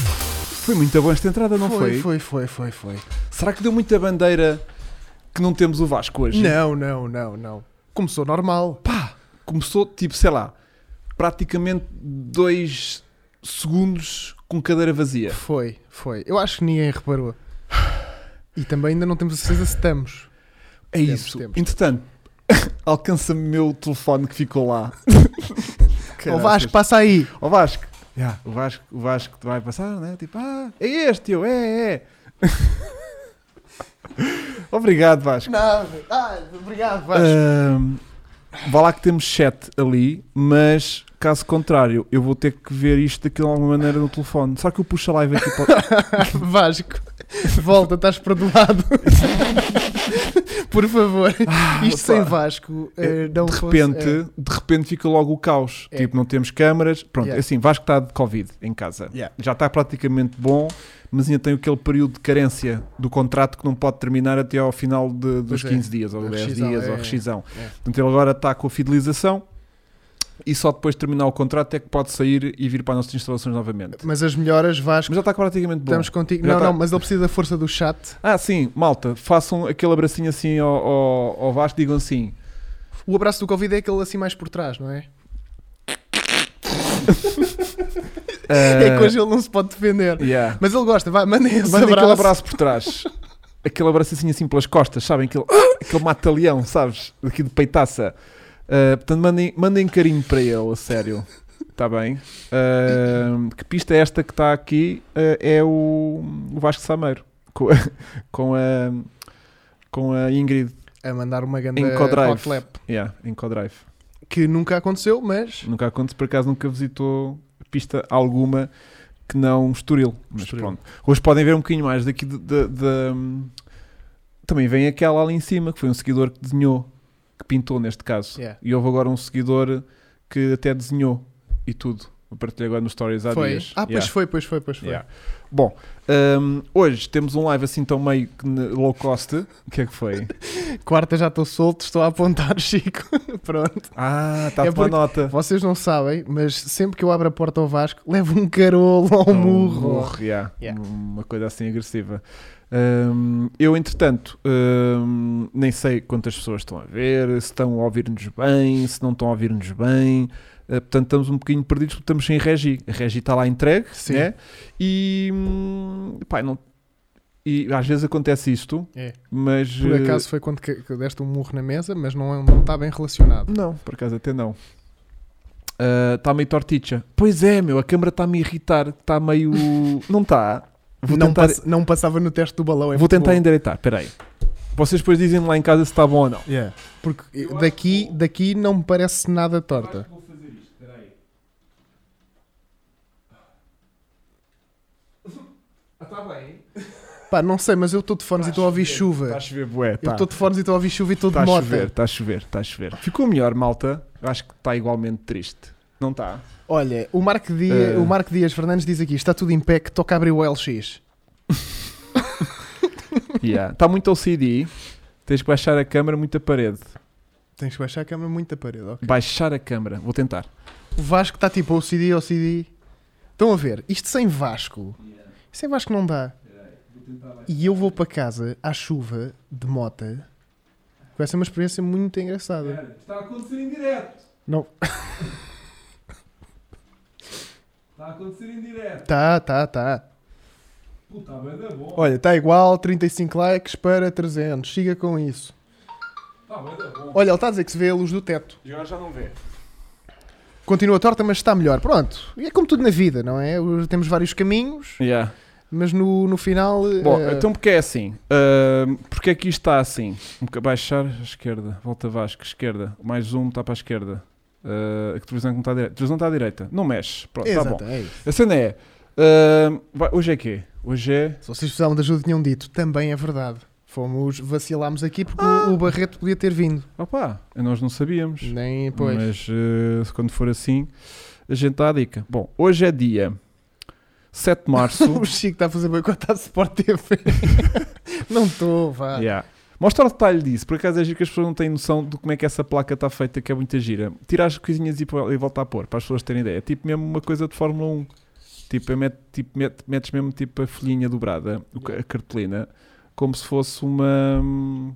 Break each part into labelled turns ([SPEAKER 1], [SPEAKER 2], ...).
[SPEAKER 1] Foi muito bom esta entrada, não foi?
[SPEAKER 2] Foi, foi, foi, foi.
[SPEAKER 1] Será que deu muita bandeira que não temos o Vasco hoje?
[SPEAKER 2] Não, não, não, não. Começou normal.
[SPEAKER 1] Pá! Começou, tipo, sei lá, praticamente dois segundos com cadeira vazia.
[SPEAKER 2] Foi, foi. Eu acho que ninguém reparou. E também ainda não temos a certeza se estamos.
[SPEAKER 1] É
[SPEAKER 2] Temos,
[SPEAKER 1] isso.
[SPEAKER 2] temos.
[SPEAKER 1] Entretanto, alcança-me o meu telefone que ficou lá.
[SPEAKER 2] Ó Vasco, passa aí.
[SPEAKER 1] Ó Vasco. Ya, o Vasco! O Vasco te vai passar, né? Tipo, ah, é este, eu, é, é. Obrigado, Vasco.
[SPEAKER 2] Nada. Ah, obrigado,
[SPEAKER 1] Ahm, vá lá que temos chat ali, mas caso contrário, eu vou ter que ver isto daquilo de alguma maneira no telefone. Será que eu puxo a live aqui para.
[SPEAKER 2] Ah, Vasco, volta, estás para do lado. Por favor. Isto sem
[SPEAKER 1] opa.
[SPEAKER 2] Vasco. eh, não
[SPEAKER 1] Ah, É, de
[SPEAKER 2] fosse-
[SPEAKER 1] repente,
[SPEAKER 2] eh,
[SPEAKER 1] de repente fica logo o caos.
[SPEAKER 2] É.
[SPEAKER 1] Tipo, não temos câmaras. Pronto,
[SPEAKER 2] Yeah.
[SPEAKER 1] assim, Vasco está de Covid em casa.
[SPEAKER 2] Yeah.
[SPEAKER 1] Já está praticamente bom, mas ainda tem aquele período de carência do contrato que não pode terminar até ao final de- dos
[SPEAKER 2] Pois é.
[SPEAKER 1] 15 dias, ou
[SPEAKER 2] Da
[SPEAKER 1] 10
[SPEAKER 2] rescisão,
[SPEAKER 1] dias,
[SPEAKER 2] é,
[SPEAKER 1] ou
[SPEAKER 2] é.
[SPEAKER 1] rescisão.
[SPEAKER 2] É.
[SPEAKER 1] Portanto, ele agora está com a fidelização e só depois de terminar o contrato é que pode sair e vir para as nossas instalações novamente.
[SPEAKER 2] eh, Mas as melhoras, Vasco,
[SPEAKER 1] Mas já está praticamente bom.
[SPEAKER 2] estamos contigo.
[SPEAKER 1] Já
[SPEAKER 2] Não,
[SPEAKER 1] tá.
[SPEAKER 2] não, mas ele precisa da força do chat.
[SPEAKER 1] Ah, sim, malta, façam aquele abracinho assim ao, ao, ao Vasco, digam assim.
[SPEAKER 2] O abraço do Covid é aquele assim mais por trás, não é? É
[SPEAKER 1] ah, É.
[SPEAKER 2] que hoje ele não se pode defender.
[SPEAKER 1] eh, yeah.
[SPEAKER 2] Mas ele gosta, vai, mandem esse
[SPEAKER 1] Manda
[SPEAKER 2] abraço.
[SPEAKER 1] aquele abraço por trás. aquele abraço assim, assim pelas costas, sabem? Aquele, aquele mata-leão, sabes? Aqui de peitaça. Ah, portanto, mandem, mandem carinho para ele, a sério. Está bem? Ah, que pista é esta que está aqui? Ah, é o, o Vasco Sameiro. Com a, com a, com a Ingrid
[SPEAKER 2] A mandar uma grande
[SPEAKER 1] em Codrive.
[SPEAKER 2] potlap,
[SPEAKER 1] Yeah, em Codrive.
[SPEAKER 2] que nunca aconteceu, mas
[SPEAKER 1] Nunca aconteceu, por acaso nunca visitou pista alguma que não Estoril. Mas
[SPEAKER 2] Estoril.
[SPEAKER 1] pronto. Hoje podem ver um bocadinho mais daqui de, de- de- Também vem aquela ali em cima, que foi um seguidor que desenhou, que pintou neste caso.
[SPEAKER 2] Yeah.
[SPEAKER 1] E houve agora um seguidor que até desenhou e tudo. Eu partilhei agora nos stories há
[SPEAKER 2] foi.
[SPEAKER 1] dias.
[SPEAKER 2] Ah, pois
[SPEAKER 1] Yeah.
[SPEAKER 2] foi, pois foi, pois foi.
[SPEAKER 1] Yeah. Bom, hum, hoje temos um live assim tão meio que ne- low cost. O que é que foi?
[SPEAKER 2] Quarta já estou solto, estou a apontar, Chico. Pronto.
[SPEAKER 1] Ah, está
[SPEAKER 2] É
[SPEAKER 1] a tomar
[SPEAKER 2] porque-
[SPEAKER 1] nota.
[SPEAKER 2] Vocês não sabem, mas sempre que eu abro a porta ao Vasco, levo um carolo ou um murro.
[SPEAKER 1] yeah.
[SPEAKER 2] Yeah.
[SPEAKER 1] Uma coisa assim agressiva. Hum, eu, entretanto, hum, nem sei quantas pessoas estão a ver, se estão a ouvir-nos bem, se não estão a ouvir-nos bem. Uh, portanto, estamos um bocadinho perdidos porque estamos sem Regi. A Regi está lá entregue,
[SPEAKER 2] Sim.
[SPEAKER 1] né? E, hum, pá, não- e às vezes acontece isto,
[SPEAKER 2] É.
[SPEAKER 1] mas.
[SPEAKER 2] Por
[SPEAKER 1] uh,
[SPEAKER 2] acaso foi quando que, que deste um murro na mesa, mas não, é- não está bem relacionado.
[SPEAKER 1] Não, por acaso até não. Ah, Está meio torticha. Pois é, meu, a câmara está-me a irritar. Está meio. não está. Vou
[SPEAKER 2] não,
[SPEAKER 1] tentar.
[SPEAKER 2] pass- não passava no teste do balão. é
[SPEAKER 1] Vou
[SPEAKER 2] futebol.
[SPEAKER 1] tentar endireitar, espera aí. Vocês depois dizem-me lá em casa se está bom ou não.
[SPEAKER 2] Yeah. Porque daqui, daqui não me parece nada torta.
[SPEAKER 1] Vou fazer isto, espera aí. Ah, está bem.
[SPEAKER 2] Pá, não sei, mas eu estou de fones e estou a então ouvir
[SPEAKER 1] Está Tá a
[SPEAKER 2] chuva.
[SPEAKER 1] chover, bué,
[SPEAKER 2] Eu
[SPEAKER 1] tá.
[SPEAKER 2] estou de fones e estou Tá a ouvir chuva e estou de
[SPEAKER 1] Está a
[SPEAKER 2] moto.
[SPEAKER 1] chover, está a chover, está a chover. Ficou melhor, malta. Eu acho que está igualmente triste. Não tá? está?
[SPEAKER 2] Olha, o Marco, Dias,
[SPEAKER 1] Eh.
[SPEAKER 2] o Marco Dias Fernandes diz aqui: está tudo em pé que toca abrir o LX.
[SPEAKER 1] Yeah. Está muito LCD. Tens que baixar a câmara, muita parede.
[SPEAKER 2] Tens que baixar a cama muito da parede, ok?
[SPEAKER 1] Baixar a câmara, vou tentar.
[SPEAKER 2] O Vasco está tipo OCD, OCD. Estão a ver? Isto sem Vasco. Sem Vasco não dá. E eu vou para casa à chuva de mota. Vai ser uma experiência muito engraçada.
[SPEAKER 1] Está a acontecer em direto.
[SPEAKER 2] Não.
[SPEAKER 1] Está a acontecer em direto.
[SPEAKER 2] Tá, tá, tá.
[SPEAKER 1] Puta, banda bom.
[SPEAKER 2] Olha, está igual 35 likes para 300. Siga com isso.
[SPEAKER 1] Está banda Tá bom.
[SPEAKER 2] Olha, ele está a dizer que se vê a luz do teto.
[SPEAKER 1] E agora já não vê.
[SPEAKER 2] Continua torta, mas está melhor. Pronto. E é como tudo na vida, não é? O- Temos vários caminhos, mas no, no final. eh,
[SPEAKER 1] Bom, então porque é assim? Ahm, porque é que isto está assim? Um boca- Baixar à esquerda, volta Vasco, esquerda, mais um está para a esquerda. Ah, a televisão que não está à direita. A televisão está à direita, não mexe. Pronto, está
[SPEAKER 2] Exato,
[SPEAKER 1] bom.
[SPEAKER 2] é isso.
[SPEAKER 1] A cena é. ahm, vai- hoje é quê? Hoje é.
[SPEAKER 2] Se vocês precisavam de ajuda, tinham dito. Também é verdade. Fomos, vacilámos aqui porque
[SPEAKER 1] Ah!
[SPEAKER 2] o- o Barreto podia ter vindo.
[SPEAKER 1] Opa, nós não sabíamos.
[SPEAKER 2] Nem, pois.
[SPEAKER 1] Mas eh, se quando for assim, a gente dá a dica. Bom, hoje é dia 7 de março.
[SPEAKER 2] O Chico está a fazer boicote à Sport TV. não estou, vá.
[SPEAKER 1] Yeah. Mostra o detalhe disso, por acaso é giro que as pessoas não têm noção de como é que essa placa está feita, que é muita gira. Tira as coisinhas e, pô- e volta a pôr, para as pessoas terem ideia. É tipo mesmo uma coisa de Fórmula 1. Tipo, eu meto, tipo met- metes mesmo tipo a folhinha dobrada, o ca- a cartolina, como se fosse uma. hum,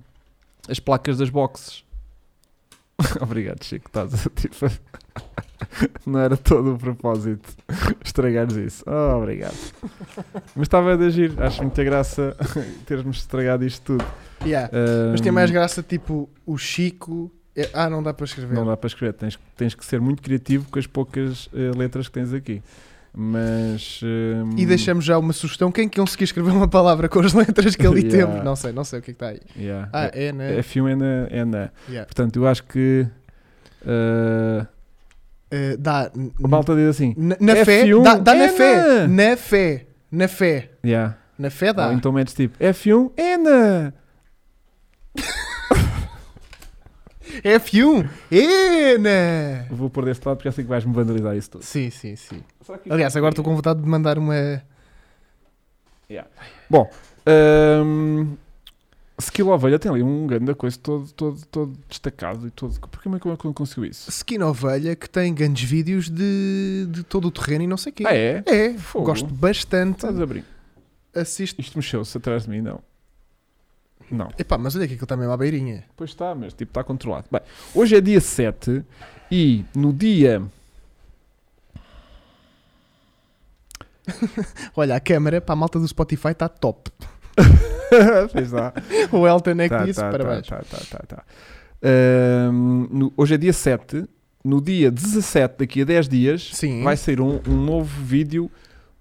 [SPEAKER 1] as placas das boxes. Obrigado, Chico. Estás a- tipo. Não era todo o propósito estragares isso. Oh, obrigado. Mas estava a agir. Acho muita graça termos estragado isto tudo.
[SPEAKER 2] Yeah. Mas tem mais
[SPEAKER 1] Hum,
[SPEAKER 2] graça, tipo, o Chico. é- Ah, não dá para escrever.
[SPEAKER 1] Não dá para escrever, tens, tens que ser muito criativo com as poucas eh, letras que tens aqui. Mas. hum,
[SPEAKER 2] E deixamos já uma sugestão. Quem é conseguir escrever uma palavra com as letras que ali
[SPEAKER 1] Yeah.
[SPEAKER 2] temos? Não sei, não sei o que é que está aí.
[SPEAKER 1] yeah.
[SPEAKER 2] Ah, é, né?
[SPEAKER 1] F1 é na, é na.
[SPEAKER 2] Yeah.
[SPEAKER 1] Portanto, eu acho que. eh,
[SPEAKER 2] Eh, dá. n-
[SPEAKER 1] a malta diz assim.
[SPEAKER 2] Na, na fé.
[SPEAKER 1] F1
[SPEAKER 2] Dá, dá
[SPEAKER 1] é
[SPEAKER 2] na fé.
[SPEAKER 1] na.
[SPEAKER 2] Na fé. Na fé.
[SPEAKER 1] Yeah.
[SPEAKER 2] Na fé Ah, dá.
[SPEAKER 1] Ou então metes tipo. F1 é na. então-
[SPEAKER 2] F1. É, né?
[SPEAKER 1] Vou por deste lado porque eu sei que vais-me vandalizar isso tudo.
[SPEAKER 2] Sim, sim, sim. Aliás, agora estou com vontade de mandar uma.
[SPEAKER 1] Ahm, Skill Ovelha tem ali um grande coisa todo, todo, todo destacado e todo. Porquê como é que eu não conseguiu isso?
[SPEAKER 2] Skin Ovelha que tem grandes vídeos de, de todo o terreno e não sei o quê.
[SPEAKER 1] Ah, é?
[SPEAKER 2] É,
[SPEAKER 1] Fogo. Tá
[SPEAKER 2] gosto bastante.
[SPEAKER 1] Estás a abrir.
[SPEAKER 2] Assisto.
[SPEAKER 1] Isto mexeu-se atrás de mim, não. Não.
[SPEAKER 2] Epá, mas olha que aquilo também é uma beirinha.
[SPEAKER 1] Pois está, mas tipo, está controlado. Bem, hoje é dia 7 e no dia.
[SPEAKER 2] Olha, a câmara para a malta do Spotify está top.
[SPEAKER 1] Fez lá.
[SPEAKER 2] O Elton é que
[SPEAKER 1] Tá,
[SPEAKER 2] disse,
[SPEAKER 1] tá,
[SPEAKER 2] parabéns.
[SPEAKER 1] tá, tá, tá, tá. Ahm, no- hoje é dia 7. No dia 17, daqui a 10 dias,
[SPEAKER 2] Sim.
[SPEAKER 1] vai sair um, um novo vídeo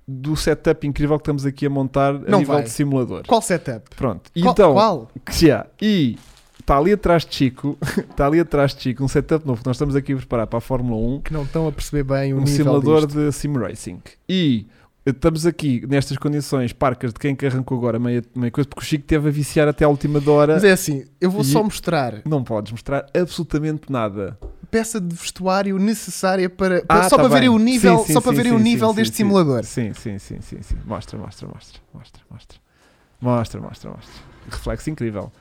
[SPEAKER 1] do setup incrível que estamos aqui a montar a
[SPEAKER 2] Não
[SPEAKER 1] nível
[SPEAKER 2] vai.
[SPEAKER 1] de simulador.
[SPEAKER 2] Qual setup?
[SPEAKER 1] Pronto.
[SPEAKER 2] Qual-
[SPEAKER 1] então,
[SPEAKER 2] Qual?
[SPEAKER 1] que já, e está ali atrás de Chico, está ali atrás de Chico, um setup novo que nós estamos aqui a preparar para a Fórmula 1.
[SPEAKER 2] Que não estão a perceber bem o
[SPEAKER 1] um
[SPEAKER 2] nível
[SPEAKER 1] simulador
[SPEAKER 2] disto.
[SPEAKER 1] de sim racing. E eh, estamos aqui nestas condições parcas de quem que arrancou agora meia, meia coisa, porque o Chico teve a viciar até a última da hora.
[SPEAKER 2] Mas é assim, eu vou
[SPEAKER 1] E-
[SPEAKER 2] só mostrar
[SPEAKER 1] Não podes mostrar absolutamente nada.
[SPEAKER 2] peça de vestuário necessária para, para-
[SPEAKER 1] Ah,
[SPEAKER 2] só
[SPEAKER 1] tá
[SPEAKER 2] para
[SPEAKER 1] bem.
[SPEAKER 2] verem o nível,
[SPEAKER 1] Sim, sim,
[SPEAKER 2] só para
[SPEAKER 1] sim,
[SPEAKER 2] verem
[SPEAKER 1] sim,
[SPEAKER 2] o
[SPEAKER 1] sim,
[SPEAKER 2] nível
[SPEAKER 1] sim,
[SPEAKER 2] deste
[SPEAKER 1] sim.
[SPEAKER 2] simulador.
[SPEAKER 1] Sim, sim, sim, sim, sim. Mostra, mostra, mostra, mostra, mostra. Mostra, mostra, mostra. Reflexo incrível.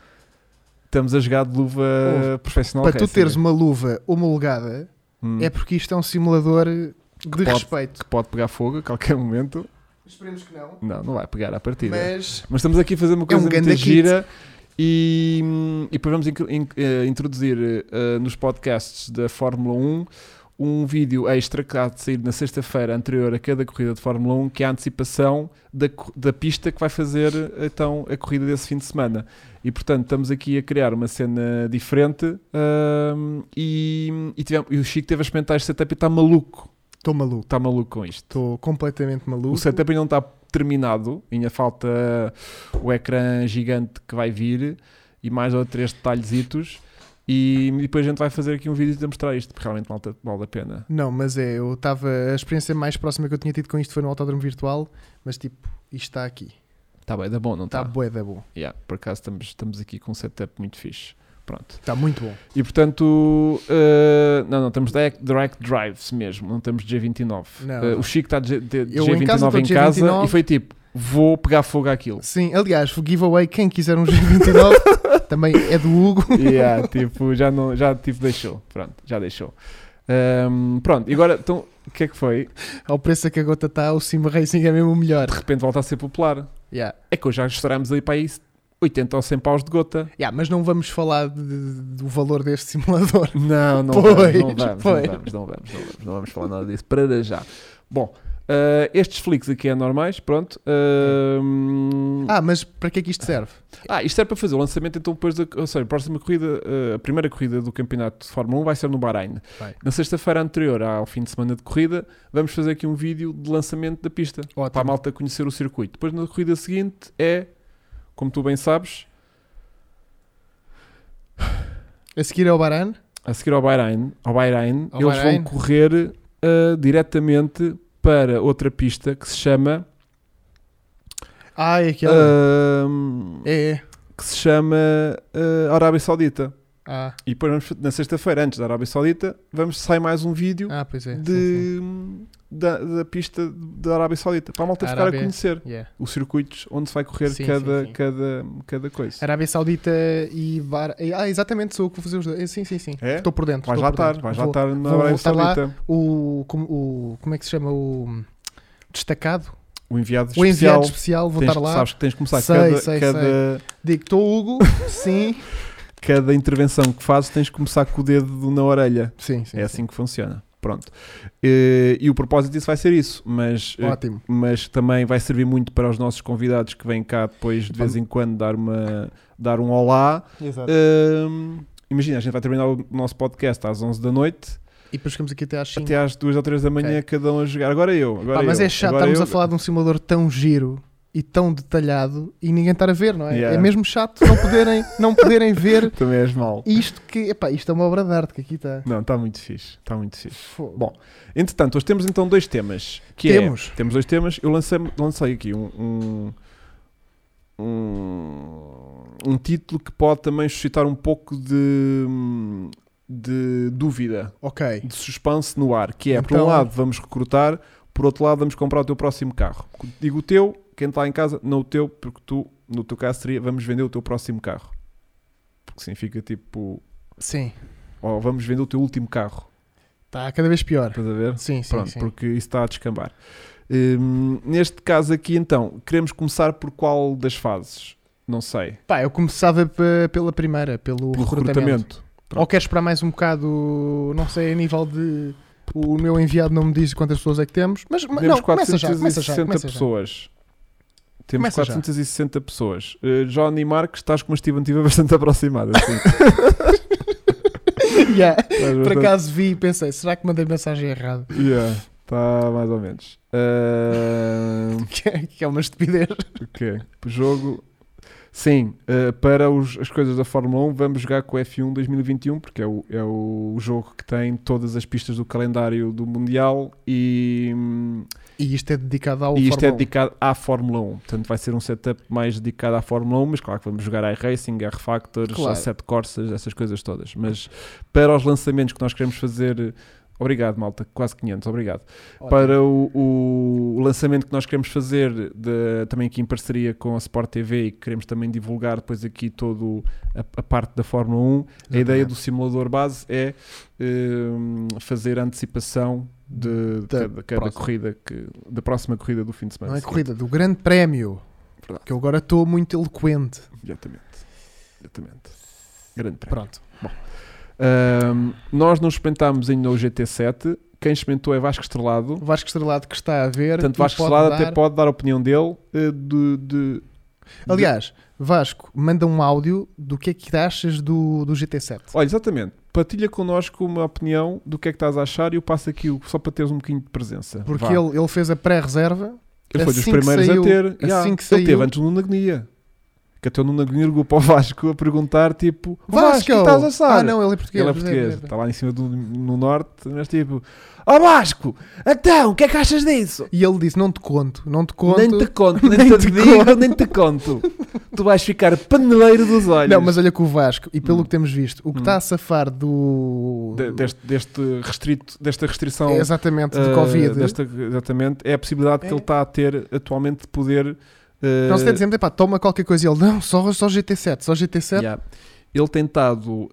[SPEAKER 1] Estamos a jogar de luva profissional.
[SPEAKER 2] Oh, para tu
[SPEAKER 1] racing.
[SPEAKER 2] teres uma luva homologada,
[SPEAKER 1] Hum,
[SPEAKER 2] é porque isto é um simulador de respeito.
[SPEAKER 1] que pode pegar fogo a qualquer momento.
[SPEAKER 2] Esperemos que não.
[SPEAKER 1] Não, não vai pegar à partida.
[SPEAKER 2] Mas
[SPEAKER 1] Mas estamos aqui a fazer uma coisa
[SPEAKER 2] um
[SPEAKER 1] muito
[SPEAKER 2] ganda kit.
[SPEAKER 1] gira e, e depois vamos inc- in- eh, introduzir eh, nos podcasts da Fórmula 1 um vídeo extra que há de sair na sexta-feira anterior a cada corrida de Fórmula 1, que é a antecipação da, co- da pista que vai fazer então a corrida desse fim de semana. E portanto estamos aqui a criar uma cena diferente ahm, e, e tivemos- e o Chico teve a experimentar este setup e está maluco.
[SPEAKER 2] estou maluco.
[SPEAKER 1] Está maluco com isto.
[SPEAKER 2] Estou completamente maluco.
[SPEAKER 1] O setup ainda não está terminado, ainda falta o ecrã gigante que vai vir e mais ou três detalhezitos. E depois a gente vai fazer aqui um vídeo de mostrar isto, porque realmente malta, vale a pena.
[SPEAKER 2] Não, mas é, eu estava. A experiência mais próxima que eu tinha tido com isto foi no autódromo virtual, mas tipo, isto está aqui.
[SPEAKER 1] Está bem, dá bom, não
[SPEAKER 2] Está
[SPEAKER 1] está?
[SPEAKER 2] tá. bué da bom.
[SPEAKER 1] Yeah, por acaso estamos, estamos aqui com um setup muito fixe. Pronto.
[SPEAKER 2] Está Tá muito bom.
[SPEAKER 1] E portanto, eh, não, não, estamos direct, direct drives mesmo, não estamos G29.
[SPEAKER 2] Não,
[SPEAKER 1] Eh,
[SPEAKER 2] não.
[SPEAKER 1] O Chico está de, de, de
[SPEAKER 2] Eu
[SPEAKER 1] G29
[SPEAKER 2] em
[SPEAKER 1] em
[SPEAKER 2] casa
[SPEAKER 1] casa,
[SPEAKER 2] estou de G29.
[SPEAKER 1] e foi tipo, vou pegar fogo àquilo.
[SPEAKER 2] Sim, aliás, o giveaway, quem quiser um G29, também é do Hugo.
[SPEAKER 1] yeah, tipo, já, não, já tipo, deixou. Pronto, já deixou. Ahm, pronto, e agora, então, o que é que foi?
[SPEAKER 2] Ao preço a que a gota está, o Sim Racing é mesmo o melhor.
[SPEAKER 1] De repente volta a ser popular.
[SPEAKER 2] Yeah.
[SPEAKER 1] É que hoje já estourámos aí para isso 80 ou 100 paus de gota.
[SPEAKER 2] Yeah, mas não vamos falar de- de- do valor deste simulador.
[SPEAKER 1] Não, não,
[SPEAKER 2] Pois,
[SPEAKER 1] vamos, não, vamos,
[SPEAKER 2] pois.
[SPEAKER 1] não vamos, não vamos, não vamos, não vamos falar nada disso para já. Bom, ah, estes flicks aqui é normais, pronto. Ahm,
[SPEAKER 2] Ah, mas para que é que isto serve?
[SPEAKER 1] Ah, isto era para fazer o lançamento, então depois da ou seja, a próxima corrida, eh, a primeira corrida do campeonato de Fórmula 1 vai ser no Bahrein.
[SPEAKER 2] Vai.
[SPEAKER 1] Na sexta-feira anterior ao fim de semana de corrida, vamos fazer aqui um vídeo de lançamento da pista para a
[SPEAKER 2] Ótimo.
[SPEAKER 1] malta conhecer o circuito. Depois na corrida seguinte é, como tu bem sabes,
[SPEAKER 2] A seguir é o Baran.
[SPEAKER 1] a seguir ao Bahrein, ao Bahrein
[SPEAKER 2] Ao
[SPEAKER 1] eles
[SPEAKER 2] Bahrein.
[SPEAKER 1] vão correr eh, diretamente para outra pista que se chama
[SPEAKER 2] Ah, é aquela.
[SPEAKER 1] ahm,
[SPEAKER 2] É. é.
[SPEAKER 1] ehm, que se chama eh, Arábia Saudita.
[SPEAKER 2] Ah,
[SPEAKER 1] E depois vamos- na sexta-feira, antes da Arábia Saudita, vamos sair mais um vídeo
[SPEAKER 2] ah, pois é. Sim,
[SPEAKER 1] de, hum, Da, da pista da Arábia Saudita para a malta ficar
[SPEAKER 2] Arábia.
[SPEAKER 1] a conhecer
[SPEAKER 2] sim. Yeah.
[SPEAKER 1] os circuitos onde se vai correr
[SPEAKER 2] Sim,
[SPEAKER 1] cada,
[SPEAKER 2] sim, sim.
[SPEAKER 1] Cada, cada coisa.
[SPEAKER 2] Arábia Saudita e Bar... Ah, exatamente, sou eu que vou fazer os dois. Eh, Sim, sim, sim.
[SPEAKER 1] É?
[SPEAKER 2] Estou por dentro.
[SPEAKER 1] Vais
[SPEAKER 2] estou
[SPEAKER 1] lá
[SPEAKER 2] por
[SPEAKER 1] estar,
[SPEAKER 2] dentro.
[SPEAKER 1] vais lá
[SPEAKER 2] Vou-
[SPEAKER 1] estar na
[SPEAKER 2] vou
[SPEAKER 1] Arábia
[SPEAKER 2] voltar lá.
[SPEAKER 1] Saudita.
[SPEAKER 2] O, como, o- como é que se chama o, destacado,
[SPEAKER 1] O enviado
[SPEAKER 2] o enviado
[SPEAKER 1] especial.
[SPEAKER 2] especial, vou
[SPEAKER 1] tens,
[SPEAKER 2] estar lá,
[SPEAKER 1] Sabes que tens de começar
[SPEAKER 2] Sei,
[SPEAKER 1] cada,
[SPEAKER 2] sei,
[SPEAKER 1] cada,
[SPEAKER 2] digo, estou Hugo, sim,
[SPEAKER 1] cada intervenção que fazes, tens de começar com o dedo na orelha.
[SPEAKER 2] sim, sim,
[SPEAKER 1] é assim que funciona. Pronto. Eh, E, o propósito disso vai ser isso, mas, eh,
[SPEAKER 2] ótimo.
[SPEAKER 1] mas também vai servir muito para os nossos convidados que vêm cá depois de vez em quando dar, uma, dar um olá.
[SPEAKER 2] Exato.
[SPEAKER 1] Hum, imagina, a gente vai terminar o nosso podcast às 11 da noite,
[SPEAKER 2] Eh, E depois ficamos aqui até às 5.
[SPEAKER 1] até às 2 ou 3 da manhã,
[SPEAKER 2] Ok.
[SPEAKER 1] cada um a jogar. Agora eu. Agora
[SPEAKER 2] Pá, mas
[SPEAKER 1] eu,
[SPEAKER 2] é chato
[SPEAKER 1] agora
[SPEAKER 2] estarmos
[SPEAKER 1] eu.
[SPEAKER 2] a falar de um simulador tão giro e tão detalhado e ninguém estar a ver, não é?
[SPEAKER 1] Yeah.
[SPEAKER 2] É mesmo chato não poderem, não poderem ver
[SPEAKER 1] Também és mal.
[SPEAKER 2] isto que, epá, isto é uma obra de arte que aqui está.
[SPEAKER 1] Não, está muito fixe. Está muito fixe.
[SPEAKER 2] Fogo.
[SPEAKER 1] Bom, Entretanto, hoje temos então dois temas. Que é-
[SPEAKER 2] Temos.
[SPEAKER 1] temos dois temas. Eu lancei, lancei aqui um, um, um, um título que pode também suscitar um pouco de, de dúvida,
[SPEAKER 2] ok.
[SPEAKER 1] de suspense no ar. Que é, por um
[SPEAKER 2] Então-
[SPEAKER 1] lado, vamos recrutar, por outro lado, vamos comprar o teu próximo carro. Digo o teu, quem está em casa, não o teu, porque tu, no teu caso, seria vamos vender o teu próximo carro. Porque significa tipo,
[SPEAKER 2] Sim,
[SPEAKER 1] ó, vamos vender o teu último carro.
[SPEAKER 2] está Tá cada vez pior.
[SPEAKER 1] Estás a ver?
[SPEAKER 2] Sim, sim,
[SPEAKER 1] Pronto,
[SPEAKER 2] sim.
[SPEAKER 1] porque isso está a descambar. Hum, neste caso aqui, então, queremos começar por qual das fases? Não sei.
[SPEAKER 2] Pá, eu começava pe- pela primeira, pelo,
[SPEAKER 1] Pelo
[SPEAKER 2] recrutamento.
[SPEAKER 1] recrutamento. Pronto.
[SPEAKER 2] Ou queres esperar mais um bocado, não sei, a nível de. O meu enviado não me diz quantas pessoas é que temos, mas mas-
[SPEAKER 1] Temos
[SPEAKER 2] não, começa já, começa já, começa já.
[SPEAKER 1] pessoas. Temos
[SPEAKER 2] Começa já.
[SPEAKER 1] 460 pessoas. Uh, Johnny Marques, estás com uma estimativa bastante aproximada. Assim.
[SPEAKER 2] Yeah.
[SPEAKER 1] Estás
[SPEAKER 2] Por
[SPEAKER 1] bastante-
[SPEAKER 2] acaso vi e pensei, será que mandei mensagem errada?
[SPEAKER 1] Yeah, Está mais ou menos. Uh,
[SPEAKER 2] Que é- que é uma estupidez.
[SPEAKER 1] ok. Jogo. Sim, uh, para os- as coisas da Fórmula 1, vamos jogar com o F1 2021, porque é o, é o jogo que tem todas as pistas do calendário do Mundial e, hum,
[SPEAKER 2] E isto é dedicado ao
[SPEAKER 1] e isto é
[SPEAKER 2] Fórmula 1.
[SPEAKER 1] dedicado à Fórmula 1. Portanto, vai ser um setup mais dedicado à Fórmula 1, mas claro que vamos jogar a iRacing, a R-Factors,
[SPEAKER 2] Claro.
[SPEAKER 1] a 7 Corsas, essas coisas todas. Mas para os lançamentos que nós queremos fazer. Obrigado, malta. Quase 500, obrigado.
[SPEAKER 2] Ótimo.
[SPEAKER 1] Para o, o- o lançamento que nós queremos fazer, de- também aqui em parceria com a Sport TV, e que queremos também divulgar depois aqui toda a, a parte da Fórmula 1, a ideia do simulador base é hum, fazer a antecipação de,
[SPEAKER 2] Da
[SPEAKER 1] cada, cada
[SPEAKER 2] próxima.
[SPEAKER 1] corrida que, da próxima corrida do fim de semana.
[SPEAKER 2] Não é
[SPEAKER 1] seguinte.
[SPEAKER 2] corrida, do Grande Prémio.
[SPEAKER 1] Verdade.
[SPEAKER 2] Que eu agora estou muito eloquente.
[SPEAKER 1] Exatamente. Exatamente. Grande prémio.
[SPEAKER 2] Pronto.
[SPEAKER 1] Hum, nós não experimentámos ainda o GT7. Quem experimentou é Vasco Estrelado.
[SPEAKER 2] O Vasco Estrelado que está a ver.
[SPEAKER 1] Portanto,
[SPEAKER 2] e
[SPEAKER 1] Vasco
[SPEAKER 2] pode
[SPEAKER 1] Estrelado
[SPEAKER 2] dar-
[SPEAKER 1] até pode dar a opinião dele eh, de- de,
[SPEAKER 2] Aliás, Vasco, manda um áudio do que é que achas do, do GT7.
[SPEAKER 1] Olha, exatamente. Partilha connosco uma opinião do que é que estás a achar e eu passo aqui o- só para teres um bocadinho de presença.
[SPEAKER 2] Porque
[SPEAKER 1] Vá.
[SPEAKER 2] ele, ele fez a pré-reserva.
[SPEAKER 1] Ele foi dos
[SPEAKER 2] assim que
[SPEAKER 1] primeiros
[SPEAKER 2] saiu-
[SPEAKER 1] a ter.
[SPEAKER 2] assim
[SPEAKER 1] Yeah.
[SPEAKER 2] que
[SPEAKER 1] Ele
[SPEAKER 2] saiu-
[SPEAKER 1] teve antes do Nuno Agonia. Que até o Nuno Agonia ligou para o Vasco a perguntar: tipo, Vasco, o que
[SPEAKER 2] Vasco!
[SPEAKER 1] estás a achar?
[SPEAKER 2] Ah, não, ele é português.
[SPEAKER 1] Ele é
[SPEAKER 2] pois
[SPEAKER 1] português,
[SPEAKER 2] pois
[SPEAKER 1] está lá em cima do no norte, mas tipo, ó Vasco, então, o que é que achas disso?
[SPEAKER 2] E ele disse: Não te conto, não te conto.
[SPEAKER 1] Nem te conto, nem,
[SPEAKER 2] Nem
[SPEAKER 1] te,
[SPEAKER 2] te
[SPEAKER 1] digo,
[SPEAKER 2] conto.
[SPEAKER 1] nem te conto. tu vais ficar paneleiro dos olhos
[SPEAKER 2] Não, mas olha que o Vasco, e pelo
[SPEAKER 1] Hum.
[SPEAKER 2] que temos visto, o que
[SPEAKER 1] Hum.
[SPEAKER 2] está a safar do. é
[SPEAKER 1] De- deste, deste restrito, desta restrição
[SPEAKER 2] Exatamente, de
[SPEAKER 1] Uh,
[SPEAKER 2] Covid.
[SPEAKER 1] desta- exatamente. É a possibilidade que
[SPEAKER 2] É.
[SPEAKER 1] ele está a ter atualmente de poder. uh,
[SPEAKER 2] Não se está dizendo, epá, toma qualquer coisa. E ele, não, só, só GT7, só GT7.
[SPEAKER 1] yeah. Ele tem estado uh,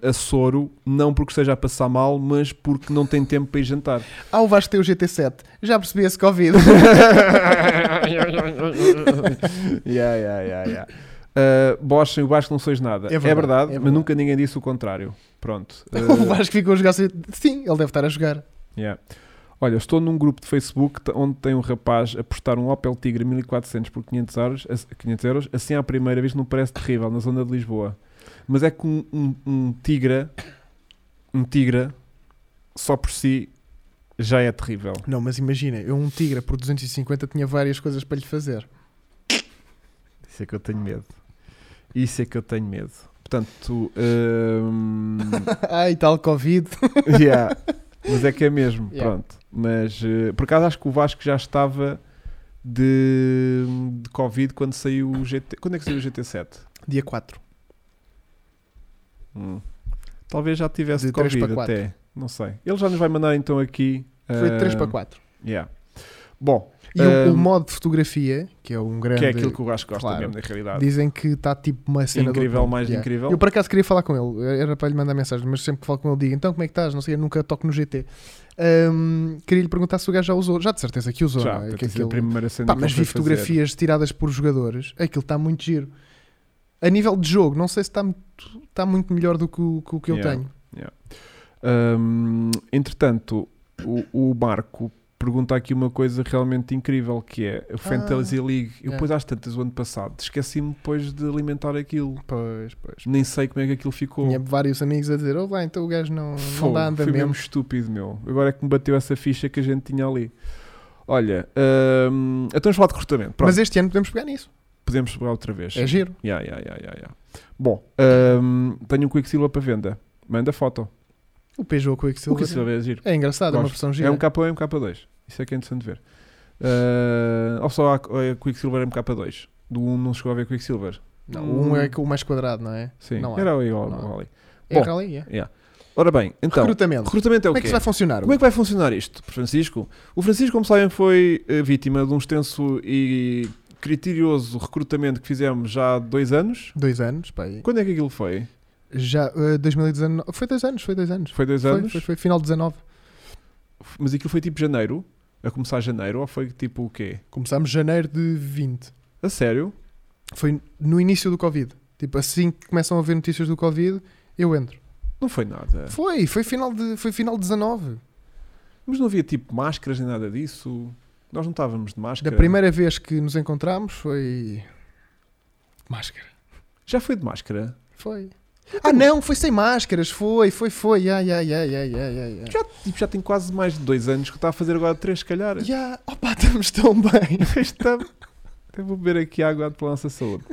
[SPEAKER 1] a soro, não porque esteja a passar mal, mas porque não tem tempo para ir jantar.
[SPEAKER 2] Ah, o Vasco tem o GT7. Já percebi esse Covid.
[SPEAKER 1] Yeah, yeah, yeah, yeah. Uh, Bosch, eu acho que não sois nada.
[SPEAKER 2] É verdade, é
[SPEAKER 1] mas
[SPEAKER 2] verdade.
[SPEAKER 1] nunca ninguém disse o contrário. Pronto.
[SPEAKER 2] o
[SPEAKER 1] Uh,
[SPEAKER 2] Vasco ficou a jogar. sem- Sim, ele deve estar a jogar.
[SPEAKER 1] Yeah. Olha, eu estou num grupo de Facebook t- onde tem um rapaz a postar um Opel Tigre 1400 por 500 euros, a- 500 euros, assim à primeira vez não parece terrível, na zona de Lisboa. Mas é que um, um, um Tigra, um Tigra, só por si, já é terrível.
[SPEAKER 2] Não, mas imagina, eu um Tigra por 250 tinha várias coisas para lhe fazer.
[SPEAKER 1] Isso é que eu tenho medo. Isso é que eu tenho medo. Portanto, hum,
[SPEAKER 2] Ai, Ah, tal Covid.
[SPEAKER 1] yeah. mas é que é mesmo,
[SPEAKER 2] Yeah.
[SPEAKER 1] pronto. Mas eh, por acaso acho que o Vasco já estava de, de Covid quando saiu o GT. Quando é que saiu o GT7?
[SPEAKER 2] Dia 4.
[SPEAKER 1] Hum. Talvez já tivesse
[SPEAKER 2] De três
[SPEAKER 1] Covid
[SPEAKER 2] para quatro.
[SPEAKER 1] até. Não sei. Ele já nos vai mandar então aqui.
[SPEAKER 2] Foi de 3
[SPEAKER 1] ah,
[SPEAKER 2] para 4.
[SPEAKER 1] Yeah. Bom,
[SPEAKER 2] E o,
[SPEAKER 1] Ahm.
[SPEAKER 2] o modo de fotografia, que é um grande.
[SPEAKER 1] Hum. Que é aquilo que o gajo gosta
[SPEAKER 2] claro.
[SPEAKER 1] mesmo, na realidade.
[SPEAKER 2] Dizem que está tipo uma cena do
[SPEAKER 1] Incrível,
[SPEAKER 2] outro mundo.
[SPEAKER 1] mais incrível.
[SPEAKER 2] Eu por acaso queria falar com ele, era para lhe mandar mensagem, mas sempre que falo com ele digo, então como é que estás? Não sei, eu nunca toco no GT. Ahm, queria lhe perguntar se o gajo já usou, já de certeza que usou,
[SPEAKER 1] Já,
[SPEAKER 2] não é?
[SPEAKER 1] deve
[SPEAKER 2] Que
[SPEAKER 1] ter sido a
[SPEAKER 2] aquilo-
[SPEAKER 1] primeira cena
[SPEAKER 2] Pá,
[SPEAKER 1] que
[SPEAKER 2] mas
[SPEAKER 1] ele foi
[SPEAKER 2] vi
[SPEAKER 1] fazer.
[SPEAKER 2] fotografias tiradas por jogadores, aquilo está muito giro. A nível de jogo, não sei se está muito, está muito melhor do que o que, o que eu
[SPEAKER 1] Yeah.
[SPEAKER 2] tenho.
[SPEAKER 1] Hum, entretanto, o, o Marco pergunta aqui uma coisa realmente incrível que é o Fantasy League. Eu
[SPEAKER 2] é.
[SPEAKER 1] depois às tantas o ano passado esqueci-me depois de alimentar aquilo.
[SPEAKER 2] Pois, pois.
[SPEAKER 1] Nem sei como é que aquilo ficou.
[SPEAKER 2] Tinha vários amigos a dizer, oh, lá, então o gajo não, não
[SPEAKER 1] Fogo,
[SPEAKER 2] dá
[SPEAKER 1] foi mesmo
[SPEAKER 2] andamento.
[SPEAKER 1] estúpido, meu. Agora é que me bateu essa ficha que a gente tinha ali. Olha, hum, então vamos falar de recrutamento. Pronto,
[SPEAKER 2] Mas este ano podemos pegar nisso.
[SPEAKER 1] podemos jogar outra vez.
[SPEAKER 2] É giro.
[SPEAKER 1] Yeah, yeah, yeah, yeah, yeah. Bom, hum, tenho um Quicksilver para venda. Manda foto.
[SPEAKER 2] O Peugeot
[SPEAKER 1] O
[SPEAKER 2] Quicksilver.
[SPEAKER 1] Quicksilver é giro.
[SPEAKER 2] É engraçado, é uma
[SPEAKER 1] Gosto.
[SPEAKER 2] versão gira.
[SPEAKER 1] É um K1 e um K2. Isso é que é interessante ver. Ah, ou só há a Quicksilver MK2. Do 1 não chegou a ver Quicksilver.
[SPEAKER 2] Não, o um é o mais quadrado, não é?
[SPEAKER 1] Sim,
[SPEAKER 2] Não há.
[SPEAKER 1] era igual
[SPEAKER 2] Não há.
[SPEAKER 1] ali.
[SPEAKER 2] É
[SPEAKER 1] Bom,
[SPEAKER 2] rally, é.
[SPEAKER 1] Ora bem, então, recrutamento,
[SPEAKER 2] Recrutamento.
[SPEAKER 1] é o
[SPEAKER 2] Como é
[SPEAKER 1] quê?
[SPEAKER 2] que isso vai funcionar?
[SPEAKER 1] Como é que vai funcionar isto, Francisco? O Francisco, como sabem, foi eh, vítima de um extenso e criterioso recrutamento que fizemos já há dois anos.
[SPEAKER 2] Dois anos, pá. aí.
[SPEAKER 1] Quando é que aquilo foi?
[SPEAKER 2] Já, eh, 2019. Foi dois anos, foi dois anos.
[SPEAKER 1] Foi dois
[SPEAKER 2] Foi,
[SPEAKER 1] anos?
[SPEAKER 2] foi, foi final de 19.
[SPEAKER 1] Mas aquilo foi tipo janeiro? A começar janeiro? Ou foi tipo o quê?
[SPEAKER 2] Começámos janeiro de 20.
[SPEAKER 1] A sério?
[SPEAKER 2] Foi no início do Covid. Tipo, assim que começam a haver notícias do Covid, eu entro.
[SPEAKER 1] Não foi nada.
[SPEAKER 2] Foi, foi final de, foi final de 19.
[SPEAKER 1] Mas não havia tipo máscaras nem nada disso. Nós não estávamos de máscara.
[SPEAKER 2] Da primeira vez que nos encontramos foi. Máscara.
[SPEAKER 1] Já foi de máscara?
[SPEAKER 2] Foi. Ah, não, foi sem máscaras. Foi, foi, foi. Ai, ai, ai, ai, ai, ai, ai.
[SPEAKER 1] Já, tipo, já tem quase mais de dois anos que está a fazer agora três, se calhar.
[SPEAKER 2] Yeah. Opa, estamos tão bem.
[SPEAKER 1] Esta... Até vou beber aqui água pela nossa saúde.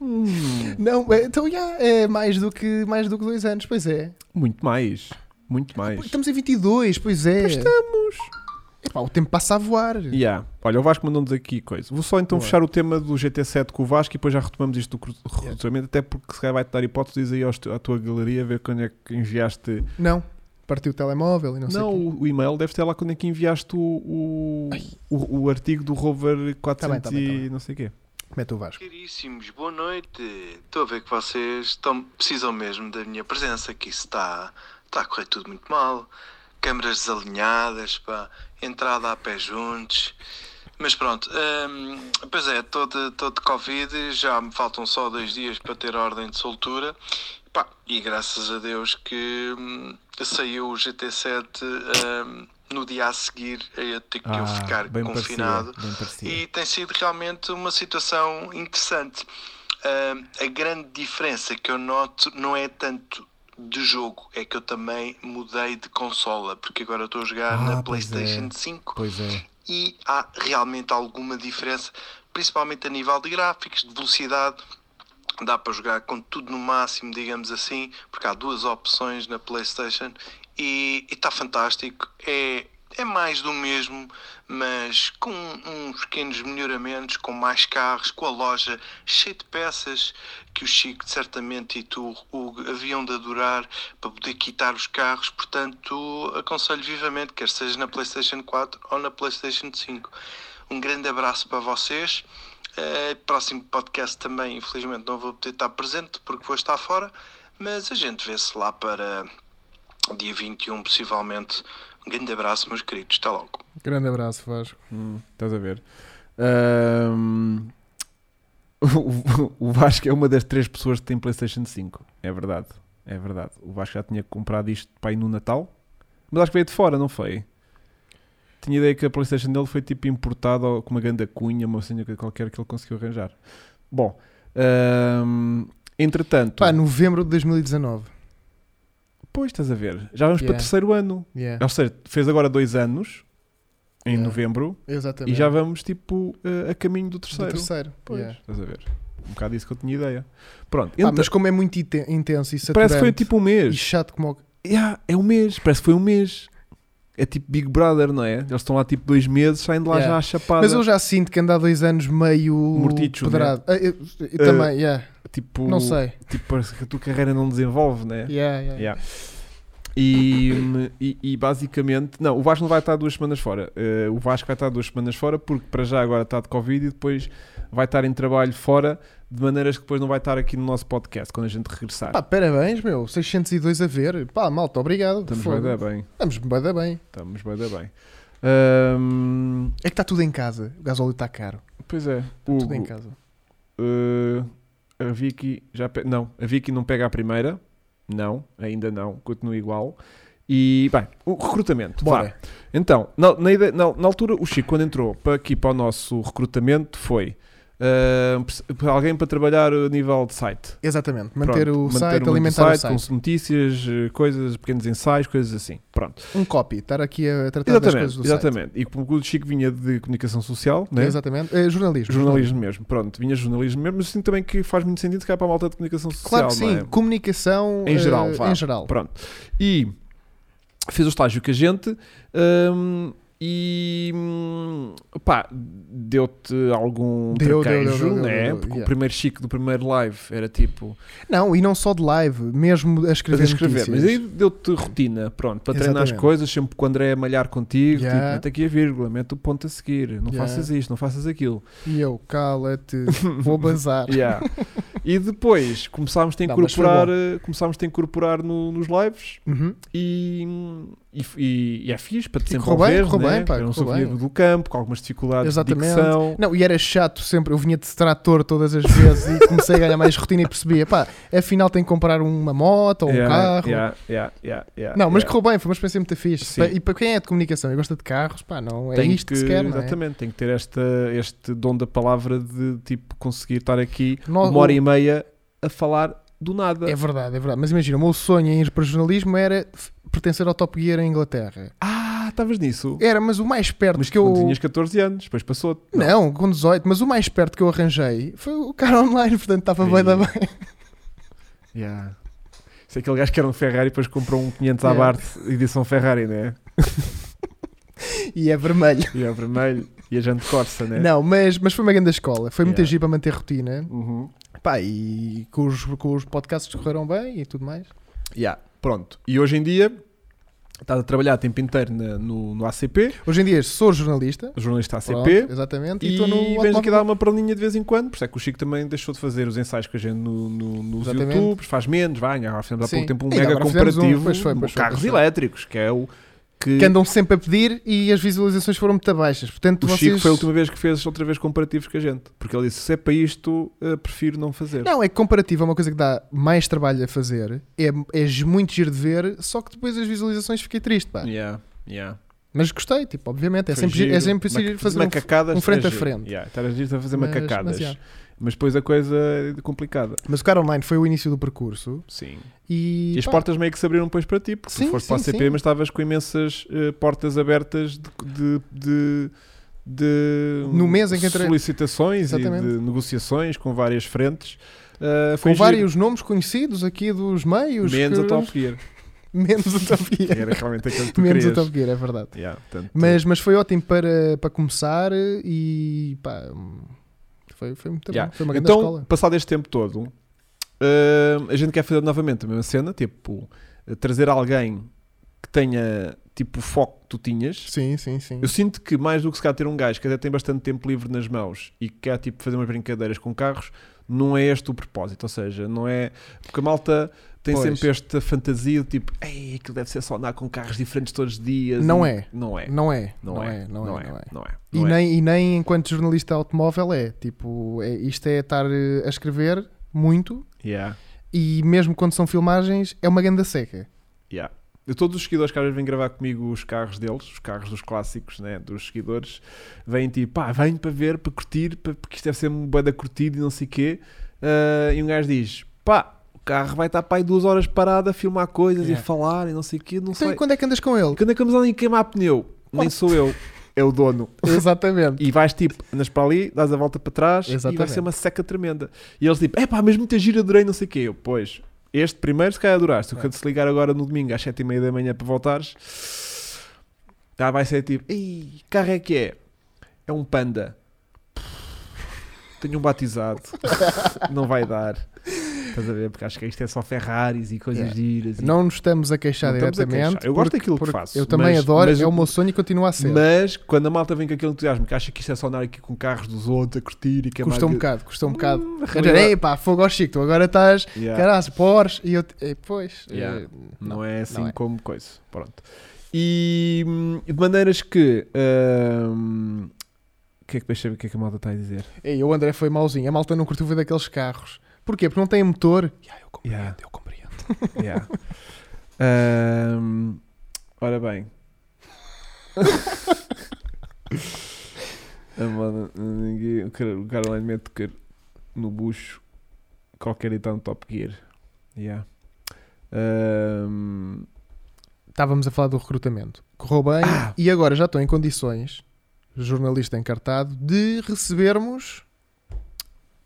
[SPEAKER 1] Hum,
[SPEAKER 2] Não, é, então já é mais do, que, mais do que dois anos, pois é.
[SPEAKER 1] muito mais. Muito mais.
[SPEAKER 2] Estamos em 22, pois é.
[SPEAKER 1] Pois
[SPEAKER 2] estamos. Epá, o tempo passa a voar.
[SPEAKER 1] Yeah. Olha, o Vasco mandou-nos aqui coisa. Vou só então
[SPEAKER 2] Boa.
[SPEAKER 1] fechar o tema do GT7 com o Vasco e depois já retomamos isto do cru- recrutamento, até porque se calhar vai-te dar hipóteses aí aos te- à tua galeria, ver quando é que enviaste.
[SPEAKER 2] Não, partiu o telemóvel e não,
[SPEAKER 1] Não,
[SPEAKER 2] sei o quê.
[SPEAKER 1] o, o e-mail deve ter lá quando é que enviaste o, o, o- o artigo do rover 400
[SPEAKER 2] Tá bem, tá bem, tá
[SPEAKER 1] e
[SPEAKER 2] bem.
[SPEAKER 1] não sei o quê.
[SPEAKER 2] Mete o Vasco.
[SPEAKER 3] Caríssimos, boa noite. Estou a ver que vocês estão, precisam mesmo da minha presença, que isso está, está a correr tudo muito mal. Câmaras desalinhadas, pá, entrada a pé juntos. Mas pronto, hum, pois é, estou de, estou de Covid, já me faltam só dois dias para ter ordem de soltura. Pá, e graças a Deus que hum, saiu o GT7 hum, no dia a seguir a eu ter que eu ficar confinado.
[SPEAKER 1] Parecia, Ah, bem parecia.
[SPEAKER 3] E tem sido realmente uma situação interessante. Ahm, a grande diferença que eu noto não é tanto de jogo, é que eu também mudei de consola, porque agora eu estou a jogar
[SPEAKER 1] Ah,
[SPEAKER 3] na
[SPEAKER 1] pois é.
[SPEAKER 3] PlayStation 5
[SPEAKER 1] Pois é.
[SPEAKER 3] e há realmente alguma diferença, principalmente a nível de gráficos, de velocidade. Dá para jogar com tudo no máximo, digamos assim, porque há duas opções na PlayStation e está fantástico. É, é mais do mesmo, mas com uns pequenos melhoramentos, com mais carros, com a loja cheia de peças que o Chico certamente e tu, Hugo, haviam de adorar para poder quitar os carros. Portanto, aconselho vivamente, quer seja na PlayStation 4 ou na PlayStation 5. Um grande abraço para vocês. Eh, próximo podcast também, infelizmente, não vou poder estar presente porque vou estar fora, mas a gente vê-se lá para dia 21, possivelmente. Um grande abraço, meus queridos. Até logo.
[SPEAKER 2] Grande abraço, Vasco.
[SPEAKER 1] Hum, estás a ver. Ahm, o, o Vasco é uma das três pessoas que tem PlayStation 5. É verdade. É verdade. O Vasco já tinha comprado isto para ir no Natal. Mas acho que veio de fora, não foi? Tinha ideia que a PlayStation dele foi tipo importada ou com uma grande cunha, uma senha qualquer que ele conseguiu arranjar. Bom, ahm, entretanto,
[SPEAKER 2] Pá, novembro de 2019.
[SPEAKER 1] pois estás a ver, já vamos para o
[SPEAKER 2] Yeah.
[SPEAKER 1] terceiro ano.
[SPEAKER 2] Yeah.
[SPEAKER 1] Ou seja, fez agora dois anos, em
[SPEAKER 2] Yeah.
[SPEAKER 1] novembro,
[SPEAKER 2] Exatamente.
[SPEAKER 1] e já vamos tipo eh, a caminho do
[SPEAKER 2] Do
[SPEAKER 1] terceiro.
[SPEAKER 2] terceiro.
[SPEAKER 1] Pois.
[SPEAKER 2] Yeah.
[SPEAKER 1] Estás a ver? Um bocado disso que eu tinha ideia. Pronto,
[SPEAKER 2] Pá,
[SPEAKER 1] então,
[SPEAKER 2] mas como é muito ite- intenso e saturante
[SPEAKER 1] parece que foi tipo um
[SPEAKER 2] e
[SPEAKER 1] mês.
[SPEAKER 2] chato como... o-
[SPEAKER 1] Yeah, é um mês, parece que foi um mês. É tipo Big Brother, não é? Eles estão lá tipo dois meses, saem de lá
[SPEAKER 2] Yeah.
[SPEAKER 1] já à chapada.
[SPEAKER 2] Mas eu já sinto que ando há dois anos meio
[SPEAKER 1] Morticho,
[SPEAKER 2] pedrado. Ah, eu- eu também, yeah.
[SPEAKER 1] Tipo,
[SPEAKER 2] não sei.
[SPEAKER 1] Tipo, parece que a tua carreira não desenvolve, né?
[SPEAKER 2] Yeah, yeah.
[SPEAKER 1] Yeah. E, e, e basicamente, não, o Vasco não vai estar duas semanas fora. Eh, o Vasco vai estar duas semanas fora porque para já agora está de Covid e depois vai estar em trabalho fora, de maneiras que depois não vai estar aqui no nosso podcast quando a gente regressar.
[SPEAKER 2] Pá, parabéns, meu. 602 a ver. Pá, malta, obrigado.
[SPEAKER 1] Estamos
[SPEAKER 2] Fogo.
[SPEAKER 1] bem, da bem.
[SPEAKER 2] Estamos bué da bem.
[SPEAKER 1] Estamos bem, da bem. Ahm,
[SPEAKER 2] É que está tudo em casa. O gasóleo está caro.
[SPEAKER 1] pois é,
[SPEAKER 2] Tá Tudo em
[SPEAKER 1] Hugo,
[SPEAKER 2] casa.
[SPEAKER 1] eh, a Vicky já pe- não, a Vicky não pega a primeira, não, ainda não, continua igual. E bem, o recrutamento, vá.
[SPEAKER 2] Bora.
[SPEAKER 1] Então, na, na ide- na- na altura, o Chico, quando entrou para aqui para o nosso recrutamento, foi ah, pres- para alguém para trabalhar a nível de site.
[SPEAKER 2] Exatamente. Manter
[SPEAKER 1] Pronto,
[SPEAKER 2] o site,
[SPEAKER 1] muito
[SPEAKER 2] alimentar o
[SPEAKER 1] com
[SPEAKER 2] site.
[SPEAKER 1] notícias, eh, coisas, pequenos ensaios, coisas assim. Pronto.
[SPEAKER 2] Um copy. Estar aqui a tratar das coisas
[SPEAKER 1] Exatamente,
[SPEAKER 2] do
[SPEAKER 1] exatamente. E como o Chico vinha de comunicação social,
[SPEAKER 2] site.
[SPEAKER 1] né?
[SPEAKER 2] Exatamente. É, jornalismo.
[SPEAKER 1] jornalismo mesmo. Pronto, vinha jornalismo mesmo, mas sinto também que faz muito sentido que é para a malta de comunicação social.
[SPEAKER 2] Claro que sim.
[SPEAKER 1] não é?
[SPEAKER 2] Comunicação
[SPEAKER 1] Em geral,
[SPEAKER 2] eh,
[SPEAKER 1] vá.
[SPEAKER 2] em geral.
[SPEAKER 1] Pronto. E fez o estágio com a gente hum, e hum, pá, deu-te algum
[SPEAKER 2] Deu, deu,
[SPEAKER 1] traquejo,
[SPEAKER 2] deu, deu, deu,
[SPEAKER 1] né?
[SPEAKER 2] deu, deu,
[SPEAKER 1] Porque o
[SPEAKER 2] yeah.
[SPEAKER 1] primeiro chique do primeiro live era tipo
[SPEAKER 2] Não, e não só de live, mesmo a
[SPEAKER 1] para
[SPEAKER 2] escrever.
[SPEAKER 1] escrever, mas
[SPEAKER 2] notícias.
[SPEAKER 1] aí deu-te rotina, pronto, para treinar as
[SPEAKER 2] Exatamente.
[SPEAKER 1] coisas, sempre com o André a malhar contigo, tipo,
[SPEAKER 2] Yeah.
[SPEAKER 1] mete aqui a vírgula, mete o ponto a seguir, não
[SPEAKER 2] Yeah.
[SPEAKER 1] faças isto, não faças aquilo.
[SPEAKER 2] E eu, cala-te, vou bazar.
[SPEAKER 1] Yeah. e depois começámos a
[SPEAKER 2] Não, mas foi
[SPEAKER 1] incorporar, eh, começámos a incorporar no- nos lives
[SPEAKER 2] Uhum.
[SPEAKER 1] e, e, e, e é fixe para te
[SPEAKER 2] E correu
[SPEAKER 1] desenvolver,
[SPEAKER 2] bem, correu
[SPEAKER 1] né?
[SPEAKER 2] bem, pá,
[SPEAKER 1] eu não sou
[SPEAKER 2] correu bem.
[SPEAKER 1] venido do campo, com algumas dificuldades
[SPEAKER 2] Exatamente.
[SPEAKER 1] de dicção.
[SPEAKER 2] Não, e era chato sempre, eu vinha de trator todas as vezes e comecei a ganhar mais rotina e percebia, pá, afinal tenho que comprar uma moto ou um
[SPEAKER 1] Yeah,
[SPEAKER 2] carro.
[SPEAKER 1] yeah, yeah, yeah, yeah,
[SPEAKER 2] Não, mas
[SPEAKER 1] yeah.
[SPEAKER 2] correu bem, foi uma experiência muito fixe.
[SPEAKER 1] Sim.
[SPEAKER 2] E para quem é de comunicação e gosta de carros, pá, não é
[SPEAKER 1] Tem
[SPEAKER 2] isto que se quer, não é?
[SPEAKER 1] Exatamente, tem que ter esta, este dom da palavra de tipo conseguir estar aqui
[SPEAKER 2] No-
[SPEAKER 1] uma hora e meia a falar do nada.
[SPEAKER 2] É verdade, é verdade. Mas imagina, o meu sonho em ir para jornalismo era f- pertencer ao Top Gear em Inglaterra.
[SPEAKER 1] Ah, estavas nisso.
[SPEAKER 2] Era, mas o mais perto
[SPEAKER 1] Mas
[SPEAKER 2] é que eu...
[SPEAKER 1] quando tinhas 14 anos, depois passou.
[SPEAKER 2] Não, com 18, mas o mais perto que eu arranjei foi o cara online, portanto estava bem da
[SPEAKER 1] Ih.
[SPEAKER 2] bem.
[SPEAKER 1] Yeah. Isso é aquele gajo que era um Ferrari e depois comprou um 500
[SPEAKER 2] Yeah.
[SPEAKER 1] Abarth edição Ferrari, né?
[SPEAKER 2] E é vermelho.
[SPEAKER 1] E é vermelho e a gente corsa, né?
[SPEAKER 2] Não, mas, mas foi uma grande escola. Foi muito
[SPEAKER 1] Yeah.
[SPEAKER 2] agir para manter a rotina.
[SPEAKER 1] Uhum.
[SPEAKER 2] Pá, e com os, com os podcasts correram bem e tudo mais.
[SPEAKER 1] Yeah, pronto. E hoje em dia estás a trabalhar tempo inteiro na- no, no ACP,
[SPEAKER 2] Hoje em dia sou jornalista.
[SPEAKER 1] jornalista
[SPEAKER 2] Pronto,
[SPEAKER 1] ACP,
[SPEAKER 2] exatamente. E
[SPEAKER 1] e,
[SPEAKER 2] estou no
[SPEAKER 1] vens aqui
[SPEAKER 2] automóvel.
[SPEAKER 1] dar uma perninha de vez em quando, por isso é que o Chico também deixou de fazer os ensaios com a gente no, no- nos
[SPEAKER 2] Exatamente.
[SPEAKER 1] YouTubes, faz menos, vai, agora fizemos há
[SPEAKER 2] Sim.
[SPEAKER 1] pouco tempo um
[SPEAKER 2] E
[SPEAKER 1] mega
[SPEAKER 2] agora fizemos um,
[SPEAKER 1] comparativo
[SPEAKER 2] pois foi,
[SPEAKER 1] de
[SPEAKER 2] pois foi,
[SPEAKER 1] carros
[SPEAKER 2] pois foi.
[SPEAKER 1] elétricos, que é o que,
[SPEAKER 2] Que andam sempre a pedir e as visualizações foram muito baixas. Portanto,
[SPEAKER 1] o
[SPEAKER 2] vocês...
[SPEAKER 1] Chico foi a última vez que fez outra vez comparativos com a gente, porque ele disse, se é para isto, eh, prefiro não fazer.
[SPEAKER 2] Não, é que comparativo é uma coisa que dá mais trabalho a fazer. É, é gi- muito giro de ver, só que depois as visualizações fiquei triste, pá.
[SPEAKER 1] Yeah, yeah. Foi
[SPEAKER 2] Mas gostei, tipo, obviamente. É sempre, giro,
[SPEAKER 1] giro.
[SPEAKER 2] é sempre giro
[SPEAKER 1] Maca-
[SPEAKER 2] fazer um...
[SPEAKER 1] macacadas,
[SPEAKER 2] um frente
[SPEAKER 1] é
[SPEAKER 2] a
[SPEAKER 1] giro.
[SPEAKER 2] frente.
[SPEAKER 1] Yeah, estar a giro a fazer
[SPEAKER 2] Mas- mas,
[SPEAKER 1] macacadas.
[SPEAKER 2] yeah.
[SPEAKER 1] Mas depois a coisa é complicada.
[SPEAKER 2] Mas o cara online foi o início do percurso
[SPEAKER 1] Sim.
[SPEAKER 2] e...
[SPEAKER 1] E as
[SPEAKER 2] pá,
[SPEAKER 1] portas meio que se abriram depois para ti, porque tu
[SPEAKER 2] Sim,
[SPEAKER 1] foste
[SPEAKER 2] sim,
[SPEAKER 1] para a CP,
[SPEAKER 2] sim.
[SPEAKER 1] mas estavas com imensas eh, portas abertas de, de- de- de-
[SPEAKER 2] No mês em que entrei.
[SPEAKER 1] solicitações
[SPEAKER 2] Exatamente.
[SPEAKER 1] e de negociações com várias frentes. Eh, foi
[SPEAKER 2] Com
[SPEAKER 1] giro.
[SPEAKER 2] vários nomes conhecidos aqui dos meios.
[SPEAKER 1] Menos
[SPEAKER 2] que-
[SPEAKER 1] a Top Gear,
[SPEAKER 2] Menos o Top
[SPEAKER 1] que
[SPEAKER 2] Gear.
[SPEAKER 1] era realmente aquele que tu
[SPEAKER 2] Menos o
[SPEAKER 1] querias.
[SPEAKER 2] Top Gear, é verdade.
[SPEAKER 1] Yeah, portanto,
[SPEAKER 2] Mas, mas foi ótimo para, para começar e pá, hum, foi, foi muito
[SPEAKER 1] Yeah.
[SPEAKER 2] bom. Foi uma grande
[SPEAKER 1] então,
[SPEAKER 2] escola.
[SPEAKER 1] passado este tempo todo, hum, a gente quer fazer novamente a mesma cena, tipo, eh, trazer alguém que tenha tipo o foco que tu tinhas.
[SPEAKER 2] Sim, sim, sim.
[SPEAKER 1] Eu sinto que mais do que se calhar ter um gajo que até tem bastante tempo livre nas mãos e que quer tipo fazer umas brincadeiras com carros, não é este o propósito, ou seja, não é porque a malta tem
[SPEAKER 2] Pois.
[SPEAKER 1] sempre esta fantasia de tipo, ei, aquilo deve ser só andar com carros diferentes todos os dias.
[SPEAKER 2] Não
[SPEAKER 1] E-
[SPEAKER 2] é.
[SPEAKER 1] Não é.
[SPEAKER 2] Não é,
[SPEAKER 1] Não, é,
[SPEAKER 2] não, é, não é.
[SPEAKER 1] não é.
[SPEAKER 2] E,
[SPEAKER 1] não é.
[SPEAKER 2] Nem, e nem enquanto jornalista automóvel é. Tipo, é, isto é estar eh, a escrever muito
[SPEAKER 1] Yeah,
[SPEAKER 2] e mesmo quando são filmagens é uma ganda seca.
[SPEAKER 1] yeah. Eu, todos os seguidores que às vezes vêm gravar comigo os carros deles, os carros dos clássicos, né, dos seguidores, vêm tipo, pá, venho para ver, para curtir, para- porque isto deve ser um banda curtido e não sei o quê. Ah, e um gajo diz, pá, o carro vai estar para aí duas horas parado a filmar coisas e a
[SPEAKER 2] Yeah.
[SPEAKER 1] falar e não sei o quê, não
[SPEAKER 2] Então
[SPEAKER 1] sei.
[SPEAKER 2] e quando é que andas com ele?
[SPEAKER 1] Quando é que vamos ali queimar pneu? Nem sou eu, é o dono.
[SPEAKER 2] Exatamente.
[SPEAKER 1] E vais tipo, andas para ali, dás a volta para trás e vai
[SPEAKER 2] Exatamente.
[SPEAKER 1] ser uma seca tremenda. E eles tipo, é pá, mas muita gira, adorei, não sei o quê. Eu, pois, este primeiro se calhar adoraste. O que eu te ligar agora no domingo às sete e meia da manhã para voltares, já vai ser tipo, ei, que carro é que é? É um panda. Tenho um batizado. não vai dar. Estás a ver? Porque acho que isto é só Ferraris e coisas
[SPEAKER 2] Yeah.
[SPEAKER 1] giras. e-
[SPEAKER 2] Não nos estamos a queixar
[SPEAKER 1] Não estamos a
[SPEAKER 2] diretamente.
[SPEAKER 1] queixar. Eu gosto
[SPEAKER 2] porque-
[SPEAKER 1] daquilo que
[SPEAKER 2] porque
[SPEAKER 1] faço,
[SPEAKER 2] Eu também
[SPEAKER 1] mas-
[SPEAKER 2] adoro,
[SPEAKER 1] mas
[SPEAKER 2] é
[SPEAKER 1] eu-
[SPEAKER 2] o meu sonho e continua a ser.
[SPEAKER 1] Mas quando a malta vem com aquele entusiasmo que acha que isto é só andar aqui com carros dos outros a curtir e que é
[SPEAKER 2] Custa um
[SPEAKER 1] mais-
[SPEAKER 2] bocado, custa um bocado.
[SPEAKER 1] Hum,
[SPEAKER 2] Mas, Ei pá, fogo ao Chico, tu agora estás,
[SPEAKER 1] Yeah.
[SPEAKER 2] caralho, Porsche, e eu, e, pois,
[SPEAKER 1] Yeah.
[SPEAKER 2] eh,
[SPEAKER 1] Não, é assim
[SPEAKER 2] não é.
[SPEAKER 1] como coisa. Pronto. E hum, de maneiras que. hum, O que é que deixa-me o que é que a malta está a dizer?
[SPEAKER 2] Ei, o André foi mauzinho, a malta não curtiu ver daqueles carros. Porquê? Porque não tem motor. Yeah,
[SPEAKER 1] Yeah.
[SPEAKER 2] eu compreendo, eu compreendo.
[SPEAKER 1] Yeah. Hum, ora bem. A moda- ninguém- o cara- o cara lá mete que no bucho qualquer então Top Gear. Yeah. Hum,
[SPEAKER 2] Estávamos a falar do recrutamento. Correu bem
[SPEAKER 1] Ah!
[SPEAKER 2] e agora já estou em condições, jornalista encartado, de recebermos.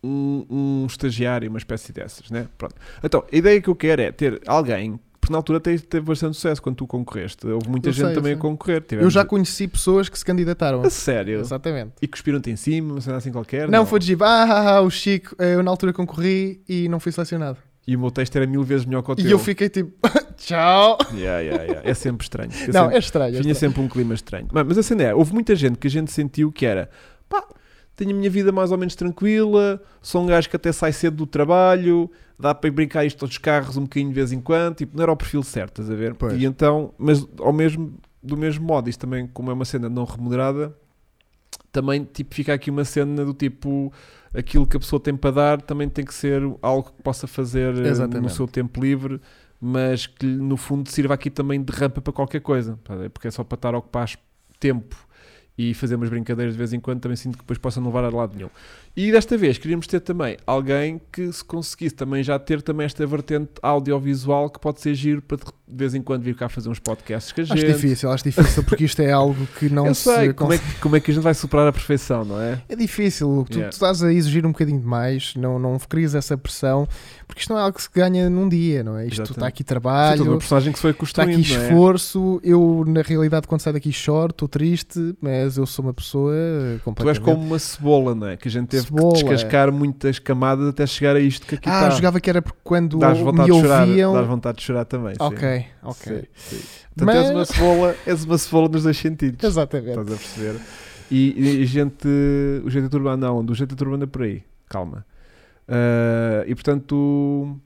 [SPEAKER 1] um, um estagiário, uma espécie dessas, né? Pronto. Então, a ideia que eu quero é ter alguém, porque na altura teve, teve bastante sucesso quando tu concorreste. Houve muita
[SPEAKER 2] Eu
[SPEAKER 1] gente
[SPEAKER 2] sei, eu
[SPEAKER 1] também a
[SPEAKER 2] sei.
[SPEAKER 1] concorrer.
[SPEAKER 2] Eu
[SPEAKER 1] Tivemos-
[SPEAKER 2] já conheci pessoas que se candidataram.
[SPEAKER 1] A sério.
[SPEAKER 2] Exatamente.
[SPEAKER 1] E cuspiram-te em cima, uma cena assim qualquer.
[SPEAKER 2] Não, foi de tipo, ah, ah, ah, o Chico, eh, eu na altura concorri e não fui selecionado.
[SPEAKER 1] E o meu texto era mil vezes melhor que o teu.
[SPEAKER 2] E eu fiquei tipo, tchau.
[SPEAKER 1] Yeah, yeah, yeah. É sempre estranho. É
[SPEAKER 2] não,
[SPEAKER 1] sempre-
[SPEAKER 2] é estranho. é
[SPEAKER 1] Tinha
[SPEAKER 2] estranho.
[SPEAKER 1] sempre um clima estranho. Mas, mas a cena é, houve muita gente que a gente sentiu que era pá, tenho a minha vida mais ou menos tranquila, sou um gajo que até sai cedo do trabalho, dá para ir brincar isto dos carros um bocadinho de vez em quando, tipo, não era o perfil certo, estás a ver?
[SPEAKER 2] Pois.
[SPEAKER 1] E então, mas ao mesmo, do mesmo modo, isto também, como é uma cena não remunerada, também tipo, fica aqui uma cena do tipo aquilo que a pessoa tem para dar também tem que ser algo que possa fazer eh, no
[SPEAKER 2] Exatamente.
[SPEAKER 1] seu tempo livre, mas que lhe, no fundo sirva aqui também de rampa para qualquer coisa, tá a ver? porque é só para estar a ocupar es- tempo e fazer umas brincadeiras de vez em quando, também sinto que depois possa não levar a lado nenhum. E desta vez queríamos ter também alguém que se conseguisse também já ter também esta vertente audiovisual que pode ser giro para de vez em quando vir cá fazer uns podcasts com a
[SPEAKER 2] Acho
[SPEAKER 1] gente.
[SPEAKER 2] difícil, acho difícil porque isto é algo que não
[SPEAKER 1] Eu sei,
[SPEAKER 2] se
[SPEAKER 1] como é, que, como é que a gente vai superar a perfeição, não é?
[SPEAKER 2] É difícil, tu,
[SPEAKER 1] Yeah.
[SPEAKER 2] tu estás a exigir um bocadinho demais, não, não crias essa pressão, porque isto não é algo que se ganha num dia, não é? Isto
[SPEAKER 1] Exatamente.
[SPEAKER 2] está aqui
[SPEAKER 1] Foi toda uma
[SPEAKER 2] trabalho,
[SPEAKER 1] personagem que se foi
[SPEAKER 2] está
[SPEAKER 1] construindo,
[SPEAKER 2] aqui
[SPEAKER 1] não é?
[SPEAKER 2] esforço. Eu, na realidade, quando saio daqui, choro, estou triste, mas eu sou uma pessoa eh,
[SPEAKER 1] Tu és
[SPEAKER 2] completamente.
[SPEAKER 1] como uma cebola, não é? Que a gente teve
[SPEAKER 2] Cebola.
[SPEAKER 1] que descascar muitas camadas até chegar a isto que aqui
[SPEAKER 2] Ah,
[SPEAKER 1] está.
[SPEAKER 2] jogava que era porque quando
[SPEAKER 1] Dás vontade
[SPEAKER 2] me
[SPEAKER 1] de chorar,
[SPEAKER 2] ouviam.
[SPEAKER 1] dás vontade de chorar também. sim.
[SPEAKER 2] ok, ok.
[SPEAKER 1] Sim, sim. Portanto,
[SPEAKER 2] Mas-
[SPEAKER 1] és, uma cebola, és uma cebola nos dois sentidos.
[SPEAKER 2] Exatamente.
[SPEAKER 1] Estás a perceber? E, e a gente. O GT Turbo anda onde? O GT Turbo anda por aí. Calma. Ah, e portanto.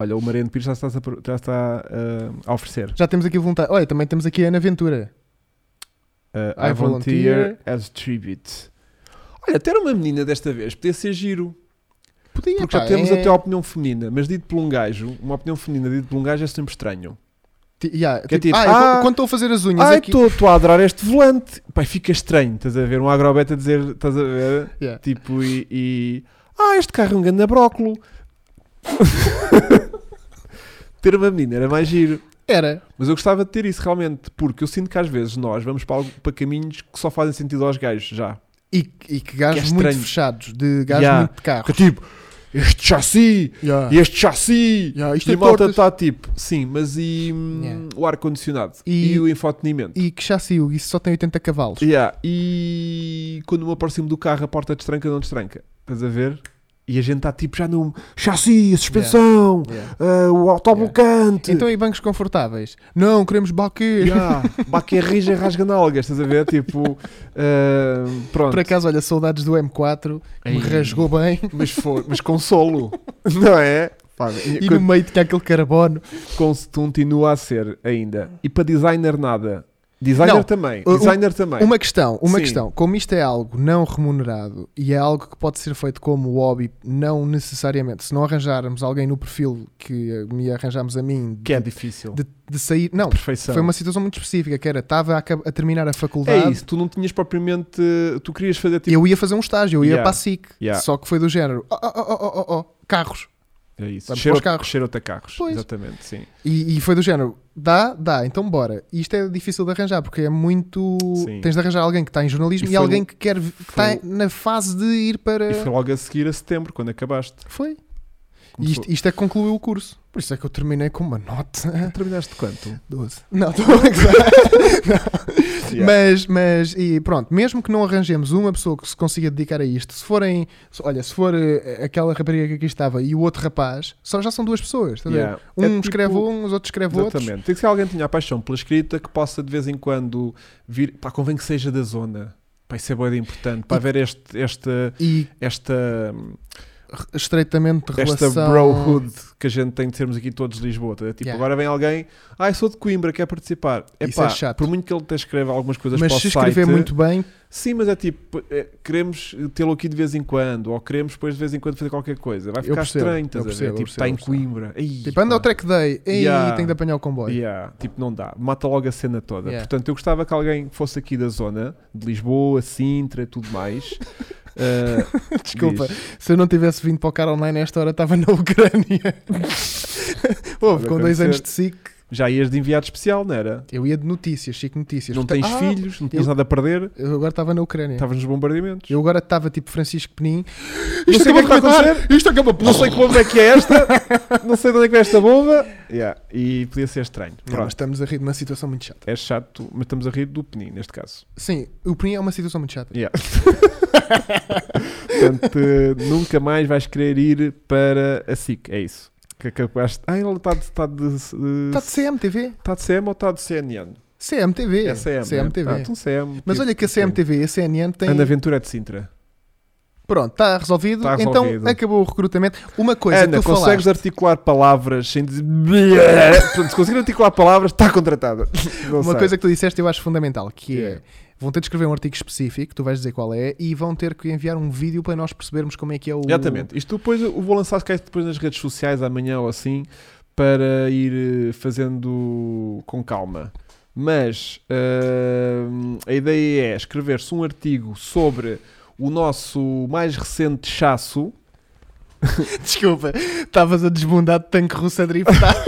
[SPEAKER 1] Olha, o Mariano Pires já está, já está ah, a oferecer.
[SPEAKER 2] Já temos aqui voluntário. Olha, também temos aqui a Ana Ventura.
[SPEAKER 1] Ah,
[SPEAKER 2] I
[SPEAKER 1] I volunteer
[SPEAKER 2] volunteer.
[SPEAKER 1] as tribute. Olha, até era uma menina desta vez, podia ser giro.
[SPEAKER 2] Podia,
[SPEAKER 1] Porque já temos até a opinião feminina, mas dito por um gajo, uma opinião feminina dito por um gajo é sempre estranho. que é tipo,
[SPEAKER 2] ah, eu-
[SPEAKER 1] ah,
[SPEAKER 2] quando estou a fazer as unhas é
[SPEAKER 1] Ai,
[SPEAKER 2] aqui.
[SPEAKER 1] estou estou a adorar este volante. Pai, fica estranho, estás a ver? Um agrobeta a dizer, estás a ver?
[SPEAKER 2] Yeah.
[SPEAKER 1] Tipo, e, e, Ah, este carro é um grande brócolo. ter uma menina era mais giro.
[SPEAKER 2] Era.
[SPEAKER 1] Mas eu gostava de ter isso realmente, porque eu sinto que às vezes nós vamos para, algo- para caminhos que só fazem sentido aos gajos já.
[SPEAKER 2] E, e que gajos
[SPEAKER 1] Que é
[SPEAKER 2] muito
[SPEAKER 1] estranho.
[SPEAKER 2] fechados, de gajos
[SPEAKER 1] Yeah.
[SPEAKER 2] muito de carro.
[SPEAKER 1] Que é tipo, este chassi,
[SPEAKER 2] Yeah.
[SPEAKER 1] este chassi,
[SPEAKER 2] Ah. Yeah, isto
[SPEAKER 1] e
[SPEAKER 2] é
[SPEAKER 1] a malta
[SPEAKER 2] tortas.
[SPEAKER 1] está tipo, sim, mas e hum,
[SPEAKER 2] Yeah.
[SPEAKER 1] o ar-condicionado? E,
[SPEAKER 2] E-
[SPEAKER 1] o infotenimento?
[SPEAKER 2] E que chassi, Hugo, isso só tem 80 cavalos.
[SPEAKER 1] Yeah, E quando me aproximo do carro, a porta destranca não destranca. Estás a ver? E a gente está tipo já no chassi, a suspensão,
[SPEAKER 2] Yeah.
[SPEAKER 1] ah, o autoblocante.
[SPEAKER 2] Então, e bancos confortáveis? Não, queremos baquês.
[SPEAKER 1] Yeah, baque é rija, rasga nalgas, estás a ver? Tipo, ah, pronto.
[SPEAKER 2] Por acaso, olha, saudades do M4, que me
[SPEAKER 1] Ei.
[SPEAKER 2] rasgou bem.
[SPEAKER 1] Mas, foi, mas consolo, não é? Pá,
[SPEAKER 2] E
[SPEAKER 1] quando-
[SPEAKER 2] no meio tinha aquele carbono.
[SPEAKER 1] Cons- continua a ser ainda. E para designer nada. Designer
[SPEAKER 2] Não,
[SPEAKER 1] também.
[SPEAKER 2] um-
[SPEAKER 1] designer também.
[SPEAKER 2] Uma questão, uma
[SPEAKER 1] Sim.
[SPEAKER 2] questão. Como isto é algo não remunerado e é algo que pode ser feito como hobby, não necessariamente, se não arranjarmos alguém no perfil que eh, me arranjámos a mim
[SPEAKER 1] Que é
[SPEAKER 2] de,
[SPEAKER 1] difícil.
[SPEAKER 2] de- de sair. Não,
[SPEAKER 1] Perfeição.
[SPEAKER 2] foi uma situação muito específica que era, estava a, acab- a terminar a faculdade.
[SPEAKER 1] É isso. Tu não tinhas propriamente. eh, Tu querias fazer tipo.
[SPEAKER 2] Eu ia fazer um estágio, eu ia
[SPEAKER 1] Yeah.
[SPEAKER 2] para a SIC.
[SPEAKER 1] Yeah.
[SPEAKER 2] Só que foi do género: oh, oh, oh, oh, oh, oh, carros.
[SPEAKER 1] É isso.
[SPEAKER 2] Vamos
[SPEAKER 1] Cheiro,
[SPEAKER 2] para os carros.
[SPEAKER 1] cheiro a carros.
[SPEAKER 2] Pois.
[SPEAKER 1] Exatamente, sim.
[SPEAKER 2] E, e foi do género: dá, dá, então bora. E isto é difícil de arranjar porque é muito.
[SPEAKER 1] Sim.
[SPEAKER 2] Tens de arranjar alguém que está em
[SPEAKER 1] E
[SPEAKER 2] jornalismo e,
[SPEAKER 1] foi
[SPEAKER 2] alguém
[SPEAKER 1] o-
[SPEAKER 2] que quer. vi- que está
[SPEAKER 1] foi um
[SPEAKER 2] na fase de ir para.
[SPEAKER 1] E foi logo a seguir a setembro, quando acabaste.
[SPEAKER 2] Foi. E
[SPEAKER 1] Começou-
[SPEAKER 2] isto, isto é que concluiu o curso. Por isso é que eu terminei com uma nota
[SPEAKER 1] Terminaste quanto?
[SPEAKER 2] 12. Não, estou a brincar.
[SPEAKER 1] Yeah.
[SPEAKER 2] Mas, mas, e pronto, mesmo que não arranjemos uma pessoa que se consiga dedicar a isto, se forem, se- olha, se for eh, aquela rapariga que aqui estava e o outro rapaz, só já são duas pessoas, está a ver?
[SPEAKER 1] Yeah.
[SPEAKER 2] Um
[SPEAKER 1] É tipo-
[SPEAKER 2] escreve um, os outros escrevem outros.
[SPEAKER 1] Exatamente. Tem que ser alguém que tenha a paixão pela escrita que possa de vez em quando vir. Pá, convém que seja da zona. Pá, isso é boa importante. Para
[SPEAKER 2] E-
[SPEAKER 1] haver este, esta,
[SPEAKER 2] E
[SPEAKER 1] esta,
[SPEAKER 2] re- estreitamente de
[SPEAKER 1] esta
[SPEAKER 2] relação.
[SPEAKER 1] brohood que a gente tem de sermos aqui todos de Lisboa. tá? Tipo,
[SPEAKER 2] Yeah.
[SPEAKER 1] agora vem alguém. Ah, eu sou de Coimbra, quer participar. É
[SPEAKER 2] Isso é chato.
[SPEAKER 1] Por muito que ele te escreva algumas coisas
[SPEAKER 2] Mas
[SPEAKER 1] para o
[SPEAKER 2] se escrever
[SPEAKER 1] site,
[SPEAKER 2] muito bem,
[SPEAKER 1] Sim, mas é tipo, é, queremos tê-lo aqui de vez em quando, ou queremos depois de vez em quando fazer qualquer coisa. Vai
[SPEAKER 2] Eu
[SPEAKER 1] ficar
[SPEAKER 2] percebo,
[SPEAKER 1] estranho,
[SPEAKER 2] eu
[SPEAKER 1] estás a ver?
[SPEAKER 2] percebo, eu
[SPEAKER 1] Tipo,
[SPEAKER 2] percebo,
[SPEAKER 1] está em
[SPEAKER 2] eu percebo.
[SPEAKER 1] Coimbra. Ei,
[SPEAKER 2] tipo, anda
[SPEAKER 1] pá.
[SPEAKER 2] ao track day, e
[SPEAKER 1] Yeah.
[SPEAKER 2] tenho de apanhar o comboio.
[SPEAKER 1] Yeah, tipo, não dá. Mata logo a cena toda.
[SPEAKER 2] Yeah.
[SPEAKER 1] Portanto, eu gostava que alguém fosse aqui da zona, de Lisboa, Sintra, tudo mais. Ah,
[SPEAKER 2] Desculpa,
[SPEAKER 1] diz,
[SPEAKER 2] se eu não tivesse vindo para o cara online nesta hora, estava na Ucrânia. Houve, com dois
[SPEAKER 1] acontecer.
[SPEAKER 2] anos de SIC,
[SPEAKER 1] já ias de enviado especial, não era?
[SPEAKER 2] eu ia de notícias, SIC Notícias.
[SPEAKER 1] Não
[SPEAKER 2] Portanto,
[SPEAKER 1] tens
[SPEAKER 2] ah,
[SPEAKER 1] filhos, não tens nada a perder,
[SPEAKER 2] Eu agora estava na Ucrânia.
[SPEAKER 1] estavas nos bombardeamentos.
[SPEAKER 2] Eu agora estava tipo Francisco Penin.
[SPEAKER 1] Não sei o que é que vai acontecer.
[SPEAKER 2] Isto acaba por.
[SPEAKER 1] Não sei que bomba é que é esta, não sei de onde é que vai esta bomba. Yeah, E podia ser estranho.
[SPEAKER 2] Não, mas
[SPEAKER 1] Pronto,
[SPEAKER 2] estamos a rir de uma situação muito chata.
[SPEAKER 1] é chato, mas estamos a rir do Penin, neste caso.
[SPEAKER 2] Sim, o Penin é uma situação muito chata.
[SPEAKER 1] Yeah. Portanto, eh, nunca mais vais querer ir para a SIC, é isso. Que acabaste. Ah, ele está de. Está de,
[SPEAKER 2] Está de CMTV?
[SPEAKER 1] tá de CM ou está de CNN?
[SPEAKER 2] CMTV.
[SPEAKER 1] É CM. né?
[SPEAKER 2] CMTV.
[SPEAKER 1] Tá, então CM,
[SPEAKER 2] Mas
[SPEAKER 1] tipo,
[SPEAKER 2] olha que a CMTV e a CNN têm.
[SPEAKER 1] Ana Ventura é de Sintra.
[SPEAKER 2] Pronto, está resolvido.
[SPEAKER 1] Tá resolvido.
[SPEAKER 2] Então acabou o recrutamento. Uma coisa
[SPEAKER 1] Ana,
[SPEAKER 2] que é tu
[SPEAKER 1] consegues
[SPEAKER 2] falaste.
[SPEAKER 1] articular palavras sem dizer. Portanto, se conseguir articular palavras, está contratada. Não
[SPEAKER 2] Uma
[SPEAKER 1] sei.
[SPEAKER 2] coisa que tu disseste eu acho fundamental, que é.
[SPEAKER 1] Yeah.
[SPEAKER 2] Vão ter de escrever um artigo específico, tu vais dizer qual é, e vão ter que enviar um vídeo para nós percebermos como é que é o.
[SPEAKER 1] Exatamente. Isto depois eu vou lançar se calhar depois nas redes sociais amanhã ou assim para ir eh, fazendo com calma. Mas ahm, a ideia é escrever-se um artigo sobre o nosso mais recente chasso.
[SPEAKER 2] Desculpa, estavas a desbundar de tanque russo a driftar.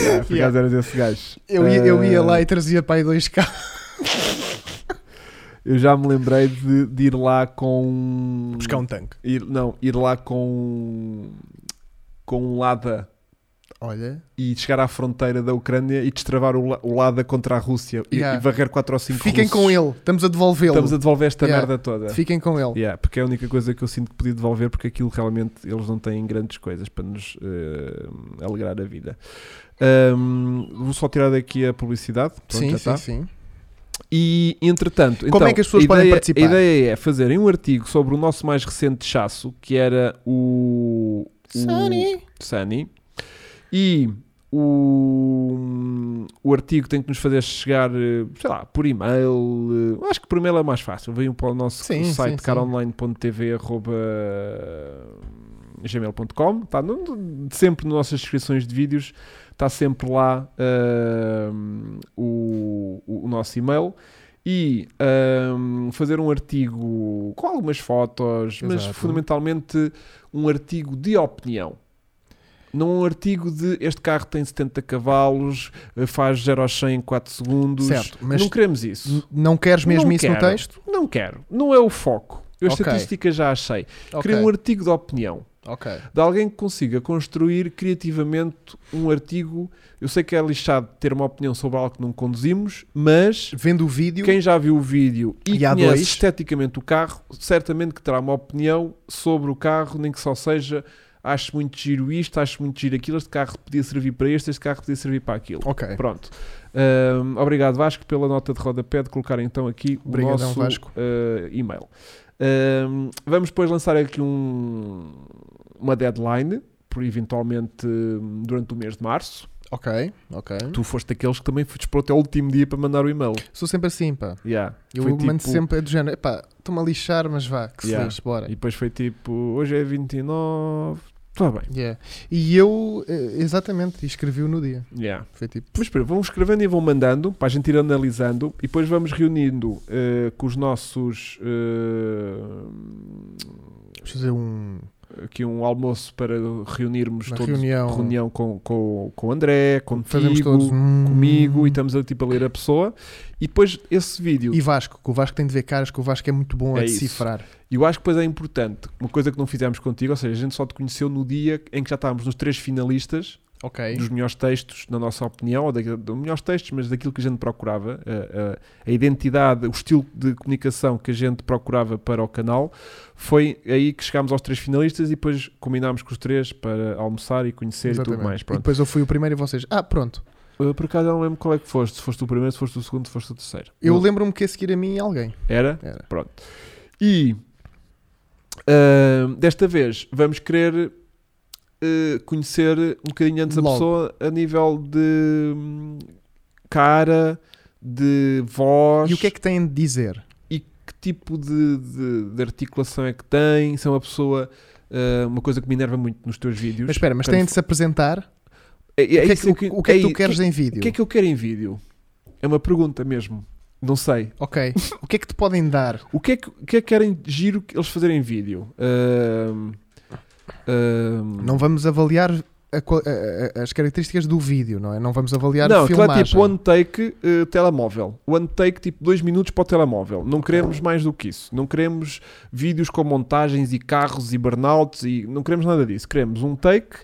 [SPEAKER 1] Yeah, por acaso
[SPEAKER 2] Yeah.
[SPEAKER 1] eras esse gajo.
[SPEAKER 2] Eu ia, eu ia
[SPEAKER 1] Ah,
[SPEAKER 2] lá e trazia para aí dois carros.
[SPEAKER 1] Eu já me lembrei de, de ir lá com.
[SPEAKER 2] Buscar um tanque.
[SPEAKER 1] ir- não, ir lá com. com um Lada.
[SPEAKER 2] Olha,
[SPEAKER 1] e chegar à fronteira da Ucrânia e destravar o, la- o Lada contra a Rússia e,
[SPEAKER 2] Yeah.
[SPEAKER 1] e varrer 4 ou 5
[SPEAKER 2] fiquem
[SPEAKER 1] russos.
[SPEAKER 2] com ele, estamos a devolvê-lo.
[SPEAKER 1] Estamos a devolver esta
[SPEAKER 2] Yeah.
[SPEAKER 1] merda toda.
[SPEAKER 2] Fiquem com ele.
[SPEAKER 1] Yeah, porque é a única coisa que eu sinto que podia devolver, porque aquilo realmente eles não têm grandes coisas para nos eh, alegrar a vida. Ahm, vou só tirar daqui a publicidade. Pronto,
[SPEAKER 2] sim,
[SPEAKER 1] já
[SPEAKER 2] sim,
[SPEAKER 1] tá.
[SPEAKER 2] sim.
[SPEAKER 1] E entretanto,
[SPEAKER 2] Como
[SPEAKER 1] então,
[SPEAKER 2] é que as pessoas
[SPEAKER 1] a
[SPEAKER 2] podem
[SPEAKER 1] ideia-
[SPEAKER 2] participar?
[SPEAKER 1] A ideia é fazerem um artigo sobre o nosso mais recente chasso, que era o. o-
[SPEAKER 2] Sunny.
[SPEAKER 1] Sunny. E o, o artigo tem que nos fazer chegar, eh, sei lá, por e-mail. eh, Acho que por e-mail é mais fácil. Venham para o nosso
[SPEAKER 2] Sim, sim,
[SPEAKER 1] site
[SPEAKER 2] sim.
[SPEAKER 1] caronline.tv.gmail.com. Tá, no- sempre nas nossas descrições de vídeos está sempre lá eh, o, o nosso e-mail. E eh, fazer um artigo com algumas fotos, mas
[SPEAKER 2] Exato.
[SPEAKER 1] fundamentalmente um artigo de opinião. Não um artigo de este carro tem 70 cavalos, eh, faz 0 aos 100 em 4 segundos.
[SPEAKER 2] Certo, mas
[SPEAKER 1] Não queremos isso.
[SPEAKER 2] n- não queres mesmo
[SPEAKER 1] Não
[SPEAKER 2] isso no
[SPEAKER 1] quero.
[SPEAKER 2] texto?
[SPEAKER 1] Não quero. Não é o foco. Eu a
[SPEAKER 2] Ok.
[SPEAKER 1] estatística já achei.
[SPEAKER 2] Ok.
[SPEAKER 1] Queria um artigo de opinião.
[SPEAKER 2] ok.
[SPEAKER 1] De alguém que consiga construir criativamente um artigo. Eu sei que é lixado ter uma opinião sobre algo que não conduzimos, mas
[SPEAKER 2] Vendo o vídeo,
[SPEAKER 1] quem já viu o vídeo e,
[SPEAKER 2] E há
[SPEAKER 1] conhece
[SPEAKER 2] dois.
[SPEAKER 1] esteticamente o carro, certamente que terá uma opinião sobre o carro, nem que só seja acho muito giro isto, acho muito giro aquilo, este carro podia servir para este, este carro podia servir para aquilo.
[SPEAKER 2] ok.
[SPEAKER 1] Pronto. Ahm, obrigado Vasco pela nota de rodapé de colocar então aqui o
[SPEAKER 2] Obrigadão,
[SPEAKER 1] nosso
[SPEAKER 2] Vasco.
[SPEAKER 1] ah, e-mail. Ahm, vamos depois lançar aqui um- uma deadline, por eventualmente hum, durante o mês de março.
[SPEAKER 2] Ok, ok.
[SPEAKER 1] Tu foste daqueles que também foste para o teu último dia para mandar o e-mail.
[SPEAKER 2] Sou sempre assim, pá.
[SPEAKER 1] Yeah.
[SPEAKER 2] Eu
[SPEAKER 1] Foi
[SPEAKER 2] mando
[SPEAKER 1] tipo-
[SPEAKER 2] sempre é do género. Epá, estou-me a lixar, mas vá, que
[SPEAKER 1] Yeah.
[SPEAKER 2] se lixe, bora.
[SPEAKER 1] E depois foi tipo, hoje é 29. Está tá bem.
[SPEAKER 2] Yeah. E eu, eh, exatamente, escrevi-o no dia.
[SPEAKER 1] Yeah.
[SPEAKER 2] Foi tipo,
[SPEAKER 1] Mas espera, vão escrevendo e vão mandando para a gente ir analisando e depois vamos reunindo eh, com os nossos. eh,
[SPEAKER 2] deixa eu fazer um.
[SPEAKER 1] aqui um almoço para reunirmos
[SPEAKER 2] Uma
[SPEAKER 1] todos.
[SPEAKER 2] reunião.
[SPEAKER 1] Reunião com, com, com o André, contigo,
[SPEAKER 2] Fazemos todos. Hum.
[SPEAKER 1] comigo e estamos a, tipo, a ler a pessoa. E depois esse vídeo,
[SPEAKER 2] E Vasco, que o Vasco tem de ver caras, que o Vasco é muito bom a
[SPEAKER 1] É isso.
[SPEAKER 2] decifrar.
[SPEAKER 1] eu acho que depois é importante, uma coisa que não fizemos contigo, ou seja, a gente só te conheceu no dia em que já estávamos nos três finalistas
[SPEAKER 2] Ok.
[SPEAKER 1] dos melhores textos, na nossa opinião, ou daquilo- dos melhores textos, mas daquilo que a gente procurava, a, a- a identidade, o estilo de comunicação que a gente procurava para o canal, foi aí que chegámos aos três finalistas e depois combinámos com os três para almoçar e conhecer e
[SPEAKER 2] Exatamente.
[SPEAKER 1] tudo mais.
[SPEAKER 2] e
[SPEAKER 1] Pronto.
[SPEAKER 2] depois eu fui o primeiro e vocês. Ah, pronto.
[SPEAKER 1] Eu, por acaso, não lembro qual é que foste, se foste o primeiro, se foste o segundo, se foste o terceiro.
[SPEAKER 2] Eu
[SPEAKER 1] Não-
[SPEAKER 2] lembro-me que a seguir a mim alguém.
[SPEAKER 1] Era?
[SPEAKER 2] Era.
[SPEAKER 1] Pronto. E ahm, desta vez vamos querer eh, conhecer um bocadinho antes
[SPEAKER 2] Logo.
[SPEAKER 1] a pessoa a nível de hum, cara, de voz
[SPEAKER 2] E o que é que têm de dizer?
[SPEAKER 1] e que tipo de, de- de articulação é que tem. Se é uma pessoa. ah, uma coisa que me enerva muito nos teus vídeos.
[SPEAKER 2] Mas espera, mas
[SPEAKER 1] Quando
[SPEAKER 2] têm de
[SPEAKER 1] fa-
[SPEAKER 2] se apresentar?
[SPEAKER 1] É- é
[SPEAKER 2] o que é
[SPEAKER 1] isso
[SPEAKER 2] que, o que é que tu
[SPEAKER 1] é-
[SPEAKER 2] queres em vídeo?
[SPEAKER 1] O que é que eu quero em vídeo? É uma pergunta mesmo. Não sei.
[SPEAKER 2] Ok. o que é que te podem dar?
[SPEAKER 1] O que é que, o que é que querem giro que eles fazerem em vídeo? Ahm, ahm,
[SPEAKER 2] Não vamos avaliar a qua- a- a- as características do vídeo, não é? Não vamos avaliar
[SPEAKER 1] não,
[SPEAKER 2] a
[SPEAKER 1] aquilo é
[SPEAKER 2] filmagem.
[SPEAKER 1] tipo one take eh, telemóvel. One take tipo dois minutos para o telemóvel. Não queremos mais do que isso. Não queremos vídeos com montagens e carros e burnouts e não queremos nada disso. Queremos um take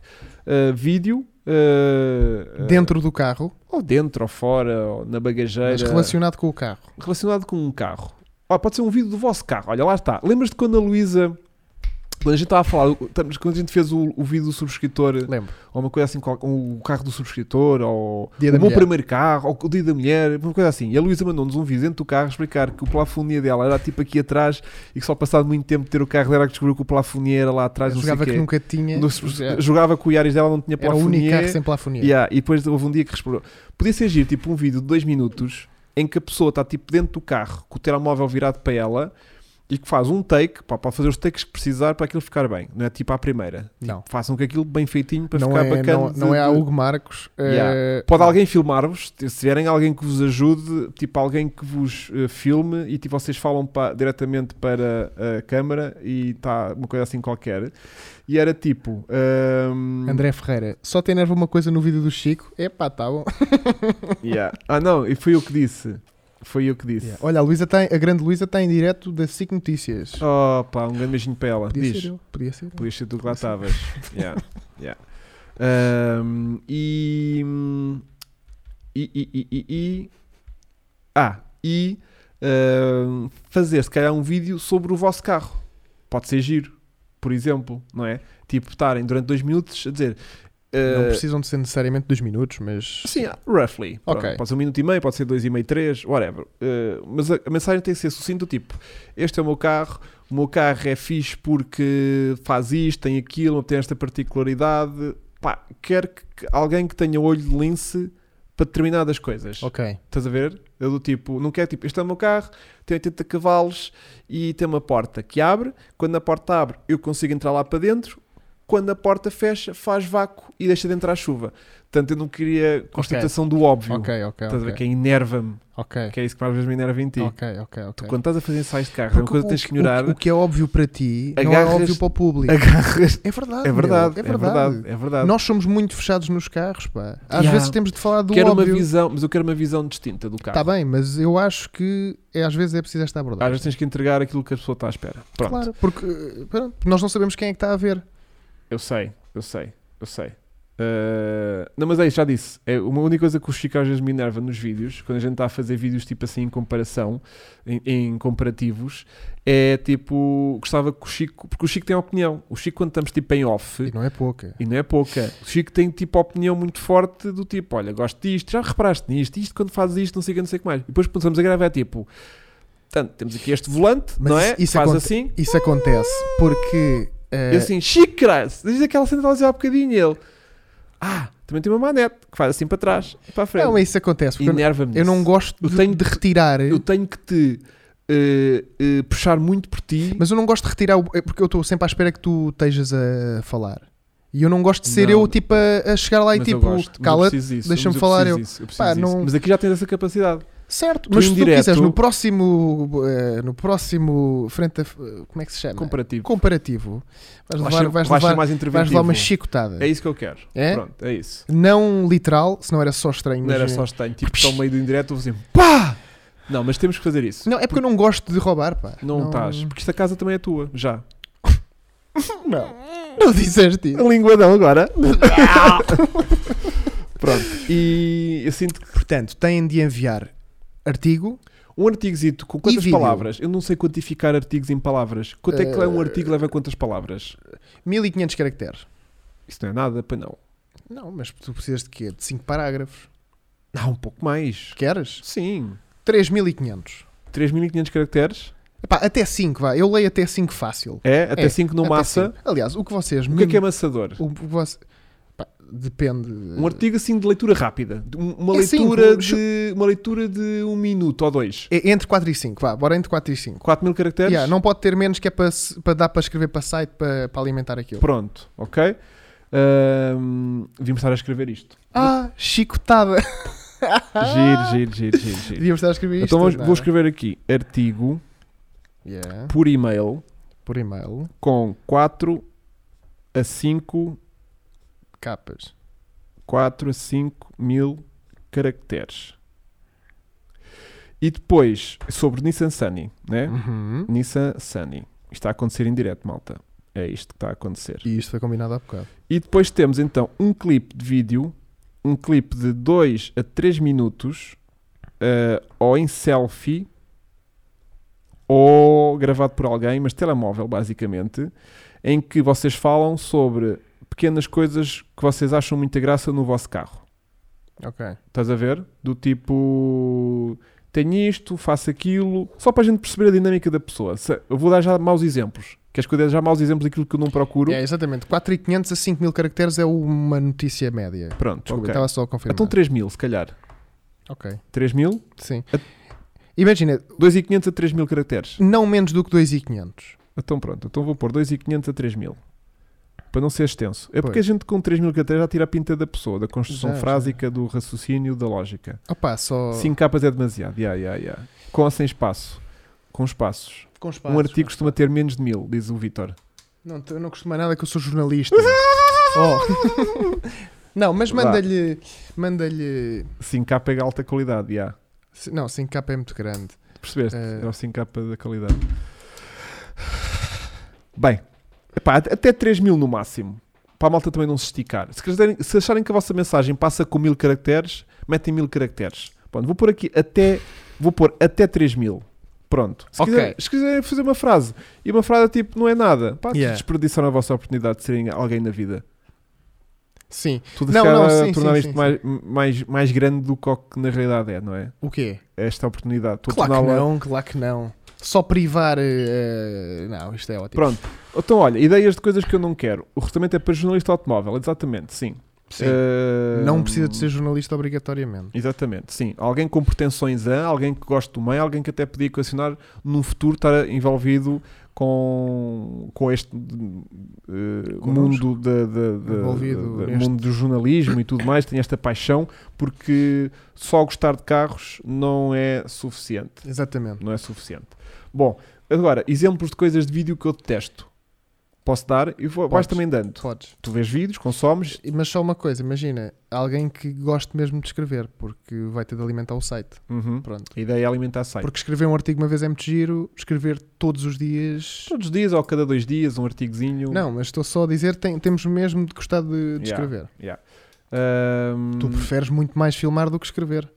[SPEAKER 1] eh, vídeo eh, eh,
[SPEAKER 2] Dentro do carro,
[SPEAKER 1] ou dentro ou fora ou na bagageira
[SPEAKER 2] mas relacionado com o carro.
[SPEAKER 1] relacionado com um carro. Ó, pode ser um vídeo do vosso carro. Olha, lá está. Lembras-te quando a Luísa. Quando a gente estava a falar, estamos- quando a gente fez o, o vídeo do subscritor,
[SPEAKER 2] Lembro.
[SPEAKER 1] ou uma coisa assim, qual- o carro do subscritor, ou
[SPEAKER 2] Dia
[SPEAKER 1] o
[SPEAKER 2] da
[SPEAKER 1] meu
[SPEAKER 2] Mulher.
[SPEAKER 1] primeiro carro, ou o dia da mulher, uma coisa assim. E a Luísa mandou-nos um vídeo dentro do carro a explicar que o plafonia dela era tipo aqui atrás e que só passado muito tempo de ter o carro dela que descobriu que o plafonia era lá atrás, não sei
[SPEAKER 2] Jogava que
[SPEAKER 1] o quê.
[SPEAKER 2] nunca tinha.
[SPEAKER 1] No-
[SPEAKER 2] já.
[SPEAKER 1] jogava que o Iaris dela não tinha
[SPEAKER 2] Era o único
[SPEAKER 1] plafonia.
[SPEAKER 2] carro sem plafonia.
[SPEAKER 1] Yeah, e depois houve um dia que respondeu. Podia ser giro, tipo um vídeo de dois minutos em que a pessoa está tipo dentro do carro com o telemóvel virado para ela e que faz um take, pá, para fazer os takes que precisar para aquilo ficar bem, não é tipo à primeira.
[SPEAKER 2] Não.
[SPEAKER 1] Façam que aquilo bem feitinho para
[SPEAKER 2] Não
[SPEAKER 1] ficar
[SPEAKER 2] é,
[SPEAKER 1] bacana.
[SPEAKER 2] não, não
[SPEAKER 1] de-
[SPEAKER 2] é a
[SPEAKER 1] de-
[SPEAKER 2] Hugo Marcos.
[SPEAKER 1] Yeah.
[SPEAKER 2] eh,
[SPEAKER 1] Pode alguém filmar-vos, se tiverem alguém que vos ajude, tipo alguém que vos eh, filme e tipo, vocês falam pa- diretamente para a câmara e está uma coisa assim qualquer. E era tipo. ehm, ahm,
[SPEAKER 2] André Ferreira, só te enerva uma coisa no vídeo do Chico. Epá, tá bom.
[SPEAKER 1] Yeah. Ah, não, e foi eu que disse. Foi eu que disse.
[SPEAKER 2] Olha, a, Luísa tem, a grande Luísa está em direto da SIC Notícias.
[SPEAKER 1] Oh, pá, um grande beijinho para ela.
[SPEAKER 2] Podia
[SPEAKER 1] Diz,
[SPEAKER 2] ser eu, podia ser. eu.
[SPEAKER 1] podia ser tu que lá estavas. Yeah, yeah. Ahm, e, e, e, e, e, e- Ah, e ahm, fazer se calhar um vídeo sobre o vosso carro. Pode ser giro, por exemplo, não é? Tipo, estarem durante dois minutos a dizer.
[SPEAKER 2] Não
[SPEAKER 1] ah,
[SPEAKER 2] precisam de ser necessariamente dois minutos, mas.
[SPEAKER 1] Sim, roughly. Pronto,
[SPEAKER 2] Ok.
[SPEAKER 1] Pode ser um minuto e meio, pode ser dois e meio, três, whatever. Eh, mas a, a mensagem tem que ser sucinta, do tipo, este é o meu carro, o meu carro é fixe porque faz isto, tem aquilo, tem esta particularidade. Pá, quero que, que alguém que tenha olho de lince para determinadas coisas.
[SPEAKER 2] Ok.
[SPEAKER 1] Estás a ver? Eu do tipo, não quero tipo, este é o meu carro, tem 80 cavalos e tem uma porta que abre. Quando a porta abre, eu consigo entrar lá para dentro. Quando a porta fecha, faz vácuo e deixa de entrar a chuva. Portanto, eu não queria constatação do óbvio.
[SPEAKER 2] Ok, ok.
[SPEAKER 1] Estás a ver?
[SPEAKER 2] Ok,
[SPEAKER 1] Que enerva-me.
[SPEAKER 2] ok.
[SPEAKER 1] Que é isso que às vezes me enerva em ti.
[SPEAKER 2] Ok, ok, ok.
[SPEAKER 1] Quando estás a fazer ensaios de carro, é uma coisa que tens que ignorar.
[SPEAKER 2] O, o que é óbvio para ti não é
[SPEAKER 1] Agarras-
[SPEAKER 2] óbvio para o público.
[SPEAKER 1] Agarras.
[SPEAKER 2] É verdade.
[SPEAKER 1] É verdade,
[SPEAKER 2] meu,
[SPEAKER 1] é verdade, é verdade.
[SPEAKER 2] Nós somos muito fechados nos carros, pá. Às
[SPEAKER 1] Yeah.
[SPEAKER 2] vezes temos de falar é do
[SPEAKER 1] Quero uma
[SPEAKER 2] óbvio.
[SPEAKER 1] visão, mas eu quero uma visão distinta do carro.
[SPEAKER 2] Está bem, mas eu acho que é, às vezes é preciso esta
[SPEAKER 1] Às
[SPEAKER 2] abordagem.
[SPEAKER 1] vezes tens que entregar aquilo que a pessoa está à espera. Ah, Pronto.
[SPEAKER 2] Claro, porque eh, pronto, nós não sabemos quem é que está a ver.
[SPEAKER 1] Eu sei, eu sei, eu sei. Ah, não, mas é isso, já disse. É uma única coisa que o Chico às vezes me enerva nos vídeos, quando a gente está a fazer vídeos tipo assim em comparação, em, em comparativos, é tipo, gostava que o Chico, porque o Chico tem opinião. O Chico, quando estamos tipo em
[SPEAKER 2] E
[SPEAKER 1] off,
[SPEAKER 2] não é pouca.
[SPEAKER 1] e não é pouca, o Chico tem tipo opinião muito forte do tipo: olha, gosto disto, já reparaste nisto, isto quando fazes isto, não sei o que, não sei o que mais. E depois começamos a gravar, é tipo, portanto, temos aqui este volante,
[SPEAKER 2] Mas
[SPEAKER 1] não
[SPEAKER 2] isso-
[SPEAKER 1] é?
[SPEAKER 2] isso
[SPEAKER 1] Faz
[SPEAKER 2] aconte-
[SPEAKER 1] assim,
[SPEAKER 2] Isso acontece porque. eh,
[SPEAKER 1] e assim, chique, caralho, diz aquela cena que ela dizia há bocadinho. E ele, ah, também tem uma manete que faz assim para trás e para a frente.
[SPEAKER 2] não, isso acontece. Porque eu não-
[SPEAKER 1] Enerva-me.
[SPEAKER 2] eu não
[SPEAKER 1] isso.
[SPEAKER 2] gosto
[SPEAKER 1] Eu
[SPEAKER 2] de,
[SPEAKER 1] tenho
[SPEAKER 2] de retirar.
[SPEAKER 1] Eu tenho que te eh, eh, puxar muito por ti.
[SPEAKER 2] Mas eu não gosto de retirar, o- é porque eu estou sempre à espera que tu estejas a falar. E eu não gosto de ser
[SPEAKER 1] Não.
[SPEAKER 2] eu, tipo, a, a chegar lá e
[SPEAKER 1] Mas eu
[SPEAKER 2] tipo,
[SPEAKER 1] gosto, mas eu
[SPEAKER 2] cala
[SPEAKER 1] preciso disso,
[SPEAKER 2] deixa-me
[SPEAKER 1] mas
[SPEAKER 2] falar,
[SPEAKER 1] preciso
[SPEAKER 2] eu-
[SPEAKER 1] disso, eu
[SPEAKER 2] pá,
[SPEAKER 1] preciso disso.
[SPEAKER 2] não-
[SPEAKER 1] Mas aqui já tens essa capacidade.
[SPEAKER 2] Certo,
[SPEAKER 1] Tu
[SPEAKER 2] mas
[SPEAKER 1] em
[SPEAKER 2] se tu
[SPEAKER 1] direto-
[SPEAKER 2] quiseres no próximo, eh, no próximo frente a, f- como é que se chama?
[SPEAKER 1] Comparativo.
[SPEAKER 2] Comparativo. Vais
[SPEAKER 1] Vais
[SPEAKER 2] levar,
[SPEAKER 1] ser-
[SPEAKER 2] vais
[SPEAKER 1] vais ser mais
[SPEAKER 2] levar, vais
[SPEAKER 1] interventivo.
[SPEAKER 2] levar uma chicotada.
[SPEAKER 1] É isso que eu quero.
[SPEAKER 2] É?
[SPEAKER 1] Pronto, é isso.
[SPEAKER 2] Não literal, senão era só estranho.
[SPEAKER 1] Não era
[SPEAKER 2] mas-
[SPEAKER 1] só estranho. Tipo, está ao meio do indireto, eu vou assim, pá! Não, mas temos que fazer isso.
[SPEAKER 2] Não, é porque eu não gosto de roubar, pá.
[SPEAKER 1] Não estás. Porque esta casa também é tua, já.
[SPEAKER 2] Não. Não disseste isso.
[SPEAKER 1] linguadão agora. Pronto. E eu sinto que
[SPEAKER 2] Portanto, têm de enviar artigo.
[SPEAKER 1] um artigozito com quantas
[SPEAKER 2] vídeo?
[SPEAKER 1] palavras? Eu não sei quantificar artigos em palavras. Quanto é que é um
[SPEAKER 2] Eh,
[SPEAKER 1] artigo leva quantas palavras?
[SPEAKER 2] 1500 caracteres.
[SPEAKER 1] Isso não é nada, para não.
[SPEAKER 2] Não, mas tu precisas de quê? De 5 parágrafos.
[SPEAKER 1] Não, um pouco mais.
[SPEAKER 2] Queres?
[SPEAKER 1] Sim.
[SPEAKER 2] 3500.
[SPEAKER 1] 3.500 caracteres?
[SPEAKER 2] Epá, até 5, vá. Eu leio até 5 fácil.
[SPEAKER 1] É? Até
[SPEAKER 2] É,
[SPEAKER 1] 5 no
[SPEAKER 2] Até
[SPEAKER 1] massa.
[SPEAKER 2] cinco. Aliás, o que vocês...
[SPEAKER 1] O que é que é amassador?
[SPEAKER 2] o que você- pá, depende.
[SPEAKER 1] Um artigo assim de leitura rápida. De um- Uma,
[SPEAKER 2] Eh, É
[SPEAKER 1] leitura
[SPEAKER 2] cinco.
[SPEAKER 1] de, uma leitura de um minuto ou dois.
[SPEAKER 2] É entre 4 e 5, vá, bora entre 4 e 5.
[SPEAKER 1] 4 mil caracteres?
[SPEAKER 2] Yeah, não pode ter menos que é para, se- para dar para escrever para site para, para alimentar aquilo.
[SPEAKER 1] Pronto, ok? Ahm, Devíamos estar a escrever isto.
[SPEAKER 2] Ah, chicotada!
[SPEAKER 1] Giro, giro, giro, giro, giro.
[SPEAKER 2] Devíamos estar a escrever isto.
[SPEAKER 1] Então vamos-
[SPEAKER 2] Tá? não é?
[SPEAKER 1] vou escrever aqui artigo
[SPEAKER 2] Yeah,
[SPEAKER 1] por e-mail
[SPEAKER 2] Por e-mail,
[SPEAKER 1] com 4 a 5,
[SPEAKER 2] capas.
[SPEAKER 1] 4 a 5 mil caracteres. E depois, sobre Nissan Sunny, né?
[SPEAKER 2] Uhum.
[SPEAKER 1] Nissan Sunny. Isto está a acontecer em direto, malta. É isto que está a acontecer.
[SPEAKER 2] E isto foi combinado há bocado.
[SPEAKER 1] E depois temos então um clipe de vídeo, um clipe de 2 a 3 minutos, eh, ou em selfie, ou gravado por alguém, mas telemóvel basicamente, em que vocês falam sobre pequenas coisas que vocês acham muita graça no vosso carro.
[SPEAKER 2] Ok.
[SPEAKER 1] Estás a ver? Do tipo. Tenho isto, faço aquilo, só para a gente perceber a dinâmica da pessoa. Se- Eu vou dar já maus exemplos. Queres que eu dê já maus exemplos daquilo que eu não procuro?
[SPEAKER 2] É, exatamente. 4.500 a 5.000 caracteres é uma notícia média.
[SPEAKER 1] Pronto,
[SPEAKER 2] Desculpa,
[SPEAKER 1] ok.
[SPEAKER 2] estava só a confirmar.
[SPEAKER 1] Então 3 mil, se calhar.
[SPEAKER 2] Ok,
[SPEAKER 1] 3 mil?
[SPEAKER 2] sim. Imagina,
[SPEAKER 1] 2.500 a 3 mil caracteres.
[SPEAKER 2] não menos do que 2.500.
[SPEAKER 1] Então pronto, então vou pôr 2.500 a 3 mil. Para não ser extenso. É porque
[SPEAKER 2] Pois.
[SPEAKER 1] a gente com 3 mil caracteres já tira a pinta da pessoa, da construção
[SPEAKER 2] Já, Oh. já.
[SPEAKER 1] frásica, do raciocínio, da lógica.
[SPEAKER 2] Opa, só.
[SPEAKER 1] 5 capas é demasiado. Yeah, yeah, yeah. Com ou sem espaço? Com espaços.
[SPEAKER 2] com
[SPEAKER 1] um artigo costuma ter menos de mil, diz o Vitor.
[SPEAKER 2] Não, eu não costumo nada que eu sou jornalista. Oh. não, mas
[SPEAKER 1] Vá.
[SPEAKER 2] manda-lh. Manda-lhe.
[SPEAKER 1] 5 capa é alta qualidade, yeah.
[SPEAKER 2] se- Não, 5K é muito grande.
[SPEAKER 1] percebeste? É um
[SPEAKER 2] Eh.
[SPEAKER 1] Era o 5 capa da qualidade. Bem, epá, at- até 3 mil no máximo. Para a malta também não se esticar. Se, quiserem- se acharem que a vossa mensagem passa com mil caracteres, metem mil caracteres. Pronto, vou pôr aqui até. Vou pôr até 3 mil. Pronto. Se,
[SPEAKER 2] Ok.
[SPEAKER 1] quiserem, se quiserem fazer uma frase e uma frase tipo não é nada, pá,
[SPEAKER 2] Yeah.
[SPEAKER 1] desperdiçaram a vossa oportunidade de serem alguém na vida.
[SPEAKER 2] Sim.
[SPEAKER 1] Tudo
[SPEAKER 2] Não,
[SPEAKER 1] se calhar
[SPEAKER 2] não, sim,
[SPEAKER 1] tornar
[SPEAKER 2] sim,
[SPEAKER 1] isto
[SPEAKER 2] sim,
[SPEAKER 1] mais, mais, mais grande do que o que na realidade é, não é?
[SPEAKER 2] O quê?
[SPEAKER 1] Esta oportunidade. Estou a
[SPEAKER 2] claro que
[SPEAKER 1] torná-la-
[SPEAKER 2] não, claro que não. Só privar. eh, eh, não, isto é ótimo.
[SPEAKER 1] Pronto. Então, olha, ideias de coisas que eu não quero. O orçamento é para jornalista automóvel, exatamente, sim.
[SPEAKER 2] Sim.
[SPEAKER 1] Eh,
[SPEAKER 2] Não precisa de ser jornalista obrigatoriamente.
[SPEAKER 1] Exatamente, sim. Alguém com pretensões a, alguém que gosta do meio, alguém que até podia equacionar num futuro estar envolvido com, com este eh,
[SPEAKER 2] Connosco.
[SPEAKER 1] mundo, da, da- da-
[SPEAKER 2] Envolvido
[SPEAKER 1] da- da-
[SPEAKER 2] neste-
[SPEAKER 1] mundo do jornalismo e tudo mais, tem esta paixão, porque só gostar de carros não é suficiente.
[SPEAKER 2] Exatamente.
[SPEAKER 1] Não é suficiente. Bom, agora, exemplos de coisas de vídeo que eu detesto. Posso dar? E vou- vais
[SPEAKER 2] Podes.
[SPEAKER 1] também dando.
[SPEAKER 2] Podes.
[SPEAKER 1] Tu vês vídeos, consomes.
[SPEAKER 2] Mas só uma coisa, imagina, alguém que goste mesmo de escrever, porque vai ter de alimentar o site.
[SPEAKER 1] Uhum.
[SPEAKER 2] Pronto.
[SPEAKER 1] A ideia é alimentar site.
[SPEAKER 2] Porque escrever um artigo uma vez é muito giro, escrever todos os dias.
[SPEAKER 1] Todos os dias ou cada dois dias, um artigozinho.
[SPEAKER 2] Não, mas estou só a dizer, tem- temos mesmo de gostar de, de
[SPEAKER 1] Yeah.
[SPEAKER 2] escrever.
[SPEAKER 1] Ahm,
[SPEAKER 2] Tu preferes muito mais filmar do que escrever.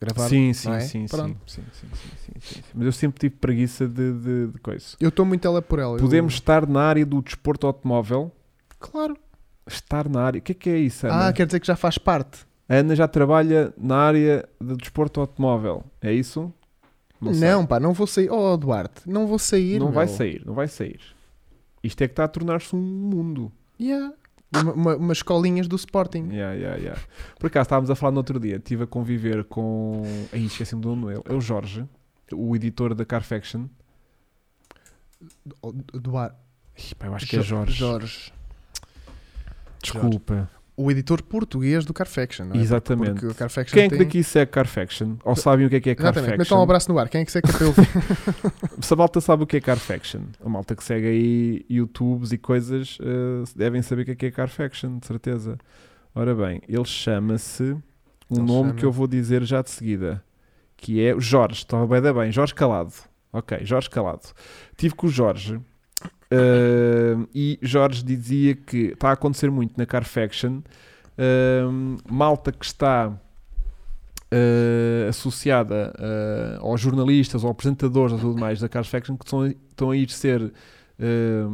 [SPEAKER 2] Gravar.
[SPEAKER 1] Sim, sim,
[SPEAKER 2] não é?
[SPEAKER 1] sim, sim,
[SPEAKER 2] Pronto.
[SPEAKER 1] sim, sim, sim, sim, sim. Mas eu sempre tive preguiça de, de, de coisa.
[SPEAKER 2] Eu estou muito ela por ela. eu-
[SPEAKER 1] Podemos estar na área do desporto automóvel.
[SPEAKER 2] Claro.
[SPEAKER 1] Estar na área. O que é que é isso, Ana?
[SPEAKER 2] Ah, quer dizer que já faz parte.
[SPEAKER 1] A Ana já trabalha na área do desporto automóvel. É isso?
[SPEAKER 2] Não,
[SPEAKER 1] sei.
[SPEAKER 2] pá, não vou sair. Oh, Duarte, não vou sair.
[SPEAKER 1] Não
[SPEAKER 2] meu.
[SPEAKER 1] vai sair, não vai sair. Isto é que está a tornar-se um mundo.
[SPEAKER 2] Yeah. Uma, uma- umas colinhas do Sporting.
[SPEAKER 1] Yeah, yeah, yeah. Por acaso estávamos a falar no outro dia, estive a conviver com. Aí esqueci-me do nome dele. É o Jorge, o editor da Carfaction.
[SPEAKER 2] Oh, Duarte.
[SPEAKER 1] Ih, pá, eu acho que é
[SPEAKER 2] Jo-
[SPEAKER 1] Jorge.
[SPEAKER 2] Jorge.
[SPEAKER 1] Desculpa.
[SPEAKER 2] o editor português do Carfaction, não é?
[SPEAKER 1] Exatamente.
[SPEAKER 2] Porque o Carfaction
[SPEAKER 1] Quem é que
[SPEAKER 2] tem...
[SPEAKER 1] daqui segue Carfaction? Ou sabem o que é que é
[SPEAKER 2] Exatamente, metam
[SPEAKER 1] Carfaction?
[SPEAKER 2] um abraço no ar. Quem é que sei que é para ouvir?
[SPEAKER 1] Se a malta sabe o que é Carfaction, a malta que segue aí YouTubes e coisas eh, devem saber o que é que é Carfaction, de certeza. Ora bem, ele chama-se um
[SPEAKER 2] Ele
[SPEAKER 1] nome
[SPEAKER 2] chama-
[SPEAKER 1] que eu vou dizer já de seguida, que é Jorge, estava bem da bem, Jorge Calado. Ok, Jorge Calado. Tive com o Jorge eh, e Jorge dizia que está a acontecer muito na Carfaction, eh, malta que está eh, associada eh, aos jornalistas, aos apresentadores ou tudo mais da Cars Faction que são- estão a ir ser eh,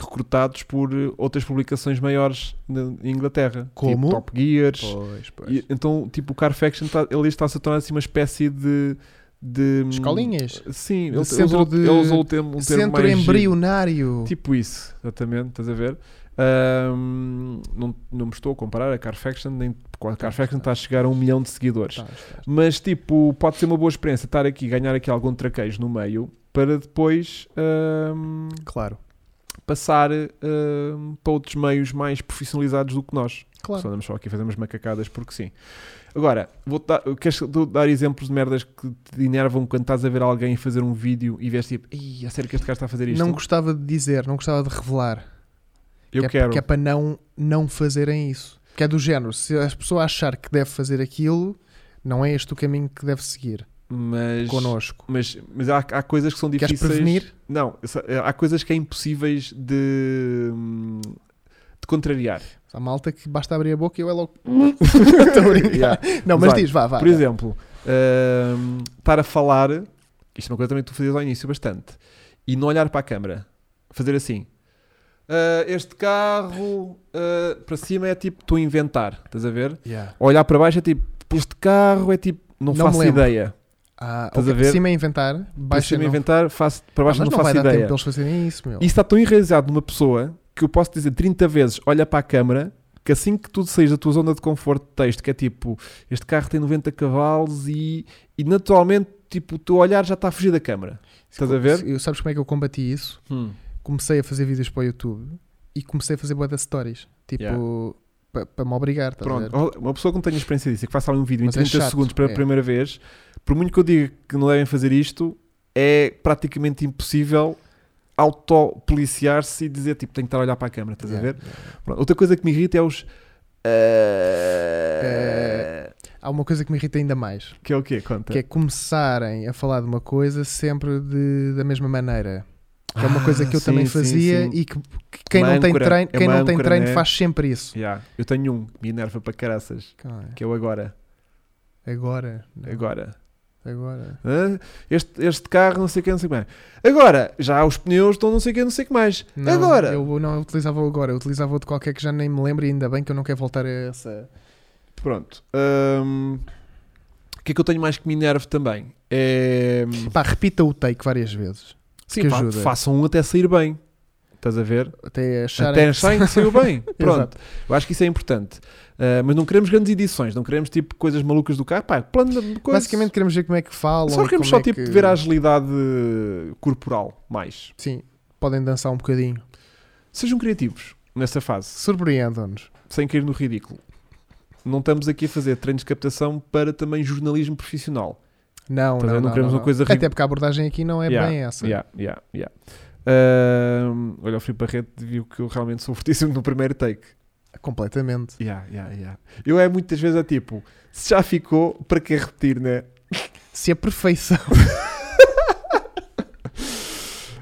[SPEAKER 1] recrutados por outras publicações maiores na em Inglaterra,
[SPEAKER 2] Como?
[SPEAKER 1] tipo Top Gears.
[SPEAKER 2] pois, pois.
[SPEAKER 1] E, então, tipo, o Car Faction está, ele está a se tornar assim uma espécie de. de
[SPEAKER 2] Escolinhas.
[SPEAKER 1] Sim, ele,
[SPEAKER 2] De
[SPEAKER 1] ele
[SPEAKER 2] centro
[SPEAKER 1] usou,
[SPEAKER 2] de-
[SPEAKER 1] ele usou o termo, um termo
[SPEAKER 2] Centro
[SPEAKER 1] mais giro.
[SPEAKER 2] embrionário.
[SPEAKER 1] Tipo isso, exatamente, estás a ver? Ahm, não, não me estou a comparar a Carfaction, nem, porque a Carfaction está a chegar a um milhão de seguidores.
[SPEAKER 2] Tá, está.
[SPEAKER 1] Mas, tipo, pode ser uma boa experiência estar aqui, ganhar aqui algum traquejo no meio, para depois ahm,
[SPEAKER 2] Claro,
[SPEAKER 1] passar ahm, para outros meios mais profissionalizados do que nós.
[SPEAKER 2] claro.
[SPEAKER 1] Só andamos só aqui a fazer umas macacadas porque sim. Agora, vou dar, queres que eu dar exemplos de merdas que te enervam quando estás a ver alguém fazer um vídeo e vês tipo, Ih, a sério que este gajo está a fazer isto?
[SPEAKER 2] Não gostava de dizer, não gostava de revelar.
[SPEAKER 1] eu
[SPEAKER 2] que é,
[SPEAKER 1] quero.
[SPEAKER 2] Que é para não, não fazerem isso. Que é do género. Se as pessoas achar que deve fazer aquilo, não é este o caminho que deve seguir
[SPEAKER 1] Mas,
[SPEAKER 2] connosco.
[SPEAKER 1] mas, mas há, há coisas que são difíceis.
[SPEAKER 2] Queres prevenir?
[SPEAKER 1] Não, essa- há coisas que é impossíveis de, hum, de contrariar.
[SPEAKER 2] Há malta que basta abrir a boca e eu é logo. Estou a brincar.
[SPEAKER 1] Yeah.
[SPEAKER 2] Não, mas
[SPEAKER 1] Vai.
[SPEAKER 2] diz, vá, vá.
[SPEAKER 1] Por exemplo, hum, estar a falar, isto é uma coisa também que tu fazias ao início bastante, e não olhar para a câmara, fazer assim. "Ah, este carro ah, para cima é tipo tu inventar, estás a ver?
[SPEAKER 2] Yeah.
[SPEAKER 1] Olhar para baixo é tipo este carro é tipo não,
[SPEAKER 2] Não me
[SPEAKER 1] faço
[SPEAKER 2] lembro.
[SPEAKER 1] ideia.
[SPEAKER 2] Ah,
[SPEAKER 1] Estás
[SPEAKER 2] ok.
[SPEAKER 1] a ver?
[SPEAKER 2] Cima é inventar,
[SPEAKER 1] Para
[SPEAKER 2] baixo é
[SPEAKER 1] cima
[SPEAKER 2] não.
[SPEAKER 1] inventar, faço, para baixo
[SPEAKER 2] Ah, mas
[SPEAKER 1] não,
[SPEAKER 2] não vai
[SPEAKER 1] faço
[SPEAKER 2] dar
[SPEAKER 1] ideia.
[SPEAKER 2] tempo para eles fazerem isso, meu.
[SPEAKER 1] Isso está tão enraizado numa pessoa que eu posso dizer 30 vezes: olha para a câmara, que assim que tu saís da tua zona de conforto de texto, que é tipo, este carro tem 90 cavalos e, e naturalmente, tipo, o teu olhar já está a fugir da câmara. Estás a ver?
[SPEAKER 2] Eu- sabes como Hum, é que eu combati isso? Comecei a fazer vídeos para o YouTube e comecei a fazer boa de stories. Tipo, para me obrigar, estás a
[SPEAKER 1] Pronto,
[SPEAKER 2] ver?
[SPEAKER 1] Olha, uma pessoa que não tenha experiência disso e que faça ali um vídeo
[SPEAKER 2] Mas é
[SPEAKER 1] em 30
[SPEAKER 2] chato,
[SPEAKER 1] segundos pela
[SPEAKER 2] é.
[SPEAKER 1] primeira vez, por muito que eu diga que não devem fazer isto, é praticamente impossível autopoliciar-se e dizer, tipo, tenho que estar a olhar para a câmara, estás a ver?
[SPEAKER 2] Yeah, yeah.
[SPEAKER 1] Pronto, Outra coisa que me irrita é os.
[SPEAKER 2] Eh, Há uma coisa que me irrita ainda mais,
[SPEAKER 1] Que é o quê? Conta.
[SPEAKER 2] que é começarem a falar de uma coisa sempre de- da mesma maneira. Que é uma coisa que eu
[SPEAKER 1] sim,
[SPEAKER 2] também
[SPEAKER 1] Ah, sim,
[SPEAKER 2] fazia
[SPEAKER 1] sim.
[SPEAKER 2] e que, que quem
[SPEAKER 1] Uma
[SPEAKER 2] não tem
[SPEAKER 1] âncora.
[SPEAKER 2] treino,
[SPEAKER 1] É
[SPEAKER 2] quem
[SPEAKER 1] uma
[SPEAKER 2] não tem
[SPEAKER 1] âncora,
[SPEAKER 2] treino
[SPEAKER 1] né?
[SPEAKER 2] faz sempre isso.
[SPEAKER 1] Yeah. Eu tenho um que me enerva para caraças,
[SPEAKER 2] Cara,
[SPEAKER 1] que é o agora.
[SPEAKER 2] é Agora, não,
[SPEAKER 1] Agora.
[SPEAKER 2] agora.
[SPEAKER 1] Hã? Este, este carro, não sei o que, não sei o que mais. Agora, já os pneus estão não sei o que, não sei o que mais.
[SPEAKER 2] Não,
[SPEAKER 1] agora.
[SPEAKER 2] Eu não utilizava o agora, eu utilizava o de qualquer que já nem me lembro e ainda bem que eu não quero voltar a essa.
[SPEAKER 1] Pronto. Hum, O que é que eu tenho mais que me enerve também? É...
[SPEAKER 2] Pá, repita o take várias vezes.
[SPEAKER 1] Sim,
[SPEAKER 2] que
[SPEAKER 1] fa-
[SPEAKER 2] ajuda.
[SPEAKER 1] façam um até sair bem. Estás a ver?
[SPEAKER 2] Até acharem.
[SPEAKER 1] Até acharem que saiu bem. Pronto.
[SPEAKER 2] Exato.
[SPEAKER 1] eu acho que isso é importante. Ah, mas não queremos grandes edições, não queremos tipo coisas malucas do carro. Pá, plano de coisa.
[SPEAKER 2] Basicamente queremos ver como é que falam.
[SPEAKER 1] Só
[SPEAKER 2] e
[SPEAKER 1] queremos só
[SPEAKER 2] como é
[SPEAKER 1] tipo
[SPEAKER 2] que-
[SPEAKER 1] ver a agilidade corporal mais.
[SPEAKER 2] Sim, podem dançar um bocadinho.
[SPEAKER 1] Sejam criativos nessa fase,
[SPEAKER 2] Surpreendam-nos.
[SPEAKER 1] sem cair no ridículo. Não estamos aqui a fazer treinos de captação para também jornalismo profissional.
[SPEAKER 2] Não,
[SPEAKER 1] Tá
[SPEAKER 2] não,
[SPEAKER 1] vendo? Não
[SPEAKER 2] não,
[SPEAKER 1] queremos
[SPEAKER 2] não,
[SPEAKER 1] uma coisa
[SPEAKER 2] Até
[SPEAKER 1] rig-
[SPEAKER 2] porque a abordagem aqui não é
[SPEAKER 1] Yeah,
[SPEAKER 2] bem essa.
[SPEAKER 1] Yeah, yeah, yeah. Ahm, olha, o Filipe Barreto viu que eu realmente sou fortíssimo no primeiro take.
[SPEAKER 2] Completamente.
[SPEAKER 1] Yeah, yeah, yeah. Eu é muitas vezes a tipo, se já ficou, para que repetir, né?
[SPEAKER 2] Se a perfeição.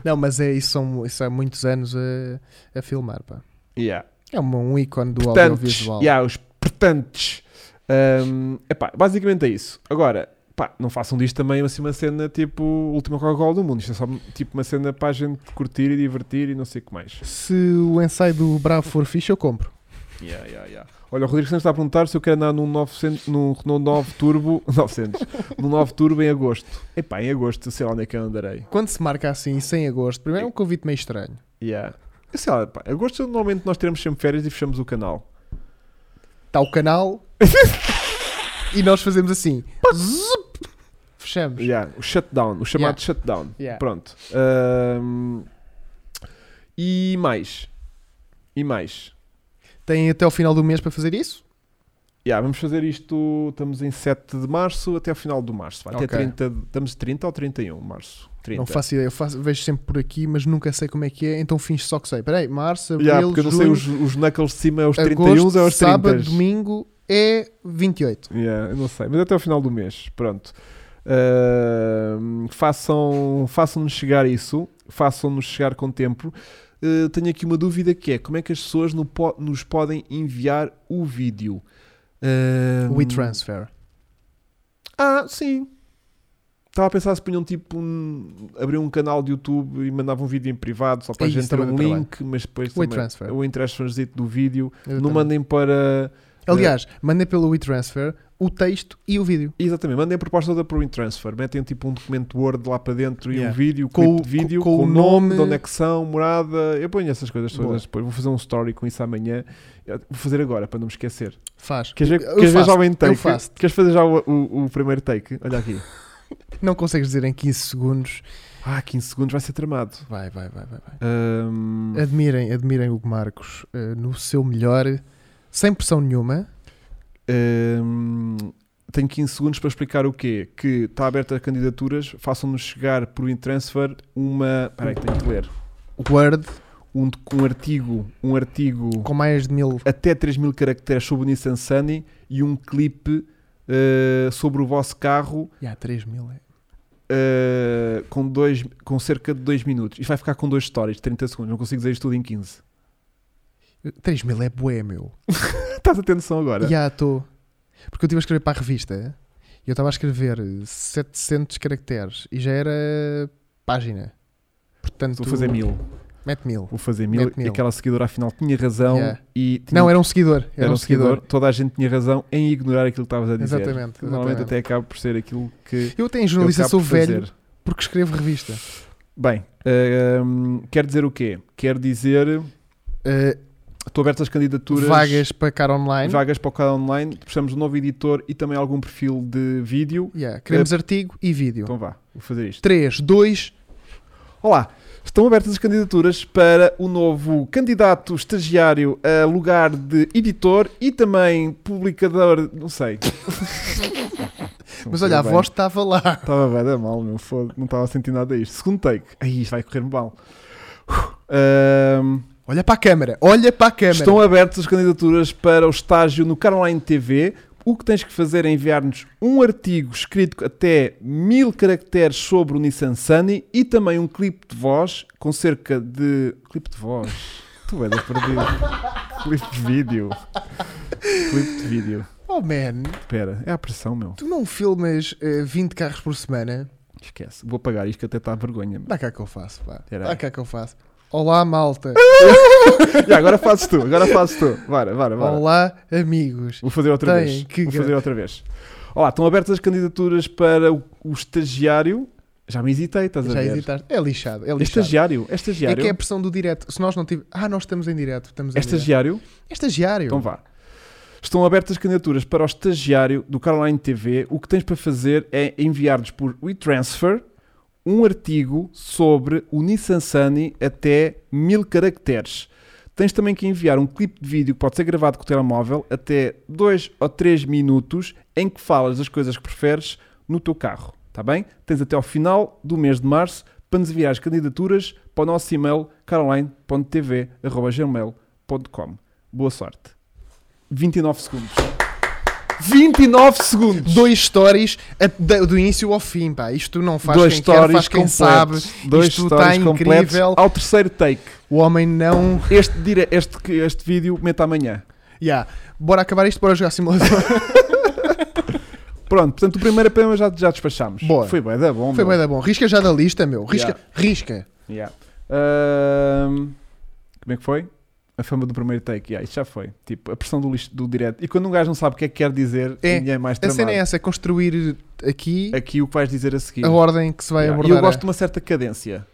[SPEAKER 2] não, mas é isso, são, isso há muitos anos a, a filmar, pá.
[SPEAKER 1] Yeah.
[SPEAKER 2] É uma- um ícone do
[SPEAKER 1] Portantes,
[SPEAKER 2] audiovisual.
[SPEAKER 1] yeah, os portantes. Ahm, epá, basicamente é isso. Agora, pá, não façam disto também assim, uma cena tipo última Coca-Cola do mundo. Isto é só tipo uma cena para a gente curtir e divertir e não sei o que mais.
[SPEAKER 2] Se o ensaio do Bravo for fixe, eu compro.
[SPEAKER 1] Yeah, yeah, yeah. Olha, o Rodrigo Santos está a perguntar se eu quero andar num, 900, num Renault 9 Turbo 900, num 9 Turbo em agosto. Epá, em agosto, sei lá onde é que eu andarei.
[SPEAKER 2] Quando se marca assim, sem agosto, primeiro é um convite meio estranho.
[SPEAKER 1] Yeah. Eu sei lá, pá, agosto normalmente nós teremos sempre férias e fechamos o canal.
[SPEAKER 2] Está o canal e nós fazemos assim. Zup! Fechamos.
[SPEAKER 1] Yeah, o shutdown, o chamado
[SPEAKER 2] Yeah.
[SPEAKER 1] shutdown.
[SPEAKER 2] Yeah.
[SPEAKER 1] Pronto. Ahm, e mais. E mais.
[SPEAKER 2] Têm até o final do mês para fazer isso?
[SPEAKER 1] Yeah, vamos fazer isto. Estamos em 7 de março até ao final do março. vai, Até
[SPEAKER 2] Ok.
[SPEAKER 1] 30, de- estamos 30 ou 31 de março? 30.
[SPEAKER 2] Não faço ideia, eu faço- vejo sempre por aqui, mas nunca sei como é que é, então finge só que sei. Peraí, março, abril,
[SPEAKER 1] Yeah, porque eu não sei
[SPEAKER 2] julho,
[SPEAKER 1] os, os knuckles de cima é aos 31
[SPEAKER 2] agosto,
[SPEAKER 1] ou aos 30.
[SPEAKER 2] sábado, domingo é 28.
[SPEAKER 1] Yeah, eu não sei, mas até ao final do mês, pronto. Ahm, façam, façam-nos chegar isso, façam-nos chegar com tempo. Ah, tenho aqui uma dúvida que é como é que as pessoas no po- nos podem enviar o vídeo? Ahm,
[SPEAKER 2] WeTransfer.
[SPEAKER 1] Ah, sim. Estava a pensar se punham tipo um, abrir um canal de YouTube e mandavam um vídeo em privado só para
[SPEAKER 2] É
[SPEAKER 1] a
[SPEAKER 2] isso,
[SPEAKER 1] gente ter
[SPEAKER 2] também
[SPEAKER 1] um
[SPEAKER 2] dá trabalho.
[SPEAKER 1] link, mas depois também,
[SPEAKER 2] WeTransfer.
[SPEAKER 1] o interesse do vídeo.
[SPEAKER 2] Eu
[SPEAKER 1] não
[SPEAKER 2] também.
[SPEAKER 1] mandem para
[SPEAKER 2] Aliás, mandei pelo WeTransfer o texto e o vídeo.
[SPEAKER 1] Exatamente, mandem a proposta toda para o WinTransfer. Metem tipo um documento Word lá para dentro e um
[SPEAKER 2] Yeah.
[SPEAKER 1] vídeo,
[SPEAKER 2] Com
[SPEAKER 1] com,
[SPEAKER 2] o-
[SPEAKER 1] de vídeo, com,
[SPEAKER 2] com- com
[SPEAKER 1] o
[SPEAKER 2] o
[SPEAKER 1] nome, de
[SPEAKER 2] nome.
[SPEAKER 1] onde é que são, morada. Eu ponho essas coisas todas
[SPEAKER 2] Boa.
[SPEAKER 1] depois. Vou fazer um story com isso amanhã. Eu Vou fazer agora para não me esquecer.
[SPEAKER 2] Faz.
[SPEAKER 1] Queres ver,
[SPEAKER 2] Eu
[SPEAKER 1] queres ver
[SPEAKER 2] faço,
[SPEAKER 1] já o intake?
[SPEAKER 2] eu faço.
[SPEAKER 1] Queres fazer já o, o- o primeiro take? Olha aqui.
[SPEAKER 2] Não consegues dizer em 15 segundos.
[SPEAKER 1] Ah, 15 segundos vai ser tramado.
[SPEAKER 2] Vai, vai, vai, vai. vai.
[SPEAKER 1] Ahm,
[SPEAKER 2] Admirem, admirem o Marcos eh, no seu melhor, sem pressão nenhuma. É.
[SPEAKER 1] ahm, tenho 15 segundos para explicar o quê? Que está aberta a candidaturas. Façam-nos chegar por WinTransfer uma. Espera aí, que tenho que ler.
[SPEAKER 2] Word
[SPEAKER 1] Um, doc- um artigo. Um artigo.
[SPEAKER 2] com mais de mil.
[SPEAKER 1] até 3 mil caracteres sobre o Nissan Sunny e um clipe eh, sobre o vosso carro
[SPEAKER 2] Já, 3 mil. É.
[SPEAKER 1] eh, com, dois, com cerca de 2 minutos. Isto vai ficar com 2 stories, 30 segundos. Não consigo dizer isto tudo em 15.
[SPEAKER 2] 3 mil é bué, meu.
[SPEAKER 1] Estás a ter noção agora?
[SPEAKER 2] Já estou. Porque eu estive a escrever para a revista e eu estava a escrever 700 caracteres e já era página. Portanto,
[SPEAKER 1] Vou fazer mil.
[SPEAKER 2] Mete mil.
[SPEAKER 1] Vou fazer mil.
[SPEAKER 2] Mete mil.
[SPEAKER 1] E aquela seguidora afinal tinha razão
[SPEAKER 2] Yeah.
[SPEAKER 1] e tinha-
[SPEAKER 2] Não, era um seguidor. Era,
[SPEAKER 1] era um seguidor. Toda a gente tinha razão em ignorar aquilo que estavas a dizer.
[SPEAKER 2] Exatamente.
[SPEAKER 1] Normalmente
[SPEAKER 2] exatamente.
[SPEAKER 1] até acaba por ser aquilo que
[SPEAKER 2] Eu até em
[SPEAKER 1] eu
[SPEAKER 2] jornalista
[SPEAKER 1] acabo
[SPEAKER 2] sou
[SPEAKER 1] por
[SPEAKER 2] velho
[SPEAKER 1] fazer. Ah,
[SPEAKER 2] porque escrevo revista.
[SPEAKER 1] Bem, eh, hum, quer dizer o quê? Quer dizer,
[SPEAKER 2] Uh,
[SPEAKER 1] estou aberto às candidaturas.
[SPEAKER 2] vagas para cara online.
[SPEAKER 1] vagas para o canal online, precisamos de um novo editor e também algum perfil de vídeo.
[SPEAKER 2] Yeah, Queremos artigo e vídeo.
[SPEAKER 1] É. Então vá, vou fazer isto.
[SPEAKER 2] 3, 2,
[SPEAKER 1] Olá, estão abertas as candidaturas para o novo candidato estagiário a lugar de editor e também publicador, não sei.
[SPEAKER 2] mas olha, a
[SPEAKER 1] Bem,
[SPEAKER 2] voz estava lá.
[SPEAKER 1] Estava bem, da mal, meu foda, não estava a sentir nada isto. Segundo take. Aí, isto vai correr-me mal. Ahm,
[SPEAKER 2] Olha para a câmara, olha para a câmara.
[SPEAKER 1] Estão abertas as candidaturas para o estágio no Caroline TV. O que tens que fazer é enviar-nos um artigo escrito até mil caracteres sobre o Nissan Sunny e também um clipe de voz com cerca de. Clipe de voz? tu és a perdido. clipe de vídeo. clipe de vídeo.
[SPEAKER 2] Oh man,
[SPEAKER 1] Espera, é a pressão, meu.
[SPEAKER 2] tu não filmas eh, 20 carros por semana?
[SPEAKER 1] Esquece. Vou apagar isto que até está a vergonha. meu.
[SPEAKER 2] Dá cá que eu faço, pá.
[SPEAKER 1] Pera aí.
[SPEAKER 2] Dá cá que eu faço. Olá malta,
[SPEAKER 1] e agora fazes tu, agora fazes tu. Bora, bora, bora.
[SPEAKER 2] olá amigos.
[SPEAKER 1] Vou fazer outra
[SPEAKER 2] Tem,
[SPEAKER 1] vez.
[SPEAKER 2] que
[SPEAKER 1] Vou
[SPEAKER 2] gra-
[SPEAKER 1] fazer outra vez. Olá, estão abertas as candidaturas para o, o estagiário. Já me hesitei, estás
[SPEAKER 2] Já
[SPEAKER 1] a ver?
[SPEAKER 2] hesitaste? É lixado, é
[SPEAKER 1] É
[SPEAKER 2] lixado.
[SPEAKER 1] estagiário, é
[SPEAKER 2] É
[SPEAKER 1] estagiário.
[SPEAKER 2] que é a pressão do direto. Se nós não tivermos. Ah, nós estamos em direto. Estamos em
[SPEAKER 1] É
[SPEAKER 2] direto.
[SPEAKER 1] estagiário.
[SPEAKER 2] É estagiário.
[SPEAKER 1] Então vá. Estão abertas as candidaturas para o estagiário do Caroline TV. O que tens para fazer é enviar-nos por WeTransfer um artigo sobre o Nissan Sunny até mil caracteres. Tens também que enviar um clipe de vídeo que pode ser gravado com o telemóvel até 2 ou 3 minutos em que falas das coisas que preferes no teu carro, está bem? Tens até ao final do mês de março para nos enviar as candidaturas para o nosso e-mail caroline.tv.gmail.com Boa sorte. 29 segundos. 29 segundos!
[SPEAKER 2] Dois stories a- da- do início ao fim, pá. Isto não faz
[SPEAKER 1] Dois
[SPEAKER 2] quem quer, faz quem sabe.
[SPEAKER 1] completos. Dois
[SPEAKER 2] Isto
[SPEAKER 1] stories
[SPEAKER 2] tá
[SPEAKER 1] completos
[SPEAKER 2] incrível.
[SPEAKER 1] Ao terceiro take.
[SPEAKER 2] O homem não.
[SPEAKER 1] Este, dire... este, este vídeo mete amanhã.
[SPEAKER 2] Yeah. Bora acabar isto, bora jogar simulador.
[SPEAKER 1] Pronto, portanto, o primeiro apenas já, já despachámos.
[SPEAKER 2] Boa.
[SPEAKER 1] Foi bem, da bom.
[SPEAKER 2] Foi
[SPEAKER 1] meu.
[SPEAKER 2] bem da bom. Risca já da lista, meu. Risca.
[SPEAKER 1] Yeah.
[SPEAKER 2] Risca.
[SPEAKER 1] Yeah. Ahm, como é que foi? A fama do primeiro take. Yeah, isto já foi. Tipo, a pressão do, lixo, do direto. E quando um gajo não sabe o que é que quer dizer,
[SPEAKER 2] É.
[SPEAKER 1] ninguém é mais
[SPEAKER 2] A
[SPEAKER 1] tramado.
[SPEAKER 2] cena é essa: é construir aqui
[SPEAKER 1] Aqui o que vais dizer a seguir.
[SPEAKER 2] a ordem que se vai
[SPEAKER 1] Yeah. E
[SPEAKER 2] abordar. é.
[SPEAKER 1] eu gosto
[SPEAKER 2] a-
[SPEAKER 1] de uma certa cadência.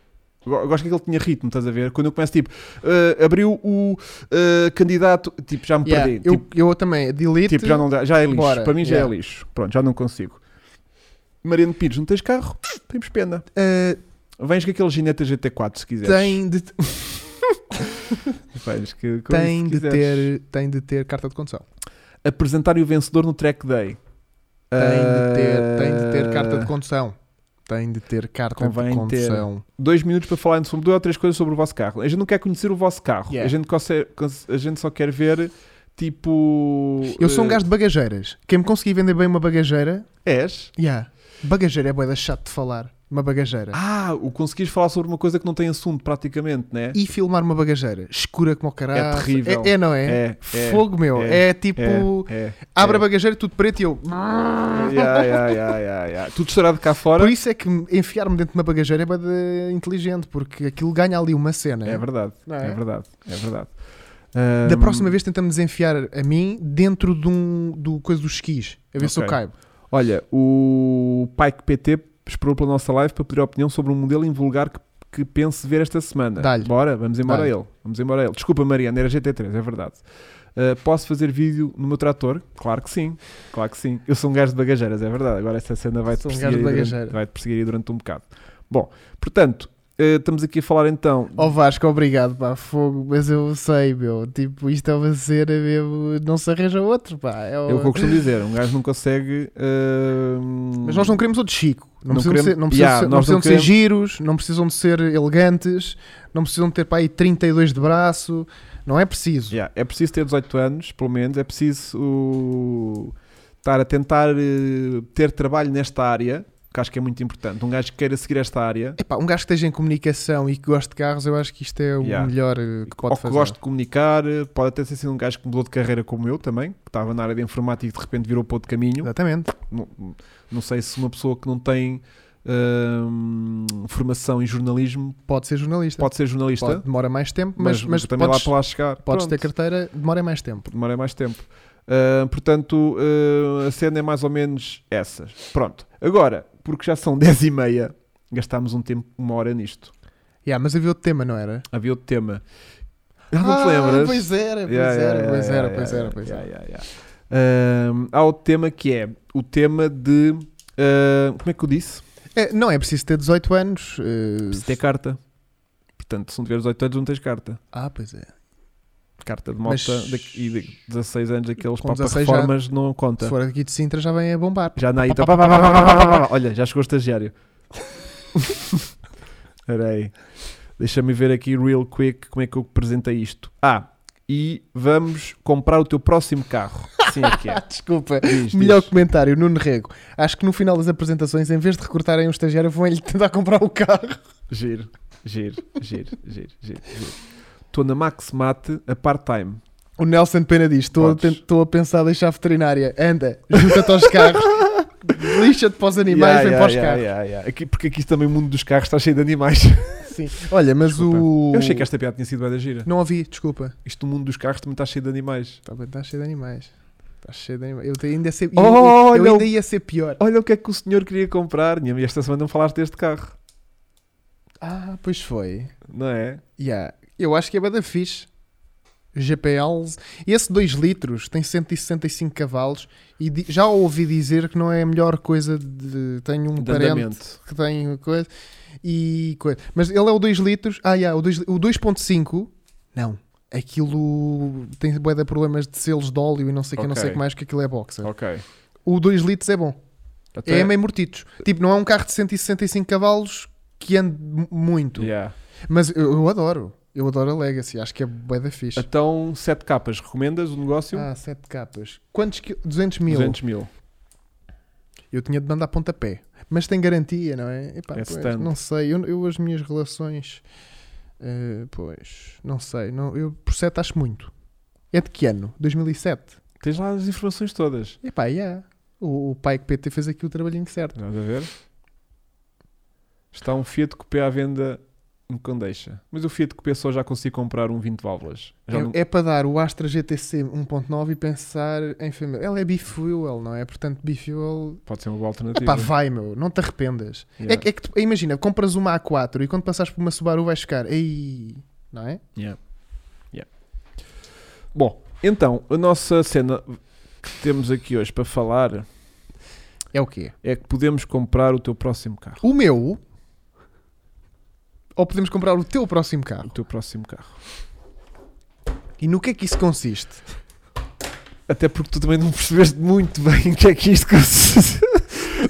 [SPEAKER 1] Eu go- eu gosto que ele tinha ritmo, estás a ver? Quando eu começo, tipo, "Ah, abriu o ah, candidato, tipo, já me
[SPEAKER 2] Yeah.
[SPEAKER 1] perdi.
[SPEAKER 2] Eu,
[SPEAKER 1] Tipo,
[SPEAKER 2] eu também. Delete.
[SPEAKER 1] tipo, já, não dá, já é lixo.
[SPEAKER 2] Bora.
[SPEAKER 1] Para mim já
[SPEAKER 2] Yeah.
[SPEAKER 1] é lixo. Pronto, já não consigo. Mariano Pires, não tens carro? Temos pena.
[SPEAKER 2] Ah,
[SPEAKER 1] Vens com aquele Gineta GT4 se quiseres.
[SPEAKER 2] tem de.
[SPEAKER 1] Velhos, que com
[SPEAKER 2] Tem
[SPEAKER 1] isso
[SPEAKER 2] de,
[SPEAKER 1] quiseres.
[SPEAKER 2] ter, tem de ter carta de condução.
[SPEAKER 1] Apresentar o vencedor no track day. Ah.
[SPEAKER 2] Tem de ter, tem de ter carta de condução. Tem de ter carta de
[SPEAKER 1] Convém ter.
[SPEAKER 2] condução.
[SPEAKER 1] Ah, dois minutos para falarem sobre duas ou três coisas sobre o vosso carro. A gente não quer conhecer o vosso carro.
[SPEAKER 2] Yeah.
[SPEAKER 1] A, gente conce- conce- a gente só quer ver, tipo...
[SPEAKER 2] Eu sou um
[SPEAKER 1] eh,
[SPEAKER 2] gajo de bagageiras. Quem me conseguir vender bem uma bagageira,
[SPEAKER 1] És?
[SPEAKER 2] yeah. bagageira é boeda chato de falar. Uma bagageira.
[SPEAKER 1] Ah, o conseguires falar sobre uma coisa que não tem assunto, praticamente, né?
[SPEAKER 2] E filmar uma bagageira escura como o caralho.
[SPEAKER 1] É terrível.
[SPEAKER 2] É, é, não é?
[SPEAKER 1] É, é,
[SPEAKER 2] Fogo, meu. É,
[SPEAKER 1] é,
[SPEAKER 2] tipo.
[SPEAKER 1] É, é,
[SPEAKER 2] Abre
[SPEAKER 1] é.
[SPEAKER 2] a bagageira, tudo preto e eu.
[SPEAKER 1] Yeah, yeah, yeah, yeah, yeah. Tudo estourado cá fora.
[SPEAKER 2] Por isso é que enfiar-me dentro de uma bagageira é bué de inteligente, porque aquilo ganha ali uma cena.
[SPEAKER 1] É verdade,
[SPEAKER 2] Não
[SPEAKER 1] é
[SPEAKER 2] é?
[SPEAKER 1] verdade, é verdade.
[SPEAKER 2] Da
[SPEAKER 1] Ahm,
[SPEAKER 2] próxima vez tentamos enfiar a mim dentro de um, do coisa dos skis, a ver se eu
[SPEAKER 1] Ok.
[SPEAKER 2] caibo.
[SPEAKER 1] Olha, o Pike PT esperou pela nossa live para pedir a opinião sobre um modelo invulgar que, que pense ver esta semana.
[SPEAKER 2] Dá-lhe.
[SPEAKER 1] Bora, vamos embora a
[SPEAKER 2] Dá-lhe.
[SPEAKER 1] ele. Vamos embora a ele. Desculpa, Mariana, era GT3, é verdade. Uh, posso fazer vídeo no meu trator? Claro que sim, claro que sim. Eu sou um gajo de bagageiras, é verdade. Agora essa cena vai-te
[SPEAKER 2] Sou um
[SPEAKER 1] perseguir,
[SPEAKER 2] gajo de
[SPEAKER 1] aí
[SPEAKER 2] bagageira.
[SPEAKER 1] durante- vai-te perseguir aí durante um bocado. Bom, portanto, uh, estamos aqui a falar então.
[SPEAKER 2] Ó Vasco, obrigado, pá, fogo, mas eu sei, meu, tipo, isto é uma cena mesmo, não se arranja outro, pá. É o-
[SPEAKER 1] É o que eu costumo dizer, um gajo não consegue. uh,
[SPEAKER 2] Mas nós não queremos outro Chico, não,
[SPEAKER 1] Não
[SPEAKER 2] precisam,
[SPEAKER 1] queremos-
[SPEAKER 2] de ser, não precisam,
[SPEAKER 1] Yeah,
[SPEAKER 2] ser, não
[SPEAKER 1] nós
[SPEAKER 2] precisam
[SPEAKER 1] não
[SPEAKER 2] de ser giros, não precisam de ser elegantes, não precisam de ter, pá, aí 32 de braço, não é preciso.
[SPEAKER 1] Yeah, É preciso ter 18 anos, pelo menos, é preciso uh, estar a tentar uh, ter trabalho nesta área, que acho que é muito importante. Um gajo que queira seguir esta área,
[SPEAKER 2] Epá, um gajo que esteja em comunicação e que goste de carros, eu acho que isto é o
[SPEAKER 1] Yeah.
[SPEAKER 2] melhor eh, que pode
[SPEAKER 1] ou que
[SPEAKER 2] fazer.
[SPEAKER 1] goste de comunicar, uh, pode até ser sido um gajo que mudou de carreira como eu também, que estava na área de informática e de repente virou para outro caminho.
[SPEAKER 2] Exatamente.
[SPEAKER 1] Não, não sei se uma pessoa que não tem uh, formação em jornalismo
[SPEAKER 2] Pode ser jornalista.
[SPEAKER 1] pode ser jornalista,
[SPEAKER 2] Pode- demora mais tempo,
[SPEAKER 1] mas,
[SPEAKER 2] mas, mas,
[SPEAKER 1] também
[SPEAKER 2] podes,
[SPEAKER 1] lá para lá chegar.
[SPEAKER 2] podes ter
[SPEAKER 1] Pronto.
[SPEAKER 2] carteira, demora mais tempo.
[SPEAKER 1] demorei mais tempo. Ah, portanto, ah, a cena é mais ou menos essa. Pronto. Agora, porque já são 10 e meia, gastámos um tempo, uma hora nisto.
[SPEAKER 2] Yeah, mas havia outro tema, não era?
[SPEAKER 1] Havia outro tema. Ah, não te lembras?
[SPEAKER 2] Pois era, pois
[SPEAKER 1] Yeah, yeah,
[SPEAKER 2] era,
[SPEAKER 1] yeah,
[SPEAKER 2] pois era,
[SPEAKER 1] yeah,
[SPEAKER 2] pois
[SPEAKER 1] yeah,
[SPEAKER 2] era, pois
[SPEAKER 1] yeah,
[SPEAKER 2] era.
[SPEAKER 1] yeah, yeah. Ah, há outro tema que é o tema de. ah, como é que eu disse?
[SPEAKER 2] É, não, é preciso ter 18 anos. eh,
[SPEAKER 1] Preciso ter é carta. Portanto, se não tiveres 18 anos, não tens carta.
[SPEAKER 2] Ah, pois é.
[SPEAKER 1] Carta de moto
[SPEAKER 2] Mas-
[SPEAKER 1] daqui- e de 16 anos, aqueles
[SPEAKER 2] Com
[SPEAKER 1] papas
[SPEAKER 2] 16 já-
[SPEAKER 1] reformas não
[SPEAKER 2] Se
[SPEAKER 1] conta.
[SPEAKER 2] for aqui de Sintra já vem a bombar.
[SPEAKER 1] Já na Ita. pá, pá, pá, pá, pá, pá, pá, pá. Olha, já chegou o estagiário. Espera aí. Deixa-me ver aqui real quick como é que eu apresentei isto. Ah, e vamos comprar o teu próximo carro. Sim, é que é.
[SPEAKER 2] Desculpa.
[SPEAKER 1] Diz, diz.
[SPEAKER 2] Melhor comentário, Nuno Rego. Acho que no final das apresentações, em vez de recrutarem um estagiário, vão-lhe tentar comprar o carro.
[SPEAKER 1] Giro, giro, giro, giro, giro. giro. Estou na Max Mate a part-time.
[SPEAKER 2] O Nelson Pena diz: Estou a,
[SPEAKER 1] Podes.
[SPEAKER 2] ten- estou a pensar em deixar a veterinária. Anda, junta-te aos carros, lixa-te para os animais,
[SPEAKER 1] Yeah,
[SPEAKER 2] vem
[SPEAKER 1] yeah,
[SPEAKER 2] para os
[SPEAKER 1] yeah,
[SPEAKER 2] carros.
[SPEAKER 1] yeah, yeah. Aqui, porque aqui também o mundo dos carros está cheio de animais.
[SPEAKER 2] Sim. Olha, mas o.
[SPEAKER 1] Eu achei que esta piada tinha sido bem da gira.
[SPEAKER 2] Não ouvi, desculpa.
[SPEAKER 1] Isto, o mundo dos carros também está cheio de animais.
[SPEAKER 2] Está bem, está Tá, cheio de animais. Está cheio de animais. Eu te- ainda, ia ser,
[SPEAKER 1] Oh,
[SPEAKER 2] eu
[SPEAKER 1] não.
[SPEAKER 2] ainda ia ser pior.
[SPEAKER 1] Olha o que é que o senhor queria comprar. Minha amiga, esta semana não falaste deste carro,
[SPEAKER 2] Ah, pois foi.
[SPEAKER 1] não é?
[SPEAKER 2] Yeah. Eu acho que é bada fixe. GPL. Esse 2 litros tem 165 cavalos e di- já ouvi dizer que não é a melhor coisa de. Tenho um
[SPEAKER 1] De
[SPEAKER 2] parente
[SPEAKER 1] andamento.
[SPEAKER 2] que tem coisa e coisa. Mas ele é o 2 litros. Ah, yeah, o dois- o 2.5. Não. Aquilo tem bué de problemas de selos de óleo e não sei o que, não sei o
[SPEAKER 1] Ok.
[SPEAKER 2] que mais, que aquilo é boxer.
[SPEAKER 1] Ok.
[SPEAKER 2] O 2 litros é bom.
[SPEAKER 1] Até-
[SPEAKER 2] É meio mortitos. Tipo, não é um carro de 165 cavalos que ande mu- muito.
[SPEAKER 1] Yeah.
[SPEAKER 2] Mas eu, eu adoro. Eu adoro a Legacy. Acho que é bué da fixe.
[SPEAKER 1] Então, 7 capas, recomendas o negócio?
[SPEAKER 2] Ah, 7 capas. Quantos que... 200 mil.
[SPEAKER 1] 200 mil.
[SPEAKER 2] Eu tinha de mandar pontapé. Mas tem garantia, não é? Epá,
[SPEAKER 1] É
[SPEAKER 2] pois,
[SPEAKER 1] stand.
[SPEAKER 2] não sei. Eu, eu as minhas relações... eh, pois, não sei. Não, eu por 7 acho muito. É de que ano? 2007?
[SPEAKER 1] Tens lá as informações todas.
[SPEAKER 2] Epá, yeah. O, o pai que PT fez aqui o trabalhinho certo.
[SPEAKER 1] Estás a ver? Está um Fiat Coupé à venda em Condeixa. Mas o Fiat Coupé só já consigo comprar um 20 válvulas. Já não-
[SPEAKER 2] É, é para dar o Astra GTC 1.9 e pensar em família. Ela é bifuel, não é? Portanto, bifuel.
[SPEAKER 1] Pode ser uma boa alternativa.
[SPEAKER 2] Epá, vai, meu. Não te arrependas.
[SPEAKER 1] Yeah.
[SPEAKER 2] É, que- é que tu- imagina, compras uma A4 e quando passares por uma Subaru vais ficar. Ei, não é?
[SPEAKER 1] Yeah. Yeah. Bom, então, a nossa cena que temos aqui hoje para falar
[SPEAKER 2] É o quê?
[SPEAKER 1] é que podemos comprar o teu próximo carro.
[SPEAKER 2] O meu. Ou podemos comprar o teu próximo
[SPEAKER 1] O
[SPEAKER 2] carro.
[SPEAKER 1] teu próximo carro.
[SPEAKER 2] E no que é que isso consiste?
[SPEAKER 1] Até porque tu também não percebeste muito bem o que é que isto consiste.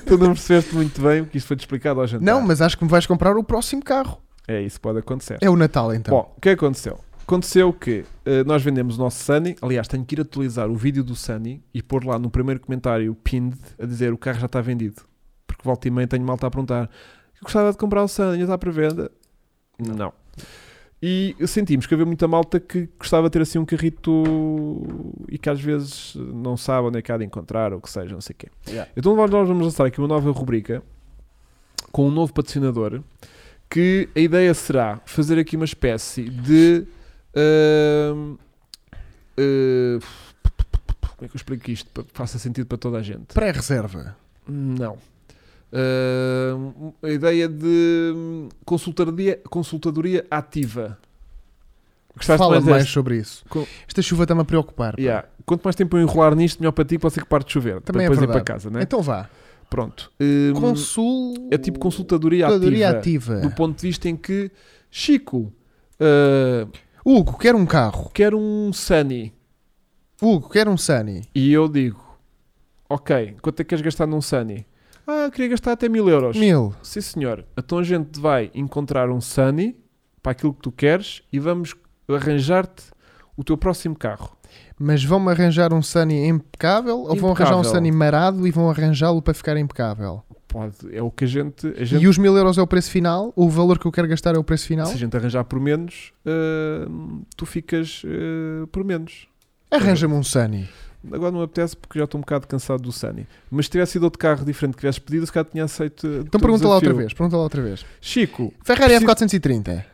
[SPEAKER 1] tu não percebeste muito bem o que isto foi-te explicado ao jantar.
[SPEAKER 2] Não, mas acho que me vais comprar o próximo carro.
[SPEAKER 1] É isso que pode acontecer.
[SPEAKER 2] É o Natal então.
[SPEAKER 1] Bom, o que é que aconteceu? Aconteceu que eh, nós vendemos o nosso Sunny. Aliás, tenho que ir atualizar o vídeo do Sunny e pôr lá no primeiro comentário pinned a dizer o carro já está vendido. Porque volta e meia tenho malta a perguntar: "Eu gostava de comprar o Sunny, já está para venda? Não. E sentimos que havia muita malta que gostava de ter assim um carrito e que às vezes não sabe onde é que há de encontrar ou o que seja, não sei o quê.
[SPEAKER 2] Yeah.
[SPEAKER 1] Então nós vamos lançar aqui uma nova rubrica com um novo patrocinador que a ideia será fazer aqui uma espécie de ahm, eh, como é que eu explico isto para que faça sentido para toda a gente?
[SPEAKER 2] Pré-reserva.
[SPEAKER 1] Não. Ahm, a ideia de hum, consultadoria, consultadoria ativa. Gostaste
[SPEAKER 2] Fala
[SPEAKER 1] mais
[SPEAKER 2] mais,
[SPEAKER 1] deste?
[SPEAKER 2] sobre isso.
[SPEAKER 1] Com-
[SPEAKER 2] Esta chuva está-me a preocupar. pá.
[SPEAKER 1] Yeah. Quanto mais tempo eu enrolar nisto, melhor para ti, pode ser que parte de chover.
[SPEAKER 2] Também é
[SPEAKER 1] depois ir para
[SPEAKER 2] verdade.
[SPEAKER 1] casa, né?
[SPEAKER 2] Então vá.
[SPEAKER 1] Pronto. Hum,
[SPEAKER 2] Consul...
[SPEAKER 1] é tipo consultadoria,
[SPEAKER 2] Consultadoria
[SPEAKER 1] ativa,
[SPEAKER 2] ativa.
[SPEAKER 1] Do ponto de vista em que, Chico, ah,
[SPEAKER 2] Hugo, quer um carro.
[SPEAKER 1] quero um Sunny.
[SPEAKER 2] Hugo, quer um Sunny.
[SPEAKER 1] E eu digo, ok, quanto é que queres gastar num Sunny? Ah, eu queria gastar até mil euros.
[SPEAKER 2] Mil.
[SPEAKER 1] Sim, senhor. Então a gente vai encontrar um Sunny para aquilo que tu queres e vamos arranjar-te o teu próximo carro.
[SPEAKER 2] Mas vão-me arranjar um Sunny impecável, ou vão arranjar um
[SPEAKER 1] Impecável.
[SPEAKER 2] Sunny marado e vão arranjá-lo para ficar impecável?
[SPEAKER 1] Pode, é o que a gente... A gente
[SPEAKER 2] E os mil euros é o preço final? O valor que eu quero gastar é o preço final?
[SPEAKER 1] se a gente arranjar por menos, ah, tu ficas ah, por menos.
[SPEAKER 2] Arranja-me um Sunny.
[SPEAKER 1] Agora não me apetece porque já estou um bocado cansado do Sunny. Mas se tivesse ido outro carro diferente que tivesse pedido, se calhar tinha aceito. eh, um
[SPEAKER 2] Então pergunta lá outra vez, pergunta lá outra vez.
[SPEAKER 1] Chico,
[SPEAKER 2] Ferrari
[SPEAKER 1] Preciso-
[SPEAKER 2] F430.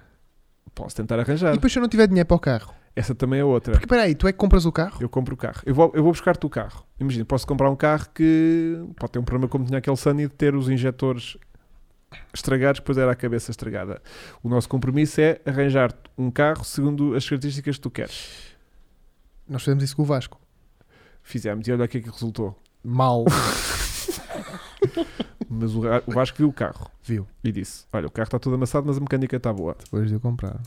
[SPEAKER 1] posso tentar arranjar.
[SPEAKER 2] E depois se eu não tiver dinheiro para o carro?
[SPEAKER 1] Essa também é outra.
[SPEAKER 2] Porque peraí, tu é que compras o carro?
[SPEAKER 1] Eu compro o carro. Eu vou, eu vou buscar-te o carro. Imagina, posso comprar um carro que pode ter um problema como tinha aquele Sunny de ter os injetores estragados, depois era a cabeça estragada. O nosso compromisso é arranjar-te um carro segundo as características que tu queres.
[SPEAKER 2] Nós fizemos isso com o Vasco.
[SPEAKER 1] Fizemos e olha o que é que resultou.
[SPEAKER 2] Mal.
[SPEAKER 1] Mas o, Ra- o Vasco viu o carro
[SPEAKER 2] Viu?
[SPEAKER 1] e disse: Olha, o carro está todo amassado, mas a mecânica está boa.
[SPEAKER 2] Depois de eu comprar.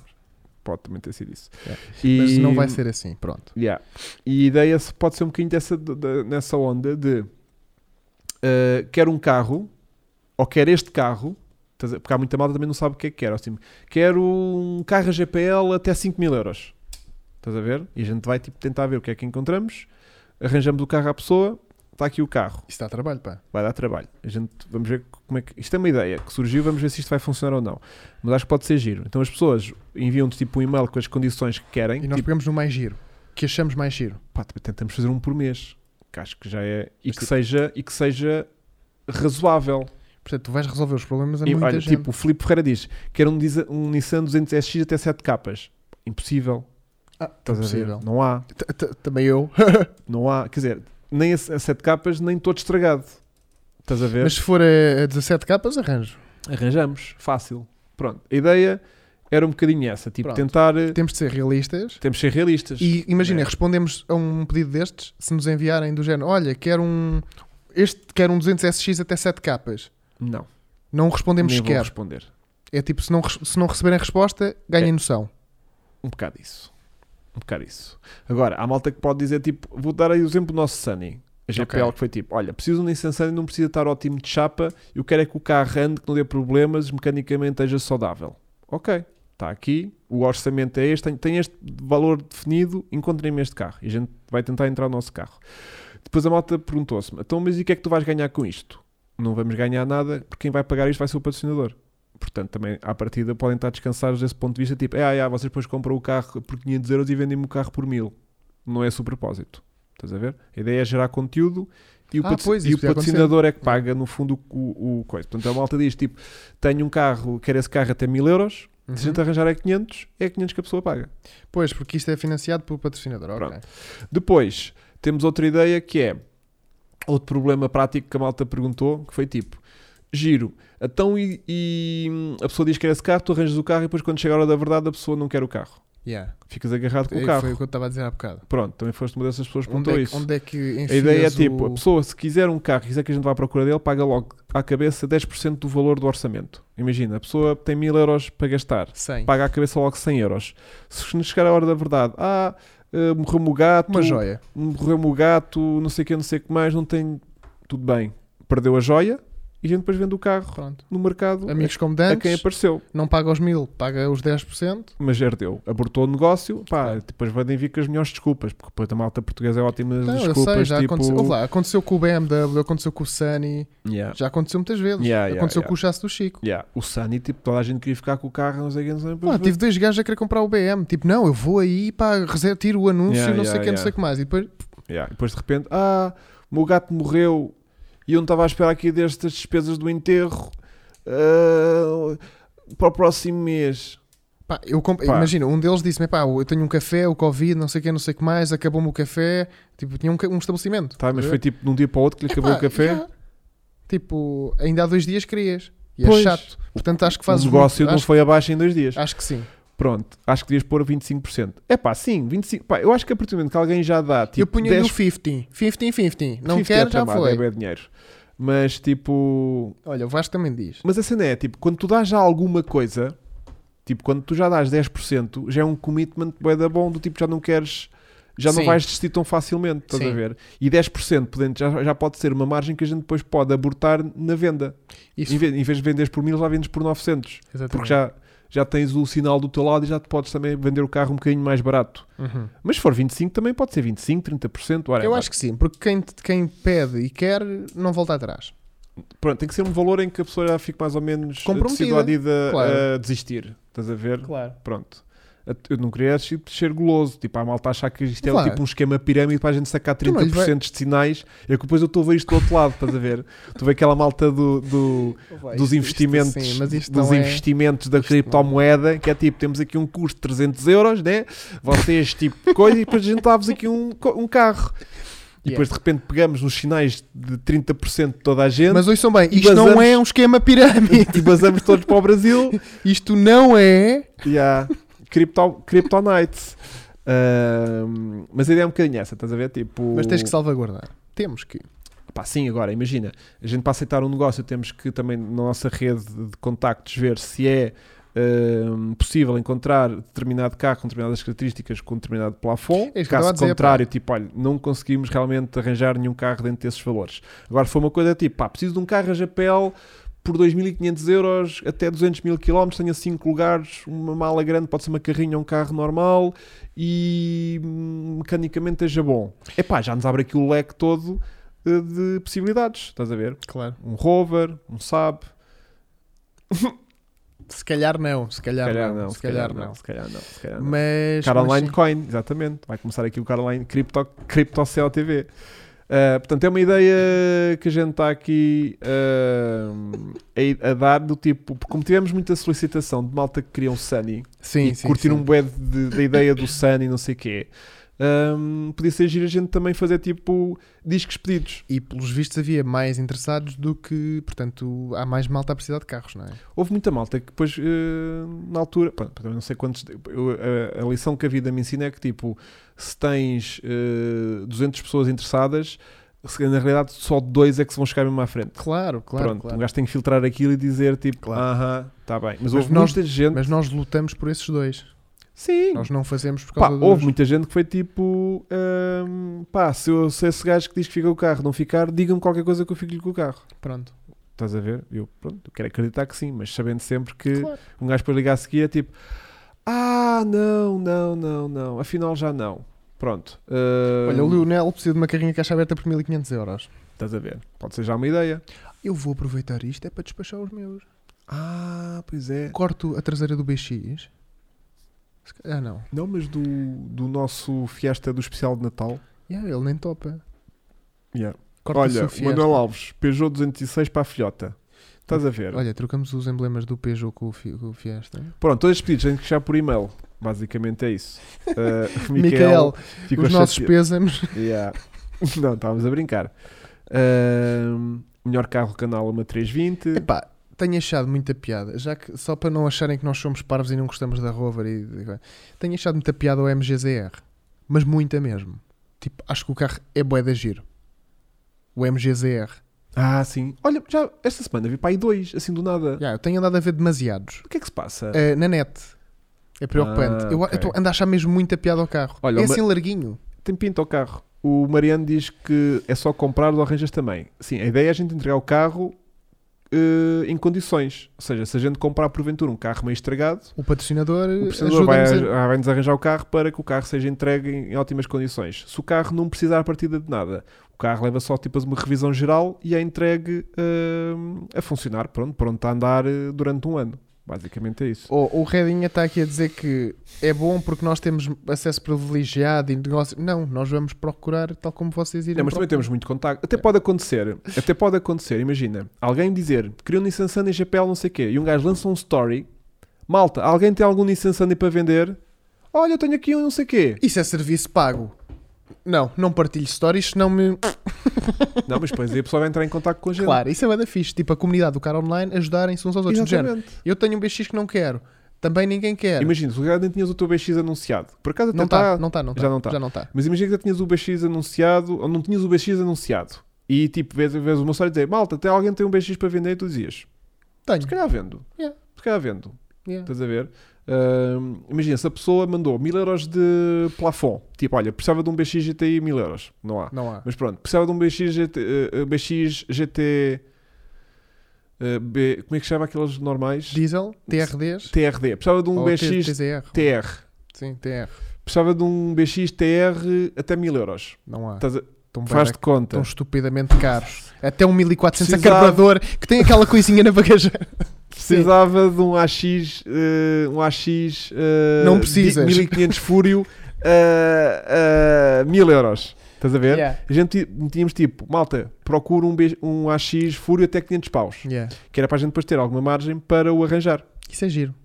[SPEAKER 1] Pode também ter sido isso.
[SPEAKER 2] É.
[SPEAKER 1] E-
[SPEAKER 2] Mas não vai ser assim, pronto.
[SPEAKER 1] Yeah. E a ideia se- pode ser um bocadinho dessa, de- de- nessa onda de uh, quer um carro ou quer este carro, estás a- porque há muita malta que também não sabe o que é que quer. ou Assim, quero um carro GPL até 5 mil euros. Estás a ver? E a gente vai tipo, tentar ver o que é que encontramos, arranjamos o carro à pessoa, está aqui o carro,
[SPEAKER 2] Isso dá trabalho, pá.
[SPEAKER 1] vai dar trabalho. A gente vamos ver como é que. Isto é uma ideia que surgiu, vamos ver se isto vai funcionar ou não. Mas acho que pode ser giro. Então as pessoas enviam-te tipo um e-mail com as condições que querem.
[SPEAKER 2] E nós
[SPEAKER 1] tipo,
[SPEAKER 2] pegamos no mais giro. Que achamos mais giro.
[SPEAKER 1] pá, também tentamos fazer um por mês, que acho que já é e
[SPEAKER 2] Mas
[SPEAKER 1] que,
[SPEAKER 2] tipo-
[SPEAKER 1] seja, e que seja razoável.
[SPEAKER 2] Portanto, tu vais resolver os problemas a
[SPEAKER 1] E,
[SPEAKER 2] muita
[SPEAKER 1] olha,
[SPEAKER 2] gente.
[SPEAKER 1] tipo, o Filipe Ferreira diz: quer um, Disa- um Nissan 200SX até 7 capas. Impossível.
[SPEAKER 2] Ah,
[SPEAKER 1] Estás a ver?
[SPEAKER 2] impossível.
[SPEAKER 1] Não há,
[SPEAKER 2] T- t- Também eu.
[SPEAKER 1] não há, quer dizer, nem a 7 capas, nem todo estragado. Estás a ver?
[SPEAKER 2] Mas se for a a 17 capas, arranjo.
[SPEAKER 1] Arranjamos, fácil. Pronto, a ideia era um bocadinho essa, tipo,
[SPEAKER 2] Pronto.
[SPEAKER 1] tentar. eh,
[SPEAKER 2] Temos de ser realistas.
[SPEAKER 1] Temos de ser realistas.
[SPEAKER 2] E imagina,
[SPEAKER 1] É.
[SPEAKER 2] respondemos a um pedido destes, se nos enviarem do género, olha, quero um este quer um 200SX até 7 capas.
[SPEAKER 1] Não, é?
[SPEAKER 2] Não respondemos
[SPEAKER 1] nem vou
[SPEAKER 2] sequer.
[SPEAKER 1] responder.
[SPEAKER 2] É tipo, se não, res- se não receberem resposta, ganhem
[SPEAKER 1] É.
[SPEAKER 2] noção.
[SPEAKER 1] Um bocado isso. Um bocado isso. Agora, há malta que pode dizer, tipo, vou dar aí o exemplo do nosso Sunny. A GPL
[SPEAKER 2] Ok.
[SPEAKER 1] que foi tipo, olha, preciso de um Nissan Sunny, não precisa estar ótimo de chapa, eu quero é que o carro ande, que não dê problemas, mecanicamente esteja saudável. Ok, está aqui, o orçamento é este, tem- tem este valor definido, encontrem-me este carro. E a gente vai tentar entrar no nosso carro. Depois a malta perguntou-se-me, então mas e o que é que tu vais ganhar com isto? Não vamos ganhar nada, porque quem vai pagar isto vai ser o patrocinador. Portanto, também à partida podem estar descansados desse ponto de vista, tipo, é, ah, é, vocês depois compram o carro por 500 euros e vendem-me o carro por 1000. Não é esse o propósito. Estás a ver? A ideia é gerar conteúdo e o,
[SPEAKER 2] Ah,
[SPEAKER 1] patrocin-
[SPEAKER 2] pois,
[SPEAKER 1] e
[SPEAKER 2] isso
[SPEAKER 1] o
[SPEAKER 2] podia acontecer.
[SPEAKER 1] patrocinador é que paga, no fundo, o, o coisa. Portanto, a malta diz, tipo, tenho um carro, quero esse carro até 1000 euros,
[SPEAKER 2] Uhum.
[SPEAKER 1] se a gente arranjar é 500, é 500 que a pessoa paga.
[SPEAKER 2] Pois, porque isto é financiado pelo patrocinador. ok.
[SPEAKER 1] Pronto. Depois, temos outra ideia que é outro problema prático que a malta perguntou, que foi tipo, giro, então e, e, hum, a pessoa diz que quer esse carro, tu arranjas o carro e depois quando chega a hora da verdade a pessoa não quer o carro.
[SPEAKER 2] Yeah.
[SPEAKER 1] Ficas agarrado com o
[SPEAKER 2] Eh,
[SPEAKER 1] carro.
[SPEAKER 2] Foi o que eu estava a dizer há bocado.
[SPEAKER 1] Pronto, também foste uma dessas pessoas que
[SPEAKER 2] Onde
[SPEAKER 1] perguntou
[SPEAKER 2] é, que-
[SPEAKER 1] isso.
[SPEAKER 2] onde é que
[SPEAKER 1] A ideia é
[SPEAKER 2] enfias
[SPEAKER 1] tipo,
[SPEAKER 2] o-
[SPEAKER 1] a pessoa se quiser um carro e quiser que a gente vá à procura dele, paga logo à cabeça 10% do valor do orçamento. Imagina, a pessoa tem 1000 euros para gastar
[SPEAKER 2] Cem.
[SPEAKER 1] paga à cabeça logo 100 euros. Se nos chegar a hora da verdade, ah, eh, morreu-me o gato,
[SPEAKER 2] Uma joia.
[SPEAKER 1] morreu-me o gato, não sei o que, não sei o que mais, não tem. Tudo bem. Perdeu a joia e a gente depois vende o carro
[SPEAKER 2] Pronto.
[SPEAKER 1] no mercado a-
[SPEAKER 2] Amigos como
[SPEAKER 1] a,
[SPEAKER 2] dantes,
[SPEAKER 1] é quem apareceu.
[SPEAKER 2] não paga os mil, paga os 10%.
[SPEAKER 1] Mas herdeu, abortou o negócio, pá, depois vai vir com as melhores desculpas, porque depois a malta portuguesa é ótima nas
[SPEAKER 2] Não, eu
[SPEAKER 1] desculpas,
[SPEAKER 2] sei, já
[SPEAKER 1] tipo...
[SPEAKER 2] aconteceu. Ouve lá, aconteceu com o BMW, aconteceu com o Sunny,
[SPEAKER 1] Yeah.
[SPEAKER 2] já aconteceu muitas vezes.
[SPEAKER 1] Yeah, yeah,
[SPEAKER 2] aconteceu
[SPEAKER 1] yeah.
[SPEAKER 2] com o chasse do Chico.
[SPEAKER 1] Yeah. O Sunny, tipo, toda a gente queria ficar com o carro, não sei o que, não sei o quê.
[SPEAKER 2] Pá, tive dois gajos a querer comprar o BM. Tipo, não, eu vou aí, pá, reser- tiro o anúncio,
[SPEAKER 1] Yeah,
[SPEAKER 2] não sei o
[SPEAKER 1] yeah,
[SPEAKER 2] que, não sei
[SPEAKER 1] yeah.
[SPEAKER 2] o que mais. E depois,
[SPEAKER 1] Yeah, e Depois de repente, ah, o meu gato morreu e eu não estava a esperar aqui destas despesas do enterro ah, para o próximo mês.
[SPEAKER 2] pá, eu comp-
[SPEAKER 1] Pá.
[SPEAKER 2] imagina, um deles disse-me, pá, eu tenho um café, o Covid, não sei o que, não sei o que mais, acabou-me o café. Tipo, tinha um, ca- um estabelecimento.
[SPEAKER 1] Tá, mas foi tipo de um dia para o outro que lhe acabou
[SPEAKER 2] Pá,
[SPEAKER 1] o café.
[SPEAKER 2] já. Tipo, ainda há dois dias querias. E
[SPEAKER 1] Pois.
[SPEAKER 2] é chato. Portanto, acho que fazes.
[SPEAKER 1] o negócio
[SPEAKER 2] muito.
[SPEAKER 1] não
[SPEAKER 2] acho,
[SPEAKER 1] foi abaixo em dois dias.
[SPEAKER 2] acho que sim.
[SPEAKER 1] Pronto, acho que devias pôr 25%. É pá, sim, 25%. Pá, eu acho que a partir do momento que alguém já dá tipo
[SPEAKER 2] eu punho
[SPEAKER 1] 10,
[SPEAKER 2] o 50. 50, 50. Não
[SPEAKER 1] 50 é
[SPEAKER 2] quero, já
[SPEAKER 1] tramado, É
[SPEAKER 2] foi.
[SPEAKER 1] bué dinheiro. Mas tipo,
[SPEAKER 2] Olha, o Vasco também diz.
[SPEAKER 1] Mas a cena é, tipo, quando tu dás já alguma coisa, tipo, quando tu já dás 10%, já é um commitment bué da bom, do tipo, já não queres, já não
[SPEAKER 2] Sim.
[SPEAKER 1] vais desistir tão facilmente, estás a
[SPEAKER 2] Sim.
[SPEAKER 1] ver? E 10% podendo, já, já pode ser uma margem que a gente depois pode abortar na venda.
[SPEAKER 2] Isso.
[SPEAKER 1] Em vez, em vez de venderes por 1000, já vendes por 900.
[SPEAKER 2] Exatamente.
[SPEAKER 1] Porque já, já tens o sinal do teu lado e já te podes também vender o carro um bocadinho mais barato.
[SPEAKER 2] Uhum.
[SPEAKER 1] Mas se for 25, também pode ser 25, 30%. whatever.
[SPEAKER 2] Eu acho que sim, porque quem, quem pede e quer não volta atrás.
[SPEAKER 1] Pronto, tem que ser um valor em que a pessoa já fique mais ou menos eh,
[SPEAKER 2] Comprometida,
[SPEAKER 1] deciduadida
[SPEAKER 2] claro.
[SPEAKER 1] a desistir. Estás a ver?
[SPEAKER 2] Claro.
[SPEAKER 1] pronto. Eu não queria tipo, ser goloso. Tipo, há malta a achar que isto é
[SPEAKER 2] Claro.
[SPEAKER 1] tipo um esquema pirâmide para a gente sacar
[SPEAKER 2] Tu não lhe
[SPEAKER 1] 30%
[SPEAKER 2] vai-
[SPEAKER 1] de sinais. É que depois eu estou a ver isto do outro lado, estás a ver? Tu vê aquela malta do, do- dos investimentos,
[SPEAKER 2] sim, mas isto
[SPEAKER 1] dos
[SPEAKER 2] não é-
[SPEAKER 1] investimentos da
[SPEAKER 2] isto não-
[SPEAKER 1] criptomoeda, que é tipo, temos aqui um custo de 300 euros, né? Vocês, tipo, coisa, e depois a gente dá-vos aqui um, co- um carro. E depois de repente pegamos nos sinais de 30% de toda a gente
[SPEAKER 2] Mas ouçam bem,
[SPEAKER 1] E
[SPEAKER 2] isto não
[SPEAKER 1] basamos-
[SPEAKER 2] é um esquema pirâmide.
[SPEAKER 1] e basamos todos para o Brasil.
[SPEAKER 2] Isto não é.
[SPEAKER 1] Yeah. Crypto, Kryptonite. Ahm, mas a ideia é um bocadinho essa, estás a ver? Tipo,
[SPEAKER 2] Mas tens que salvaguardar. Temos que.
[SPEAKER 1] pá, sim, agora imagina, a gente para aceitar um negócio temos que também na nossa rede de contactos ver se é ahm, possível encontrar determinado carro com determinadas características com determinado plafond.
[SPEAKER 2] É isso que eu estava
[SPEAKER 1] Caso
[SPEAKER 2] a dizer,
[SPEAKER 1] contrário, tipo, olha, não conseguimos realmente arranjar nenhum carro dentro desses valores. Agora, se for uma coisa tipo, pá, preciso de um carro a japel por 2.500 euros até 200 mil quilómetros, tenha 5 lugares, uma mala grande, pode ser uma carrinha ou um carro normal e hum, mecanicamente esteja bom. Epá, já nos abre aqui o leque todo eh, de possibilidades, estás a ver?
[SPEAKER 2] Claro.
[SPEAKER 1] Um rover, um Saab,
[SPEAKER 2] Se calhar não, se calhar,
[SPEAKER 1] se calhar
[SPEAKER 2] não,
[SPEAKER 1] não, se calhar não, se calhar não, se calhar não.
[SPEAKER 2] Mas.
[SPEAKER 1] Caroline
[SPEAKER 2] mas
[SPEAKER 1] Coin, exatamente. Vai começar aqui o Caroline Crypto, Crypto CLTV. Ah, portanto, é uma ideia que a gente está aqui ah, a, a dar do tipo, porque como tivemos muita solicitação de malta que queria um Sunny
[SPEAKER 2] sim. Sim,
[SPEAKER 1] e
[SPEAKER 2] sim.
[SPEAKER 1] curtir
[SPEAKER 2] sim.
[SPEAKER 1] um bué de- de- da ideia do Sunny, não sei o quê, ah, podia ser giro a gente também fazer tipo discos pedidos.
[SPEAKER 2] E pelos vistos havia mais interessados do que. Portanto, há mais malta a precisar de carros, não é?
[SPEAKER 1] Houve muita malta que depois, eh, na altura, pá, também não sei quantos. eu- a, a lição que a vida me ensina é que, tipo, se tens eh, 200 pessoas interessadas, se- na realidade só dois é que se vão chegar mesmo à frente.
[SPEAKER 2] Claro, claro.
[SPEAKER 1] Pronto,
[SPEAKER 2] claro.
[SPEAKER 1] um gajo tem que filtrar aquilo e dizer, tipo,
[SPEAKER 2] Claro.
[SPEAKER 1] aham, está bem. Mas,
[SPEAKER 2] Mas
[SPEAKER 1] houve
[SPEAKER 2] nós-
[SPEAKER 1] muita gente.
[SPEAKER 2] Mas nós lutamos por esses dois.
[SPEAKER 1] Sim,
[SPEAKER 2] Nós não fazemos por
[SPEAKER 1] pá,
[SPEAKER 2] causa
[SPEAKER 1] houve
[SPEAKER 2] dos.
[SPEAKER 1] muita gente que foi tipo, ehm, pá, se, eu, se esse gajo que diz que fica com o carro não ficar, diga-me qualquer coisa que eu fico-lhe com o carro.
[SPEAKER 2] Pronto.
[SPEAKER 1] Estás a ver? Eu, pronto, quero acreditar que sim, mas sabendo sempre que.
[SPEAKER 2] Claro.
[SPEAKER 1] Um gajo para ligar a seguir é tipo: Ah, não, não, não, não, afinal já não. Pronto. Ah,
[SPEAKER 2] Olha, o Leonel precisa de uma carrinha caixa aberta por 1500 euros.
[SPEAKER 1] Estás a ver? Pode ser já uma ideia.
[SPEAKER 2] Ah, Eu vou aproveitar isto, é para despachar os meus.
[SPEAKER 1] Ah, pois é.
[SPEAKER 2] Corto a traseira do BX. Se calhar não.
[SPEAKER 1] Não, mas do, do nosso fiesta do especial de Natal.
[SPEAKER 2] Yeah, ele nem topa.
[SPEAKER 1] Yeah.
[SPEAKER 2] Corta-se
[SPEAKER 1] Olha,
[SPEAKER 2] o Fiesta.
[SPEAKER 1] Manuel Alves, Peugeot 206 para a filhota. Estás a ver?
[SPEAKER 2] Olha, trocamos os emblemas do Peugeot com o, Fi- com o Fiesta.
[SPEAKER 1] Pronto, todos os pedidos têm que chegar por e-mail. Basicamente é isso. Ah,
[SPEAKER 2] Micael,
[SPEAKER 1] ficou
[SPEAKER 2] os nossos
[SPEAKER 1] chateado.
[SPEAKER 2] pêsames.
[SPEAKER 1] Yeah. Não, estávamos a brincar. Ah, melhor carro canal uma 320.
[SPEAKER 2] Epá, tenho achado muita piada, já que só para não acharem que nós somos parvos e não gostamos da Rover e e- tenho achado muita piada ao MGZR, mas muita mesmo. Tipo, acho que o carro é bué de giro. O MGZR.
[SPEAKER 1] Ah, sim. Olha, já esta semana vi para aí dois, assim do nada.
[SPEAKER 2] Já, eu tenho andado a ver demasiados
[SPEAKER 1] O que é que se passa?
[SPEAKER 2] Eh, na net. É preocupante.
[SPEAKER 1] Ah,
[SPEAKER 2] eu,
[SPEAKER 1] ok.
[SPEAKER 2] eu tô- ando a achar mesmo muita piada ao carro.
[SPEAKER 1] Olha,
[SPEAKER 2] é
[SPEAKER 1] uma-
[SPEAKER 2] assim larguinho.
[SPEAKER 1] Tem pinta ao carro. O Mariano diz que é só comprar ou arranjas também. Sim, a ideia é a gente entregar o carro eh, em condições. Ou seja, se a gente comprar porventura um carro meio estragado,
[SPEAKER 2] O patrocinador,
[SPEAKER 1] o
[SPEAKER 2] ajuda-nos
[SPEAKER 1] prestador vai,
[SPEAKER 2] a-
[SPEAKER 1] Eh, a- vai-nos arranjar o carro para que o carro seja entregue em, em ótimas condições. Se o carro não precisar a partida de nada, o carro leva só tipo uma revisão geral e é entregue hum, a funcionar, pronto, pronto a andar eh, durante um ano. Basicamente é isso.
[SPEAKER 2] O, o Redinha está aqui a dizer que é bom porque nós temos acesso privilegiado e negócio. Não, nós vamos procurar tal como vocês irem.
[SPEAKER 1] Não, mas também
[SPEAKER 2] procurar.
[SPEAKER 1] temos muito contacto. Até pode acontecer, até pode acontecer, imagina, alguém dizer, queria um Nissan Sunny GPL não sei o quê, e um gajo lança um story, malta, alguém tem algum Nissan Sunny para vender? Olha, eu tenho aqui um não sei o quê.
[SPEAKER 2] Isso é serviço pago. Não, não partilho stories, não me.
[SPEAKER 1] Não, mas depois aí a pessoa vai entrar em contacto com a gente.
[SPEAKER 2] Claro, isso é bada fixe. Tipo, a comunidade do cara online ajudarem-se uns aos outros. do género.
[SPEAKER 1] Exatamente.
[SPEAKER 2] Eu tenho um BX que não quero. Também ninguém quer.
[SPEAKER 1] Imagina, se o gajo nem tinhas o teu BX anunciado. Por acaso até
[SPEAKER 2] não
[SPEAKER 1] tá-
[SPEAKER 2] está, não está, não está.
[SPEAKER 1] já não tá.
[SPEAKER 2] Já não está.
[SPEAKER 1] Mas imagina que já tinhas o BX anunciado, ou não tinhas o BX anunciado. E tipo, vês, vês uma história e dizer, malta, até alguém tem um BX para vender e tu dizias, se
[SPEAKER 2] Tenho.
[SPEAKER 1] calhar vendo.
[SPEAKER 2] Yeah.
[SPEAKER 1] Se calhar vendo.
[SPEAKER 2] Yeah.
[SPEAKER 1] Estás a ver? Ahm, imagina, se a pessoa mandou mil euros de plafond. Tipo, olha, precisava de um BX GTI mil euros. Não há.
[SPEAKER 2] Não há.
[SPEAKER 1] Mas pronto, precisava de um BX GT... eh, BX GT eh, B- como é que chama aqueles normais?
[SPEAKER 2] Diesel, TRDs.
[SPEAKER 1] TRD. Precisava de um
[SPEAKER 2] ou Oh, T-
[SPEAKER 1] BX
[SPEAKER 2] TZR.
[SPEAKER 1] TR.
[SPEAKER 2] Sim, TR.
[SPEAKER 1] Precisava de um BX TR até 1000 euros.
[SPEAKER 2] Não há.
[SPEAKER 1] Estás a-
[SPEAKER 2] Estão
[SPEAKER 1] Faz de conta.
[SPEAKER 2] Estão estupidamente caros. Até um 1400 a
[SPEAKER 1] Precisava-
[SPEAKER 2] carburador que tem aquela coisinha na bagageira.
[SPEAKER 1] Precisava de um AX, eh, um AX eh,
[SPEAKER 2] Não precisas.
[SPEAKER 1] de 1500 fúrio a 1000 euros. Estás a ver?
[SPEAKER 2] Yeah.
[SPEAKER 1] A gente tínhamos tipo, malta, procura um, B- um AX fúrio até 500 paus.
[SPEAKER 2] Yeah.
[SPEAKER 1] Que era para a gente depois ter alguma margem para o arranjar.
[SPEAKER 2] Isso é giro.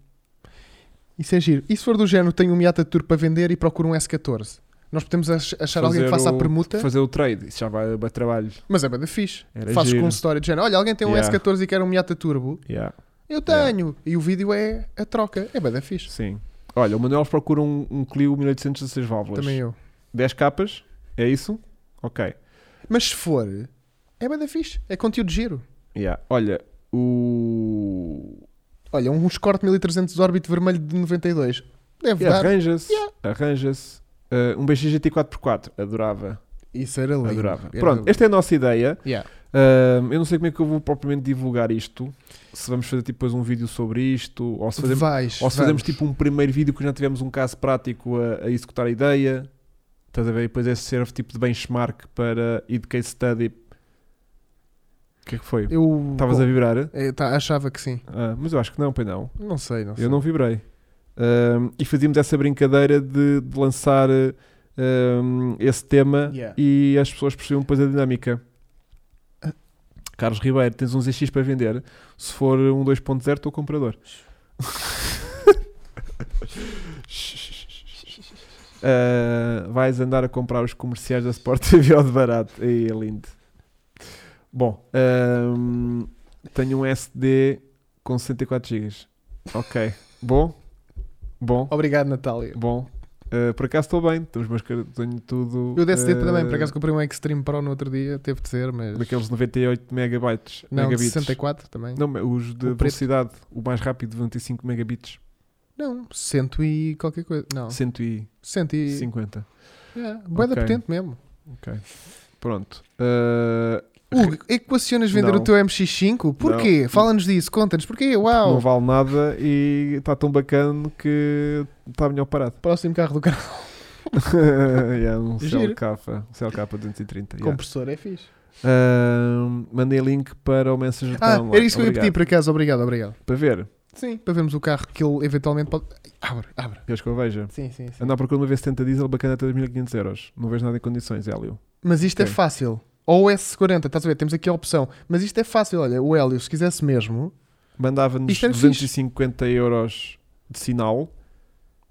[SPEAKER 2] Isso é giro. E se for do género, tenho um Miata Tour para vender e procuro um S14? Nós podemos ach- achar alguém que
[SPEAKER 1] Fazer
[SPEAKER 2] faça a
[SPEAKER 1] o-
[SPEAKER 2] permuta,
[SPEAKER 1] Fazer o trade. Isso já vai para trabalho.
[SPEAKER 2] mas é bada fixe.
[SPEAKER 1] Era
[SPEAKER 2] Fazes
[SPEAKER 1] giro.
[SPEAKER 2] com um story de género. Olha, alguém tem um
[SPEAKER 1] Yeah.
[SPEAKER 2] S14 e quer um Miata Turbo?
[SPEAKER 1] Yeah.
[SPEAKER 2] Eu
[SPEAKER 1] Yeah.
[SPEAKER 2] tenho. E o vídeo é a troca. É bada fixe.
[SPEAKER 1] Sim. Olha, o Manuel procura um, um Clio 1816 válvulas.
[SPEAKER 2] Também eu.
[SPEAKER 1] 10 capas? É isso? Ok.
[SPEAKER 2] Mas se for, é bada fixe. É conteúdo giro.
[SPEAKER 1] Yeah. Olha, o.
[SPEAKER 2] Olha, um Escort 1300 órbito vermelho de 92. Deve
[SPEAKER 1] Yeah,
[SPEAKER 2] dar.
[SPEAKER 1] arranja-se.
[SPEAKER 2] Yeah.
[SPEAKER 1] Arranja-se. Uh, um BX GT 4x4. Adorava.
[SPEAKER 2] Isso era lindo.
[SPEAKER 1] Adorava.
[SPEAKER 2] Era
[SPEAKER 1] Pronto,
[SPEAKER 2] lindo.
[SPEAKER 1] esta é a nossa ideia.
[SPEAKER 2] Yeah.
[SPEAKER 1] Uh, eu não sei como é que eu vou propriamente divulgar isto. Se vamos fazer tipo, depois um vídeo sobre isto. Ou se fazemos,
[SPEAKER 2] Vais,
[SPEAKER 1] ou se fazemos
[SPEAKER 2] vamos.
[SPEAKER 1] tipo um primeiro vídeo que já tivemos um caso prático a, a executar a ideia. Estás a ver? E depois esse serve tipo de benchmark para e de case study. O que é que foi?
[SPEAKER 2] Eu
[SPEAKER 1] Estavas a vibrar?
[SPEAKER 2] Eh, tá, achava que sim.
[SPEAKER 1] Ah, mas eu acho que não, pois não.
[SPEAKER 2] Não sei, não sei.
[SPEAKER 1] Eu não vibrei. Ahm, e fazíamos essa brincadeira de, de lançar eh, ahm, esse tema
[SPEAKER 2] Yeah.
[SPEAKER 1] e as pessoas percebiam depois a dinâmica. Carlos Ribeiro, tens um ZX para vender? Se for um 2.0, estou comprador. Ah, vais andar a comprar os comerciais da Sport TV ao de barato. Aí é lindo. Bom, ahm, tenho um SD com 64 GB. Ok. Bom. Bom.
[SPEAKER 2] Obrigado, Natália.
[SPEAKER 1] Bom. Uh, por acaso estou bem. Tenho, os meus, car- tenho tudo.
[SPEAKER 2] Eu desse
[SPEAKER 1] uh,
[SPEAKER 2] dedo também, por acaso comprei um Extreme Pro no outro dia, teve de ser, mas.
[SPEAKER 1] Daqueles 98 megabytes.
[SPEAKER 2] Não, de
[SPEAKER 1] megabits.
[SPEAKER 2] 64 também.
[SPEAKER 1] Não, mas os de
[SPEAKER 2] O preto.
[SPEAKER 1] velocidade. O mais rápido, 25 megabits.
[SPEAKER 2] Não, cento e qualquer coisa. Não,
[SPEAKER 1] 150.
[SPEAKER 2] cento e. Yeah, bué da
[SPEAKER 1] Ok.
[SPEAKER 2] potente mesmo.
[SPEAKER 1] Pronto. Uh,
[SPEAKER 2] Hugo, equacionas vender
[SPEAKER 1] Não.
[SPEAKER 2] o teu MX5? Porquê? Fala-nos disso, conta-nos porquê. Uau!
[SPEAKER 1] Não vale nada e está tão bacana que está melhor parado.
[SPEAKER 2] Próximo carro do canal.
[SPEAKER 1] yeah, um
[SPEAKER 2] Giro.
[SPEAKER 1] CLK, um CLK 230. yeah.
[SPEAKER 2] Compressor, é fixe.
[SPEAKER 1] Ahm, mandei link para o Messenger
[SPEAKER 2] Ah,
[SPEAKER 1] Town.
[SPEAKER 2] era isso que eu ia
[SPEAKER 1] Então, Obrigado.
[SPEAKER 2] pedir por acaso, obrigado, obrigado.
[SPEAKER 1] Para ver,
[SPEAKER 2] Sim. Para vermos o carro que ele eventualmente pode. Abre, abre.
[SPEAKER 1] queres que eu veja?
[SPEAKER 2] Sim, sim, sim.
[SPEAKER 1] Andar à procura de uma V70 diesel bacana até 2.500 euros. Não vejo nada em condições, Hélio.
[SPEAKER 2] Mas isto é
[SPEAKER 1] Ok.
[SPEAKER 2] fácil. Ou S40, estás a ver? Temos aqui a opção. Mas isto é fácil, olha, o Hélio, se quisesse mesmo,
[SPEAKER 1] Mandava-nos
[SPEAKER 2] Isto era
[SPEAKER 1] 250 euros de sinal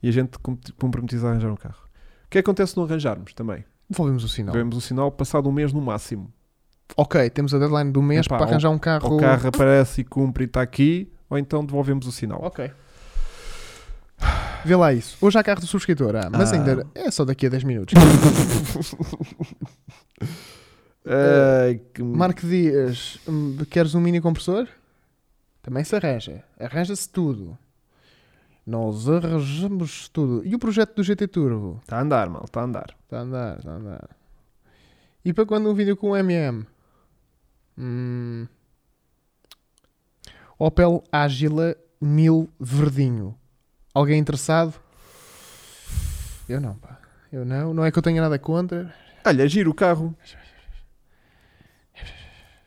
[SPEAKER 1] e a gente com- comprometia a arranjar um carro. O que é que acontece se não arranjarmos também?
[SPEAKER 2] devolvemos o sinal.
[SPEAKER 1] Vemos o sinal passado um mês no máximo.
[SPEAKER 2] Ok, temos a deadline do mês
[SPEAKER 1] Epá,
[SPEAKER 2] para arranjar um carro.
[SPEAKER 1] Ou o carro aparece e cumpre e está aqui, ou então devolvemos o sinal.
[SPEAKER 2] Ok. Vê lá isso. Hoje há carro do subscritor, ah, mas
[SPEAKER 1] Ah. Hum.
[SPEAKER 2] ainda é só daqui a 10 minutos. eh,
[SPEAKER 1] Ai, que-
[SPEAKER 2] Marco Dias, hum, queres um mini compressor? Também se arranja. Arranja-se tudo. Nós arranjamos tudo. E o projeto do GT Turbo?
[SPEAKER 1] Está a andar, mal, está a andar.
[SPEAKER 2] Está Tá a andar, está a andar. E para quando um vídeo com MM? Hum. Opel Ágila 1000 verdinho. Alguém interessado? Eu não, pá. Eu não. Não é que eu tenha nada contra.
[SPEAKER 1] Olha, giro o carro.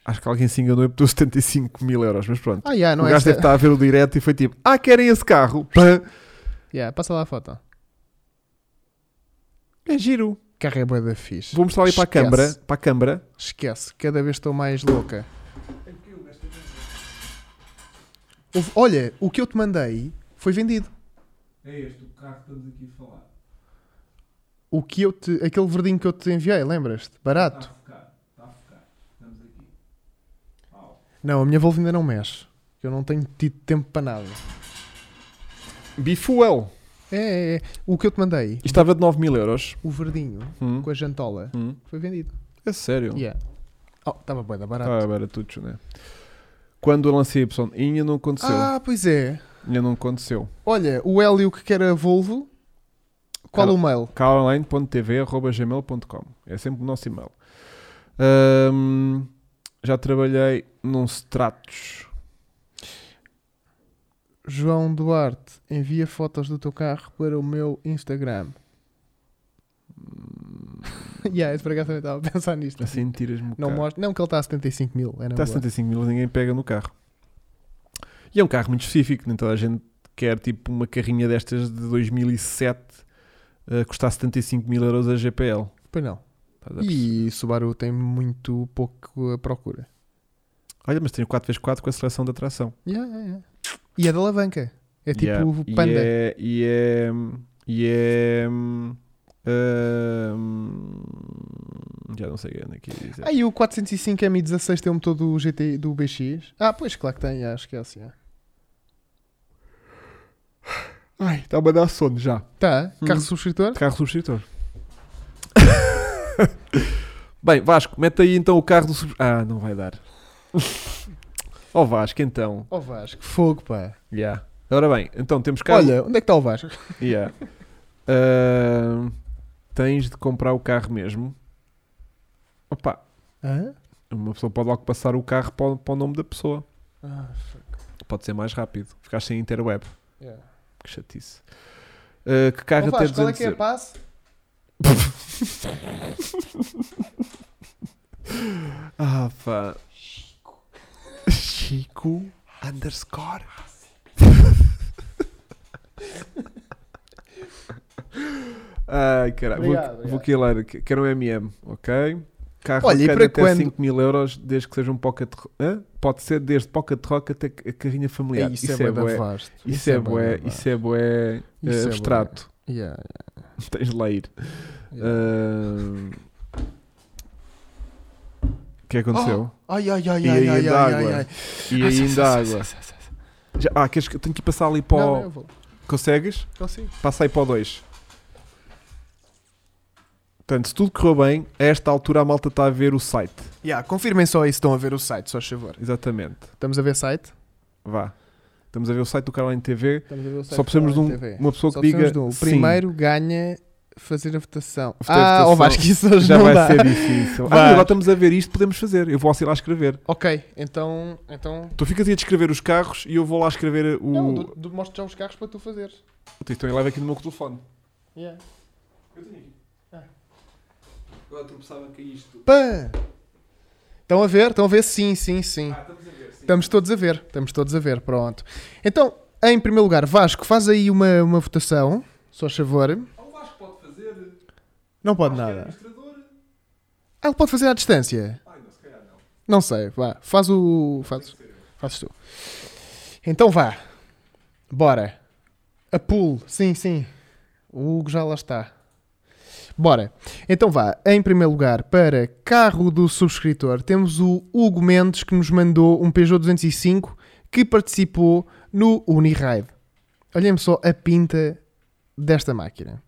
[SPEAKER 1] Acho que alguém se enganou e botou 75 mil euros, mas pronto.
[SPEAKER 2] Ah, yeah, não
[SPEAKER 1] o
[SPEAKER 2] é
[SPEAKER 1] gajo
[SPEAKER 2] esta...
[SPEAKER 1] deve tá- estar a ver o direto e foi tipo: Ah, querem esse carro? Pã.
[SPEAKER 2] Yeah, passa lá a foto.
[SPEAKER 1] É giro.
[SPEAKER 2] Carro é bué da fixe.
[SPEAKER 1] Vou mostrar ali para a
[SPEAKER 2] Esquece.
[SPEAKER 1] câmara. Para a câmara.
[SPEAKER 2] Esquece, cada vez estou mais louca. Houve- Olha, o que eu te mandei foi vendido.
[SPEAKER 1] É este o carro que estamos aqui a falar.
[SPEAKER 2] O que eu te, aquele verdinho que eu te enviei, lembras-te? Barato.
[SPEAKER 1] focar. Está Tá a focar. Estamos aqui.
[SPEAKER 2] Não, a minha Volvo ainda não mexe. Eu não tenho tido tempo para nada.
[SPEAKER 1] Bifuel.
[SPEAKER 2] É, é, é. O que eu te mandei,
[SPEAKER 1] Isto estava de 9 mil euros.
[SPEAKER 2] o verdinho
[SPEAKER 1] Hum.
[SPEAKER 2] com a jantola,
[SPEAKER 1] Hum.
[SPEAKER 2] foi vendido.
[SPEAKER 1] É sério.
[SPEAKER 2] Yeah. Oh, estava bué da
[SPEAKER 1] Ah,
[SPEAKER 2] barato.
[SPEAKER 1] baratucho, né? Quando eu lancei Y, ainda não aconteceu.
[SPEAKER 2] Ah, pois é.
[SPEAKER 1] Ainda não aconteceu.
[SPEAKER 2] Olha, o Hélio que quer a Volvo, qual
[SPEAKER 1] Cara-
[SPEAKER 2] o mail?
[SPEAKER 1] caroline.tv.gmail.com É sempre o nosso e-mail. Ahm, já trabalhei num Stratos.
[SPEAKER 2] João Duarte, envia fotos do teu carro para o meu Instagram. yeah, esse para cá também estava a pensar nisto.
[SPEAKER 1] Hum. Assim tiras-me o
[SPEAKER 2] não,
[SPEAKER 1] carro.
[SPEAKER 2] mostra, não, que ele está a 75 mil. É na
[SPEAKER 1] Está a
[SPEAKER 2] boa.
[SPEAKER 1] 75 mil, ninguém pega no carro. E é um carro muito específico, nem toda a gente quer tipo uma carrinha destas de 2007 a custar 75 mil euros a GPL.
[SPEAKER 2] Pois não.
[SPEAKER 1] Estás a perceber?
[SPEAKER 2] E Subaru tem muito pouco a procura.
[SPEAKER 1] Olha, mas tenho 4x4 com a seleção da tração.
[SPEAKER 2] Yeah, yeah, yeah. E é da alavanca. É tipo
[SPEAKER 1] Yeah.
[SPEAKER 2] o Panda.
[SPEAKER 1] E é. E é. E é hum, hum, já não sei onde é que ia dizer.
[SPEAKER 2] Ah, e o 405 M16 tem um motor do GT do BX? Ah, pois, claro que tem. Acho que é assim.
[SPEAKER 1] Ai, está-me a dar sono já.
[SPEAKER 2] Tá,
[SPEAKER 1] Hum.
[SPEAKER 2] carro subscritor?
[SPEAKER 1] Carro subscritor. Bem, Vasco, mete aí então o carro do subscritor. Ah, não vai dar. Ó Vasco, então.
[SPEAKER 2] Ó Vasco, fogo, pá.
[SPEAKER 1] Yeah. Ora bem, então temos carro.
[SPEAKER 2] Olha, onde é que está o Vasco?
[SPEAKER 1] Yeah. Ah, tens de comprar o carro mesmo. Opa,
[SPEAKER 2] Hã?
[SPEAKER 1] uma pessoa pode logo passar o carro para o- para o nome da pessoa.
[SPEAKER 2] Ah, fuck.
[SPEAKER 1] Pode ser mais rápido. Ficar sem interweb.
[SPEAKER 2] Yeah.
[SPEAKER 1] Que chatice. Uh, que carro
[SPEAKER 2] Ó
[SPEAKER 1] até
[SPEAKER 2] Vasco, qual é
[SPEAKER 1] 200
[SPEAKER 2] que é a
[SPEAKER 1] euros?
[SPEAKER 2] passe?
[SPEAKER 1] Ah, pá. Chico. Chico underscore. Ai, caralho. Vou, vou
[SPEAKER 2] Obrigado, obrigado.
[SPEAKER 1] aqui ler. aqui. Quero um MM, ok? Carro
[SPEAKER 2] Olha, e
[SPEAKER 1] bacana
[SPEAKER 2] para
[SPEAKER 1] até
[SPEAKER 2] quando?
[SPEAKER 1] 5 mil euros, desde que seja um pocket... ro- Hã? Pode ser desde pocket rock até a carrinha familiar.
[SPEAKER 2] Ei, isso, é, bué da vasto.
[SPEAKER 1] Isso é bué,
[SPEAKER 2] da
[SPEAKER 1] isso é bué,
[SPEAKER 2] Isso é
[SPEAKER 1] eh,
[SPEAKER 2] bué.
[SPEAKER 1] abstrato.
[SPEAKER 2] vasto. Yeah,
[SPEAKER 1] Tens de lá ir.
[SPEAKER 2] yeah, yeah.
[SPEAKER 1] Ahn. O que é que aconteceu?
[SPEAKER 2] Ai, ai, ai,
[SPEAKER 1] e
[SPEAKER 2] ai,
[SPEAKER 1] aí
[SPEAKER 2] ai,
[SPEAKER 1] ainda
[SPEAKER 2] ai,
[SPEAKER 1] água.
[SPEAKER 2] ai, ai.
[SPEAKER 1] E
[SPEAKER 2] Oh. Ah, sim, sim,
[SPEAKER 1] ainda
[SPEAKER 2] sim,
[SPEAKER 1] água.
[SPEAKER 2] sim, sim, sim, sim.
[SPEAKER 1] Já- ah, queres que eu tenho que ir passar ali para
[SPEAKER 2] Não, não,
[SPEAKER 1] o.
[SPEAKER 2] eu vou.
[SPEAKER 1] Consegues?
[SPEAKER 2] Consigo.
[SPEAKER 1] Passa aí para o 2. Portanto, se tudo correu bem, a esta altura a malta está a ver o site.
[SPEAKER 2] Yeah, confirmem só isso, estão a ver o site, só favor.
[SPEAKER 1] Exatamente.
[SPEAKER 2] Estamos a ver site?
[SPEAKER 1] Vá. Estamos a ver o site do Caroline TV.
[SPEAKER 2] Estamos a ver o site.
[SPEAKER 1] Só precisamos de
[SPEAKER 2] da
[SPEAKER 1] um-
[SPEAKER 2] TV.
[SPEAKER 1] uma pessoa
[SPEAKER 2] Só
[SPEAKER 1] que diga.
[SPEAKER 2] precisamos de um. O
[SPEAKER 1] sim.
[SPEAKER 2] primeiro ganha fazer a votação.
[SPEAKER 1] Votar a
[SPEAKER 2] Ah,
[SPEAKER 1] votação.
[SPEAKER 2] ó Vasco, isso hoje
[SPEAKER 1] Já
[SPEAKER 2] não
[SPEAKER 1] vai
[SPEAKER 2] dá.
[SPEAKER 1] ser difícil. Ah,
[SPEAKER 2] Vai.
[SPEAKER 1] agora estamos a ver isto, podemos fazer. Eu vou assim lá escrever.
[SPEAKER 2] Ok, então. então...
[SPEAKER 1] Tu ficas aí a descrever os carros e eu vou lá escrever o.
[SPEAKER 2] Não, do, do, mostro já os carros para tu fazeres.
[SPEAKER 1] Puta, Então ele leva aqui no meu telefone.
[SPEAKER 2] Yeah.
[SPEAKER 1] Eu tenho aqui.
[SPEAKER 2] Ah.
[SPEAKER 1] Agora tropeçava que isto.
[SPEAKER 2] Pã! Estão a ver? Estão a ver? Sim, sim, sim.
[SPEAKER 1] Ah, estamos a ver, sim.
[SPEAKER 2] Estamos todos a ver, estamos todos a ver, pronto. Então, em primeiro lugar, Vasco, faz aí uma, uma votação, só favor.
[SPEAKER 1] Ah, O Vasco pode fazer. é
[SPEAKER 2] Não pode nada.
[SPEAKER 1] administrador.
[SPEAKER 2] Ah, ele pode fazer à distância.
[SPEAKER 1] Ai, não, se calhar não.
[SPEAKER 2] Não sei, vá, faz o. Faz, fazes tu. Então vá, bora. A pool, sim, sim. O Hugo já lá está. Bora. Então vá, em primeiro lugar, para carro do subscritor, temos o Hugo Mendes que nos mandou um Peugeot 205 que participou no Uniride. Olhem só a pinta desta máquina.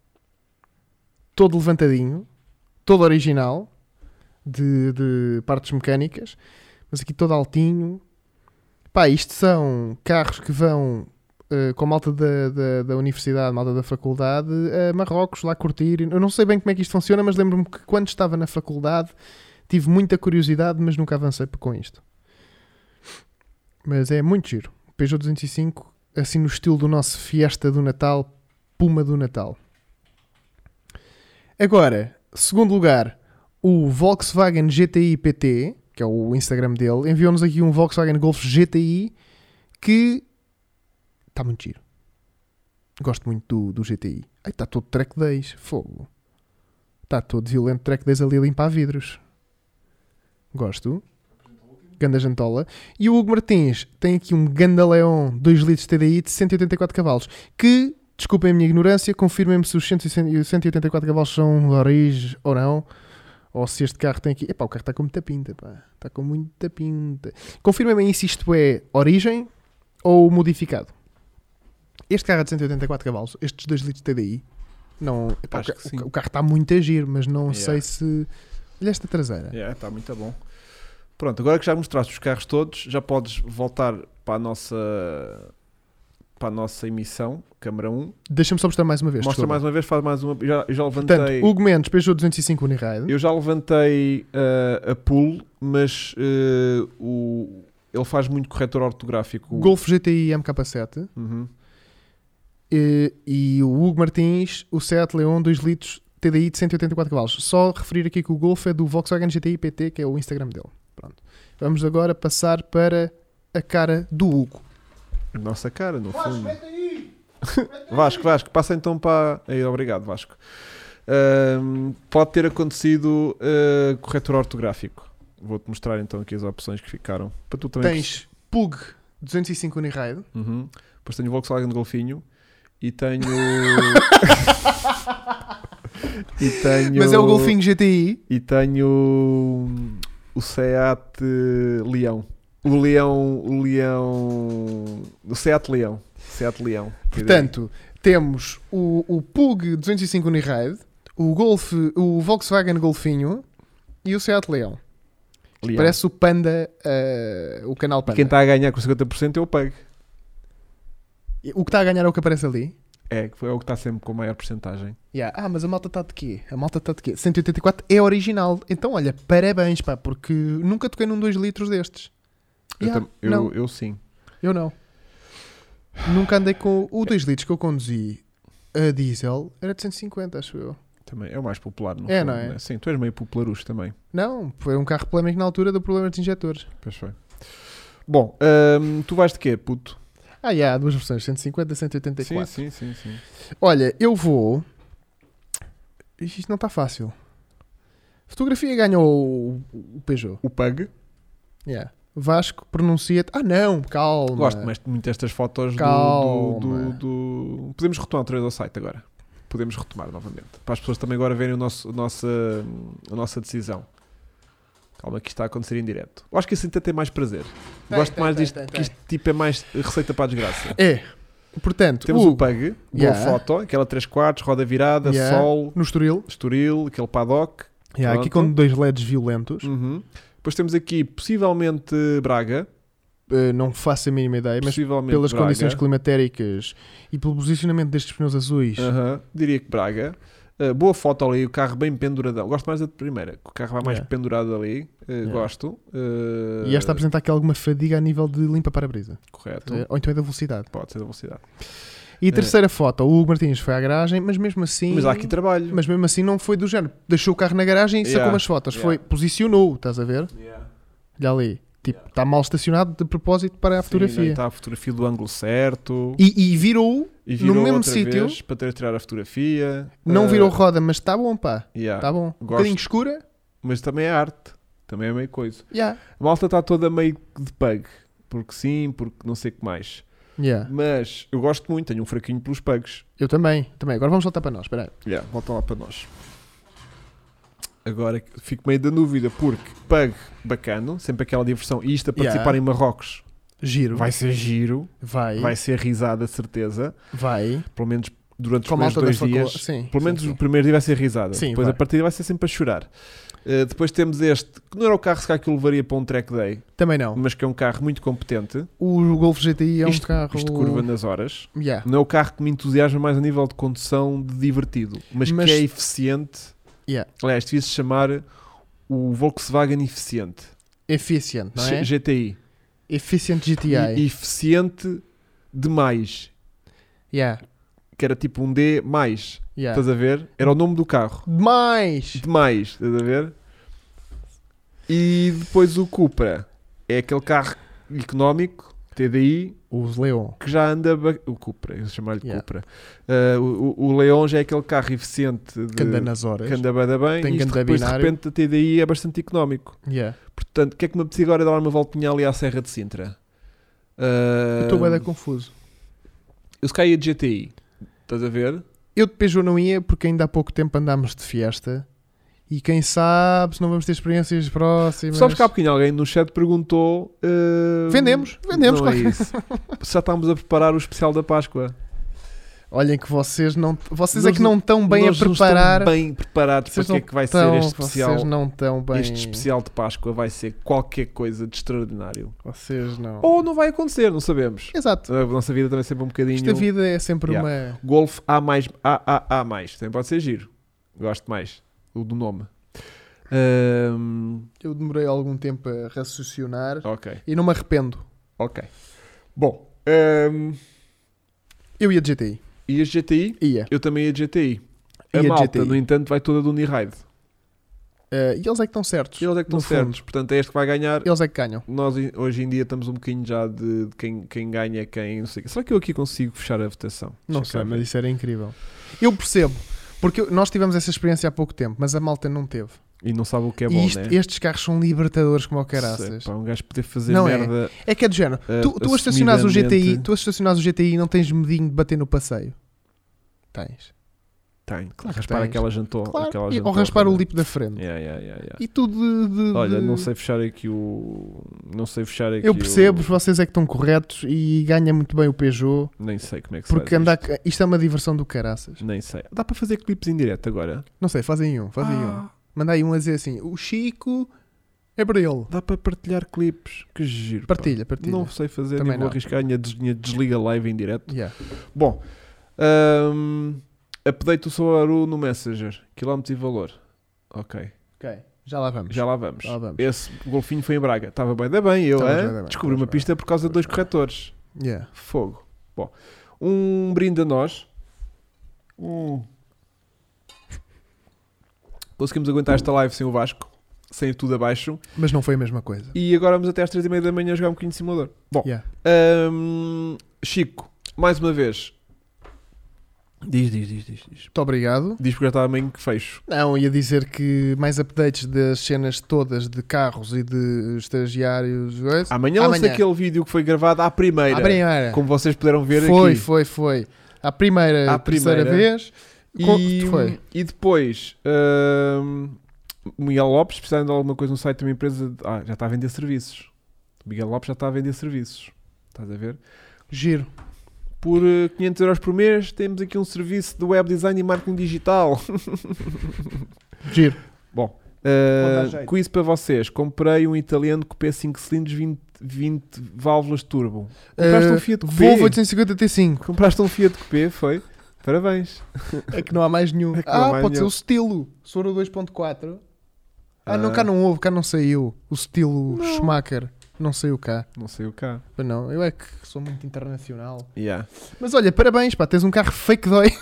[SPEAKER 2] Todo levantadinho, todo original, de, de partes mecânicas, mas aqui todo altinho. Pá, isto são carros que vão eh, com a malta da, da, da universidade, malta da faculdade, a Marrocos, lá curtir. Eu não sei bem como é que isto funciona, mas lembro-me que quando estava na faculdade tive muita curiosidade, mas nunca avancei com isto. Mas é muito giro. Peugeot 205, assim no estilo do nosso Fiesta do Natal, Puma do Natal. Agora, segundo lugar, o Volkswagen GTI PT, que é o Instagram dele, enviou-nos aqui um Volkswagen Golf GTI que está muito giro. um Gosto muito do, do GTI. Ai, está todo track days, fogo. Está Tá todo violento track days ali a limpar vidros. Gosto. Ganda jantola. E o Hugo Martins tem aqui um Ganda Leon 2 litros TDI de 184 cavalos. Que, desculpem a minha ignorância, confirmem-me se os 100 e 184 cavalos são Lorige ou não. Ou se este carro tem aqui. Epá, o carro está com muita pinta, pá. Está com muita pinta. Confirmem-me aí se isto é origem ou modificado. Este carro é de 184 cavalos, estes 2 litros TDI. Não, epá, o,
[SPEAKER 1] Acho
[SPEAKER 2] ca-
[SPEAKER 1] que sim.
[SPEAKER 2] o carro está muito a giro, mas não
[SPEAKER 1] Yeah.
[SPEAKER 2] sei se. Olha esta traseira.
[SPEAKER 1] É, está muito bom. Pronto, agora que já mostraste os carros todos, já podes voltar para a nossa, para a nossa emissão, câmara 1.
[SPEAKER 2] Deixa-me só mostrar mais uma vez.
[SPEAKER 1] Mostra
[SPEAKER 2] desculpa.
[SPEAKER 1] mais uma vez, faz mais uma. eu Já, eu já levantei.
[SPEAKER 2] Portanto, Hugo Mendes, Peugeot 205 Uniride.
[SPEAKER 1] Eu já levantei ah, a pool, mas ah, o, ele faz muito corretor ortográfico.
[SPEAKER 2] Golf GTI MK7
[SPEAKER 1] Uhum.
[SPEAKER 2] e, e o Hugo Martins, o Seat Leon 2 litros TDI de 184 cavalos. Só referir aqui que o Golf é do Volkswagen GTI PT, que é o Instagram dele. Pronto. Vamos agora passar para a cara do Hugo.
[SPEAKER 1] Nossa cara, no fundo. Vasco, Vasco, passa então para. Aí, obrigado, Vasco. Ahm, pode ter acontecido ah, corretor ortográfico. Vou-te mostrar então aqui as opções que ficaram. Para tu também.
[SPEAKER 2] Tens Pug 205 Uniride.
[SPEAKER 1] perce- Uhum. Depois tenho o Volkswagen Golfinho e tenho. e tenho.
[SPEAKER 2] Mas é o Golfinho GTI.
[SPEAKER 1] E tenho o Seat Leão. O Leão. O Leão. O Seat Leão. Seat Leão.
[SPEAKER 2] Portanto, temos o, o Pug 205 Uniride, o, Golf, o Volkswagen Golfinho e o Seat Leon.
[SPEAKER 1] Leão.
[SPEAKER 2] Parece o Panda, eh, o canal
[SPEAKER 1] E quem tá-
[SPEAKER 2] Panda.
[SPEAKER 1] está a ganhar com 50% eu pago.
[SPEAKER 2] O que está a ganhar é o que aparece ali.
[SPEAKER 1] É, que foi- é o que está sempre com a maior porcentagem.
[SPEAKER 2] Yeah. Ah, mas a malta está de quê? A malta está de quê? 184 é original. Então, olha, parabéns, pá, porque nunca toquei num 2 litros destes. Yeah,
[SPEAKER 1] eu, tam- eu-
[SPEAKER 2] não,
[SPEAKER 1] eu sim.
[SPEAKER 2] eu não. Nunca andei com... O 2 litros que eu conduzi a diesel era de 150, acho eu.
[SPEAKER 1] Também é o mais popular, não
[SPEAKER 2] É,
[SPEAKER 1] fundo,
[SPEAKER 2] não é?
[SPEAKER 1] né? Sim, tu és meio popularucho também.
[SPEAKER 2] Não, foi um carro polémico na altura do problema de injetores.
[SPEAKER 1] Pois foi. Bom, hum, tu vais de quê, puto?
[SPEAKER 2] Ah, yeah, há duas versões, 150 e 184.
[SPEAKER 1] Sim, sim, sim, sim.
[SPEAKER 2] Olha, eu vou. Ixi, Isto não está fácil. Fotografia ganhou o, o Peugeot.
[SPEAKER 1] O pug.
[SPEAKER 2] Yeah. Vasco pronuncia-te. Ah, não, calma.
[SPEAKER 1] Gosto mais muito destas fotos do- do,
[SPEAKER 2] Calma.
[SPEAKER 1] do, do- Podemos retomar outra vez ao site agora. Podemos retomar novamente. Para as pessoas também agora verem o nosso, a, nossa, a nossa decisão. Calma, que isto está a acontecer em direto. Eu acho que assim até tem mais prazer.
[SPEAKER 2] Tem,
[SPEAKER 1] Gosto
[SPEAKER 2] tem,
[SPEAKER 1] mais
[SPEAKER 2] tem,
[SPEAKER 1] disto,
[SPEAKER 2] tem,
[SPEAKER 1] que
[SPEAKER 2] tem.
[SPEAKER 1] isto tipo é mais receita para a desgraça.
[SPEAKER 2] É. Portanto,
[SPEAKER 1] Temos
[SPEAKER 2] Hugo,
[SPEAKER 1] o Pug, boa
[SPEAKER 2] uh, Yeah.
[SPEAKER 1] foto, aquela 3 quartos, roda virada,
[SPEAKER 2] Yeah.
[SPEAKER 1] sol,
[SPEAKER 2] no Estoril.
[SPEAKER 1] estoril, aquele paddock.
[SPEAKER 2] Yeah, aqui
[SPEAKER 1] Pronto.
[SPEAKER 2] com dois LEDs violentos.
[SPEAKER 1] Uhum. Depois temos aqui possivelmente Braga.
[SPEAKER 2] Uh, não faço a mínima ideia, mas
[SPEAKER 1] possivelmente
[SPEAKER 2] pelas
[SPEAKER 1] Braga.
[SPEAKER 2] condições climatéricas e pelo posicionamento destes pneus azuis.
[SPEAKER 1] Aham, Diria que Braga. Ah, boa foto ali, o carro bem penduradão. Gosto mais da primeira, que o carro vai mais
[SPEAKER 2] Yeah.
[SPEAKER 1] pendurado ali. Ah,
[SPEAKER 2] Yeah.
[SPEAKER 1] Gosto. Ah,
[SPEAKER 2] E esta apresenta aqui alguma fadiga a nível de limpa para-brisa.
[SPEAKER 1] Correto.
[SPEAKER 2] Ou então é da velocidade.
[SPEAKER 1] Pode ser da velocidade.
[SPEAKER 2] E
[SPEAKER 1] É.
[SPEAKER 2] a terceira foto, o Hugo Martins foi à garagem, mas mesmo assim.
[SPEAKER 1] Mas há aqui trabalho.
[SPEAKER 2] Mas mesmo assim não foi do género. Deixou o carro na garagem e sacou
[SPEAKER 1] Yeah,
[SPEAKER 2] umas fotos.
[SPEAKER 1] yeah.
[SPEAKER 2] Foi, posicionou, estás a ver? Olha ali. Tipo,
[SPEAKER 1] Yeah.
[SPEAKER 2] está mal estacionado de propósito para é a
[SPEAKER 1] Sim, então-
[SPEAKER 2] fotografia.
[SPEAKER 1] está a fotografia do ângulo certo.
[SPEAKER 2] E, e virou,
[SPEAKER 1] E, virou
[SPEAKER 2] mesmo
[SPEAKER 1] outra
[SPEAKER 2] sítio-
[SPEAKER 1] vez para ter tirar a fotografia.
[SPEAKER 2] não
[SPEAKER 1] Ah,
[SPEAKER 2] virou roda, mas está bom, pá.
[SPEAKER 1] yeah.
[SPEAKER 2] Está bom. Um
[SPEAKER 1] Ah, Gosto.
[SPEAKER 2] bocadinho escura.
[SPEAKER 1] Mas também é arte. Também é meio coisa.
[SPEAKER 2] Yeah.
[SPEAKER 1] A malta está toda meio de pug. Porque sim, porque não sei o que mais.
[SPEAKER 2] Yeah.
[SPEAKER 1] Mas eu gosto muito, tenho um fraquinho pelos pugs.
[SPEAKER 2] Eu também, também. Agora vamos voltar para nós. Espera aí.
[SPEAKER 1] Yeah, volta lá para nós. Agora que fico meio da dúvida, porque pug bacano, sempre aquela diversão, e isto a participar
[SPEAKER 2] Yeah.
[SPEAKER 1] em Marrocos
[SPEAKER 2] Giro.
[SPEAKER 1] vai ser giro,
[SPEAKER 2] Vai.
[SPEAKER 1] vai ser risada, certeza.
[SPEAKER 2] Vai.
[SPEAKER 1] Pelo menos durante os
[SPEAKER 2] Com a
[SPEAKER 1] primeiros
[SPEAKER 2] malta da
[SPEAKER 1] dois
[SPEAKER 2] faculdade.
[SPEAKER 1] dias.
[SPEAKER 2] Sim,
[SPEAKER 1] pelo
[SPEAKER 2] sim,
[SPEAKER 1] menos
[SPEAKER 2] sim.
[SPEAKER 1] o primeiro dia vai ser risada.
[SPEAKER 2] Sim,
[SPEAKER 1] depois
[SPEAKER 2] vai.
[SPEAKER 1] a partida vai ser sempre a chorar. Uh, depois temos este, que não era o carro se calhar, que eu levaria para um track day,
[SPEAKER 2] Também não.
[SPEAKER 1] mas que é um carro muito competente.
[SPEAKER 2] O Golf GTI é um
[SPEAKER 1] isto,
[SPEAKER 2] carro.
[SPEAKER 1] isto curva nas horas.
[SPEAKER 2] Yeah.
[SPEAKER 1] Não é o carro que me entusiasma mais a nível de condução de divertido, mas,
[SPEAKER 2] Mas-
[SPEAKER 1] que é eficiente.
[SPEAKER 2] Yeah.
[SPEAKER 1] Aliás, devia-se chamar o Volkswagen Eficiente.
[SPEAKER 2] Efficient, não
[SPEAKER 1] G-
[SPEAKER 2] é?
[SPEAKER 1] GTI.
[SPEAKER 2] Efficient
[SPEAKER 1] E-
[SPEAKER 2] GTI.
[SPEAKER 1] eficiente demais.
[SPEAKER 2] Yeah.
[SPEAKER 1] Que era tipo um D mais.
[SPEAKER 2] Yeah.
[SPEAKER 1] Estás a ver? Era o nome do carro.
[SPEAKER 2] Demais!
[SPEAKER 1] Demais. Estás a ver? E depois o Cupra. É aquele carro económico, TDI,
[SPEAKER 2] Os Leon.
[SPEAKER 1] que já anda. ba- O Cupra, eu chamar-lhe
[SPEAKER 2] Yeah.
[SPEAKER 1] Cupra. Ah, o, o- o Leon já é aquele carro eficiente de.
[SPEAKER 2] Que anda nas horas.
[SPEAKER 1] que anda bada bem.
[SPEAKER 2] Tem
[SPEAKER 1] e
[SPEAKER 2] que
[SPEAKER 1] isto
[SPEAKER 2] andar
[SPEAKER 1] depois, de
[SPEAKER 2] binário.
[SPEAKER 1] repente, a TDI é bastante económico.
[SPEAKER 2] Yeah.
[SPEAKER 1] Portanto, o que é que me apetecia agora dar uma voltinha ali à Serra de Sintra? Ah,
[SPEAKER 2] Eu estou bem confuso.
[SPEAKER 1] Eu se caí de GTI, estás a ver?
[SPEAKER 2] Eu de Peugeot não ia porque ainda há pouco tempo andámos de fiesta e quem sabe se não vamos ter experiências próximas.
[SPEAKER 1] Sabes que há um bocadinho alguém no chat perguntou. ah,
[SPEAKER 2] Vendemos, vendemos,
[SPEAKER 1] não é isso. Já estamos a preparar o especial da Páscoa.
[SPEAKER 2] Olhem que vocês não. Vocês é
[SPEAKER 1] Nós
[SPEAKER 2] que não estão bem a
[SPEAKER 1] Nós não
[SPEAKER 2] preparar.
[SPEAKER 1] estamos bem preparados para o
[SPEAKER 2] Vocês
[SPEAKER 1] que é
[SPEAKER 2] não
[SPEAKER 1] que vai
[SPEAKER 2] estão,
[SPEAKER 1] ser este especial.
[SPEAKER 2] Vocês não estão bem.
[SPEAKER 1] Este especial de Páscoa vai ser qualquer coisa de extraordinário.
[SPEAKER 2] Vocês não.
[SPEAKER 1] Ou não vai acontecer, não sabemos.
[SPEAKER 2] Exato.
[SPEAKER 1] A nossa vida também é sempre um bocadinho.
[SPEAKER 2] Esta vida é sempre uma.
[SPEAKER 1] Golf A mais A A A mais. Também pode ser giro. Gosto mais o do nome. Ahm,
[SPEAKER 2] Eu demorei algum tempo a raciocinar
[SPEAKER 1] ok,
[SPEAKER 2] e não me arrependo.
[SPEAKER 1] ok. Bom, ahm,
[SPEAKER 2] Eu ia de GTI.
[SPEAKER 1] e a GTI?
[SPEAKER 2] Ia.
[SPEAKER 1] Eu também ia de GTI. A
[SPEAKER 2] Ia de
[SPEAKER 1] malta,
[SPEAKER 2] GTI.
[SPEAKER 1] no entanto, vai toda do Uniride.
[SPEAKER 2] Eh, e eles é que estão certos.
[SPEAKER 1] Eles é que estão
[SPEAKER 2] No fundo.
[SPEAKER 1] certos. Portanto, é este que vai ganhar.
[SPEAKER 2] Eles é que ganham.
[SPEAKER 1] Nós i- hoje em dia estamos um bocadinho já de, de quem, quem ganha, quem não sei. o quê. Será que eu aqui consigo fechar a votação?
[SPEAKER 2] Não
[SPEAKER 1] Deixa
[SPEAKER 2] sei,
[SPEAKER 1] cá
[SPEAKER 2] mas
[SPEAKER 1] ver.
[SPEAKER 2] isso era incrível. Eu percebo, porque eu- nós tivemos essa experiência há pouco tempo, mas a malta não teve.
[SPEAKER 1] E não sabe o que é
[SPEAKER 2] e
[SPEAKER 1] bom,
[SPEAKER 2] isto-
[SPEAKER 1] né?
[SPEAKER 2] estes carros são libertadores como o caraças.
[SPEAKER 1] Para um gajo poder fazer
[SPEAKER 2] Não é.
[SPEAKER 1] merda.
[SPEAKER 2] É que é do género.
[SPEAKER 1] Eh,
[SPEAKER 2] tu, tu a estacionares o GTI,
[SPEAKER 1] assumidamente-
[SPEAKER 2] tu a estacionares o GTI e não tens medinho de bater no passeio. Tens.
[SPEAKER 1] Tenho.
[SPEAKER 2] Claro que
[SPEAKER 1] raspar
[SPEAKER 2] tens.
[SPEAKER 1] aquela jantou.
[SPEAKER 2] Claro,
[SPEAKER 1] aquela
[SPEAKER 2] e-
[SPEAKER 1] jantou
[SPEAKER 2] ou raspar o
[SPEAKER 1] realmente.
[SPEAKER 2] lipo da frente.
[SPEAKER 1] Yeah, yeah, yeah, yeah.
[SPEAKER 2] E tu de, de-
[SPEAKER 1] É. Olha,
[SPEAKER 2] de-
[SPEAKER 1] não sei fechar aqui o. Não sei fechar aqui
[SPEAKER 2] Eu percebo,
[SPEAKER 1] o-
[SPEAKER 2] vocês é que estão corretos e ganha muito bem o Peugeot,
[SPEAKER 1] Nem sei como é que se
[SPEAKER 2] porque
[SPEAKER 1] faz
[SPEAKER 2] andar, isto. é uma diversão do caraças.
[SPEAKER 1] isto. Nem sei. Dá para fazer clipes em direto agora?
[SPEAKER 2] Não sei, fazem um, fazem um. Manda aí um a dizer assim: o Chico é para ele.
[SPEAKER 1] Dá para partilhar clipes. Que giro. pá.
[SPEAKER 2] Partilha, partilha.
[SPEAKER 1] Não sei fazer,
[SPEAKER 2] Também
[SPEAKER 1] nem vou
[SPEAKER 2] não.
[SPEAKER 1] arriscar, minha des- minha desliga live em direto.
[SPEAKER 2] Yeah.
[SPEAKER 1] Bom, hum, update o Subaru no Messenger, quilómetros e valor. Ok,
[SPEAKER 2] Ok, já lá vamos.
[SPEAKER 1] já lá vamos.
[SPEAKER 2] Já lá vamos.
[SPEAKER 1] Esse golfinho foi em Braga, estava bem, da bem, eu
[SPEAKER 2] Estava
[SPEAKER 1] hã?
[SPEAKER 2] bué da bem,
[SPEAKER 1] descobri
[SPEAKER 2] estava
[SPEAKER 1] uma
[SPEAKER 2] bué.
[SPEAKER 1] pista por causa de dois corretores.
[SPEAKER 2] Yeah.
[SPEAKER 1] Fogo. Bom, um brinde a nós. Um. Conseguimos aguentar esta live sem o Vasco, sem tudo abaixo.
[SPEAKER 2] Mas não foi a mesma coisa.
[SPEAKER 1] E agora vamos até às 3 e meia da manhã jogar um bocadinho de simulador. Bom,
[SPEAKER 2] Yeah.
[SPEAKER 1] hum, Chico, mais uma vez. Diz, diz, diz, diz. Diz,
[SPEAKER 2] Muito obrigado.
[SPEAKER 1] diz porque já está meio que fecho.
[SPEAKER 2] Não, ia dizer que mais updates das cenas todas de carros e de estagiários. coisa.
[SPEAKER 1] Amanhã lança
[SPEAKER 2] Amanhã.
[SPEAKER 1] aquele vídeo que foi gravado à primeira.
[SPEAKER 2] À primeira.
[SPEAKER 1] Como vocês puderam ver
[SPEAKER 2] foi,
[SPEAKER 1] aqui.
[SPEAKER 2] foi, foi. À primeira,
[SPEAKER 1] À
[SPEAKER 2] terceira
[SPEAKER 1] primeira.
[SPEAKER 2] vez. Co-
[SPEAKER 1] E,
[SPEAKER 2] foi.
[SPEAKER 1] e depois, hum, Miguel Lopes, precisando de alguma coisa no site de uma empresa, de- ah, já está a vender serviços. Miguel Lopes já está a vender serviços. Estás a ver?
[SPEAKER 2] Giro.
[SPEAKER 1] Por eh, 500 euros por mês, temos aqui um serviço de web design e marketing digital.
[SPEAKER 2] Giro.
[SPEAKER 1] Bom,
[SPEAKER 2] dá
[SPEAKER 1] uh,
[SPEAKER 2] jeito.
[SPEAKER 1] quiz para vocês. Comprei um italiano Coupé 5 cilindros 20, 20 válvulas turbo. Compraste
[SPEAKER 2] Eh,
[SPEAKER 1] um Fiat Coupé?
[SPEAKER 2] Volvo 855.
[SPEAKER 1] Compraste um Fiat Coupé, foi? Parabéns.
[SPEAKER 2] É que não há mais nenhum.
[SPEAKER 1] É que não há
[SPEAKER 2] ah,
[SPEAKER 1] mais
[SPEAKER 2] pode ser
[SPEAKER 1] nenhum.
[SPEAKER 2] o estilo. Soro 2.4. Ah, não,
[SPEAKER 1] Ah.
[SPEAKER 2] cá não houve, cá não saiu. O estilo
[SPEAKER 1] Não.
[SPEAKER 2] Schumacher. Não saiu cá.
[SPEAKER 1] Não sei o cá.
[SPEAKER 2] Pois não, eu é que sou muito internacional.
[SPEAKER 1] Yeah.
[SPEAKER 2] Mas olha, parabéns, pá, tens um carro fake dói.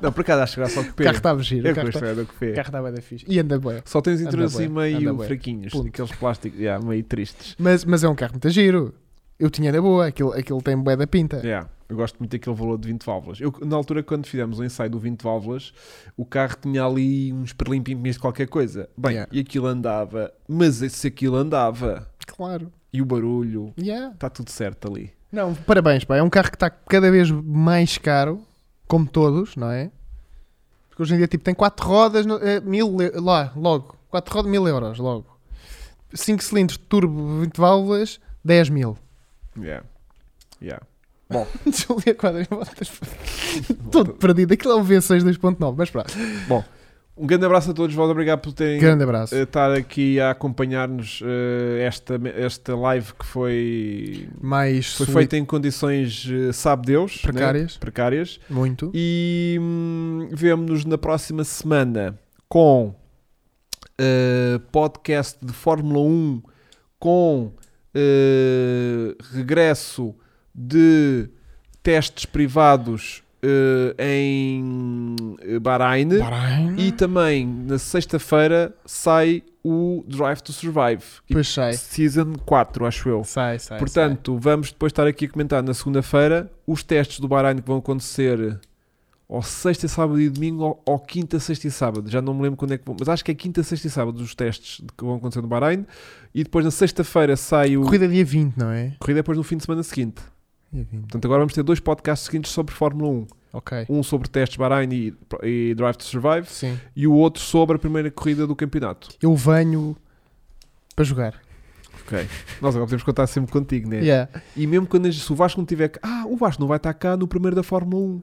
[SPEAKER 1] Não, por acaso acho que era só
[SPEAKER 2] O
[SPEAKER 1] Coupé.
[SPEAKER 2] carro estava giro,
[SPEAKER 1] Eu
[SPEAKER 2] o carro
[SPEAKER 1] gosto
[SPEAKER 2] estava
[SPEAKER 1] é do Coupé.
[SPEAKER 2] da fixe. E anda bem.
[SPEAKER 1] Só tem os
[SPEAKER 2] Anda
[SPEAKER 1] interiores assim
[SPEAKER 2] bué, anda
[SPEAKER 1] meio
[SPEAKER 2] bué.
[SPEAKER 1] fraquinhos,
[SPEAKER 2] Ponto.
[SPEAKER 1] aqueles plásticos yeah, meio tristes.
[SPEAKER 2] Mas, mas é um carro muito giro. Eu tinha na boa, aquilo, aquilo tem bué da pinta.
[SPEAKER 1] Yeah. Eu gosto muito daquele valor de 20 válvulas. Eu, na altura, quando fizemos o ensaio do 20 válvulas, o carro tinha ali uns perlimpimpinhas de qualquer coisa. Bem,
[SPEAKER 2] Yeah.
[SPEAKER 1] e aquilo andava, mas se aquilo andava,
[SPEAKER 2] Claro.
[SPEAKER 1] e o barulho,
[SPEAKER 2] Yeah.
[SPEAKER 1] Está tudo certo ali.
[SPEAKER 2] Não, parabéns, pá. É um carro que está cada vez mais caro, como todos, não é? Porque hoje em dia, tipo, tem 4 rodas, no- eh, mil, e- lá, logo. 4 rodas, 1000 euros, logo. 5 cilindros de turbo, 20 válvulas, 10 mil.
[SPEAKER 1] Yeah. Yeah. Bom.
[SPEAKER 2] Júlia Quadra em voltas. Todo perdido. Aquilo é o V6 2.9, mas pronto.
[SPEAKER 1] Um grande abraço a todos, vós obrigado por terem
[SPEAKER 2] Grande abraço.
[SPEAKER 1] eh, estar aqui a acompanhar-nos eh, esta, esta live que foi,
[SPEAKER 2] Mais
[SPEAKER 1] foi
[SPEAKER 2] soli-
[SPEAKER 1] feita em condições, eh, sabe Deus, né?
[SPEAKER 2] Precárias.
[SPEAKER 1] precárias.
[SPEAKER 2] Muito.
[SPEAKER 1] E hum, vemo-nos na próxima semana com eh, podcast de Fórmula 1, com eh, regresso de testes privados eh, em Bahrein.
[SPEAKER 2] Tá Bahrein.
[SPEAKER 1] E também na sexta-feira sai o Drive to Survive, e
[SPEAKER 2] Pois sai.
[SPEAKER 1] Season 4, acho eu.
[SPEAKER 2] Sai, sai.
[SPEAKER 1] Portanto, vamos depois estar aqui a comentar na segunda-feira os testes do Bahrein que vão acontecer ou sexta, sábado e domingo ou, ou quinta, sexta e sábado. Já não me lembro quando é que vão, mas acho que é quinta, sexta e sábado os testes de- que vão acontecer no Bahrein. E depois na sexta-feira sai o.
[SPEAKER 2] sai.
[SPEAKER 1] Corrida
[SPEAKER 2] Corrida dia 20, não é?
[SPEAKER 1] depois no fim de semana seguinte.
[SPEAKER 2] Dia 20.
[SPEAKER 1] Portanto, agora vamos ter dois podcasts seguintes sobre Fórmula 1.
[SPEAKER 2] Ok.
[SPEAKER 1] Um sobre testes Bahrein e, e Drive to Survive
[SPEAKER 2] Sim.
[SPEAKER 1] e o outro sobre a primeira corrida do campeonato.
[SPEAKER 2] Eu venho para jogar.
[SPEAKER 1] Ok. Nós agora podemos contar sempre contigo, né?
[SPEAKER 2] Yeah.
[SPEAKER 1] E mesmo quando se o Vasco não tiver cá, ah, o Vasco não vai estar cá no primeiro da Fórmula 1.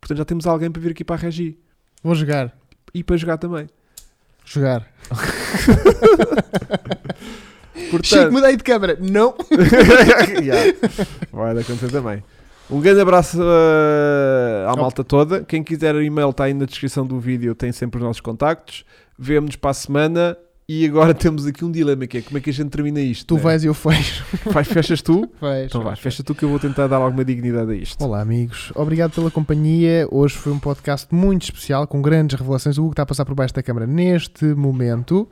[SPEAKER 1] Portanto, já temos alguém para vir aqui para a Regi
[SPEAKER 2] Vou jogar.
[SPEAKER 1] e para jogar também.
[SPEAKER 2] Jogar. Chico,
[SPEAKER 1] Portanto, É.
[SPEAKER 2] mudei de câmara. Não.
[SPEAKER 1] Yeah. vai acontecer também. Um grande abraço uh, à malta toda. Quem quiser o e-mail está aí na descrição do vídeo, tem sempre os nossos contactos. Vemo-nos para a semana e agora temos aqui um dilema que é como é que a gente termina isto?
[SPEAKER 2] Tu
[SPEAKER 1] né?
[SPEAKER 2] vais e eu fecho.
[SPEAKER 1] Vai, fechas tu?
[SPEAKER 2] Fecho.
[SPEAKER 1] Então vai, fecha tu que eu vou tentar dar alguma dignidade a isto.
[SPEAKER 2] Olá, amigos. Obrigado pela companhia. Hoje foi um podcast muito especial, com grandes revelações. O Hugo está a passar por baixo da câmara neste momento.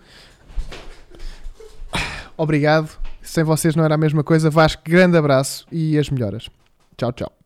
[SPEAKER 2] Obrigado. Sem vocês não era a mesma coisa. Vasco, grande abraço e as melhoras. Tchau, tchau.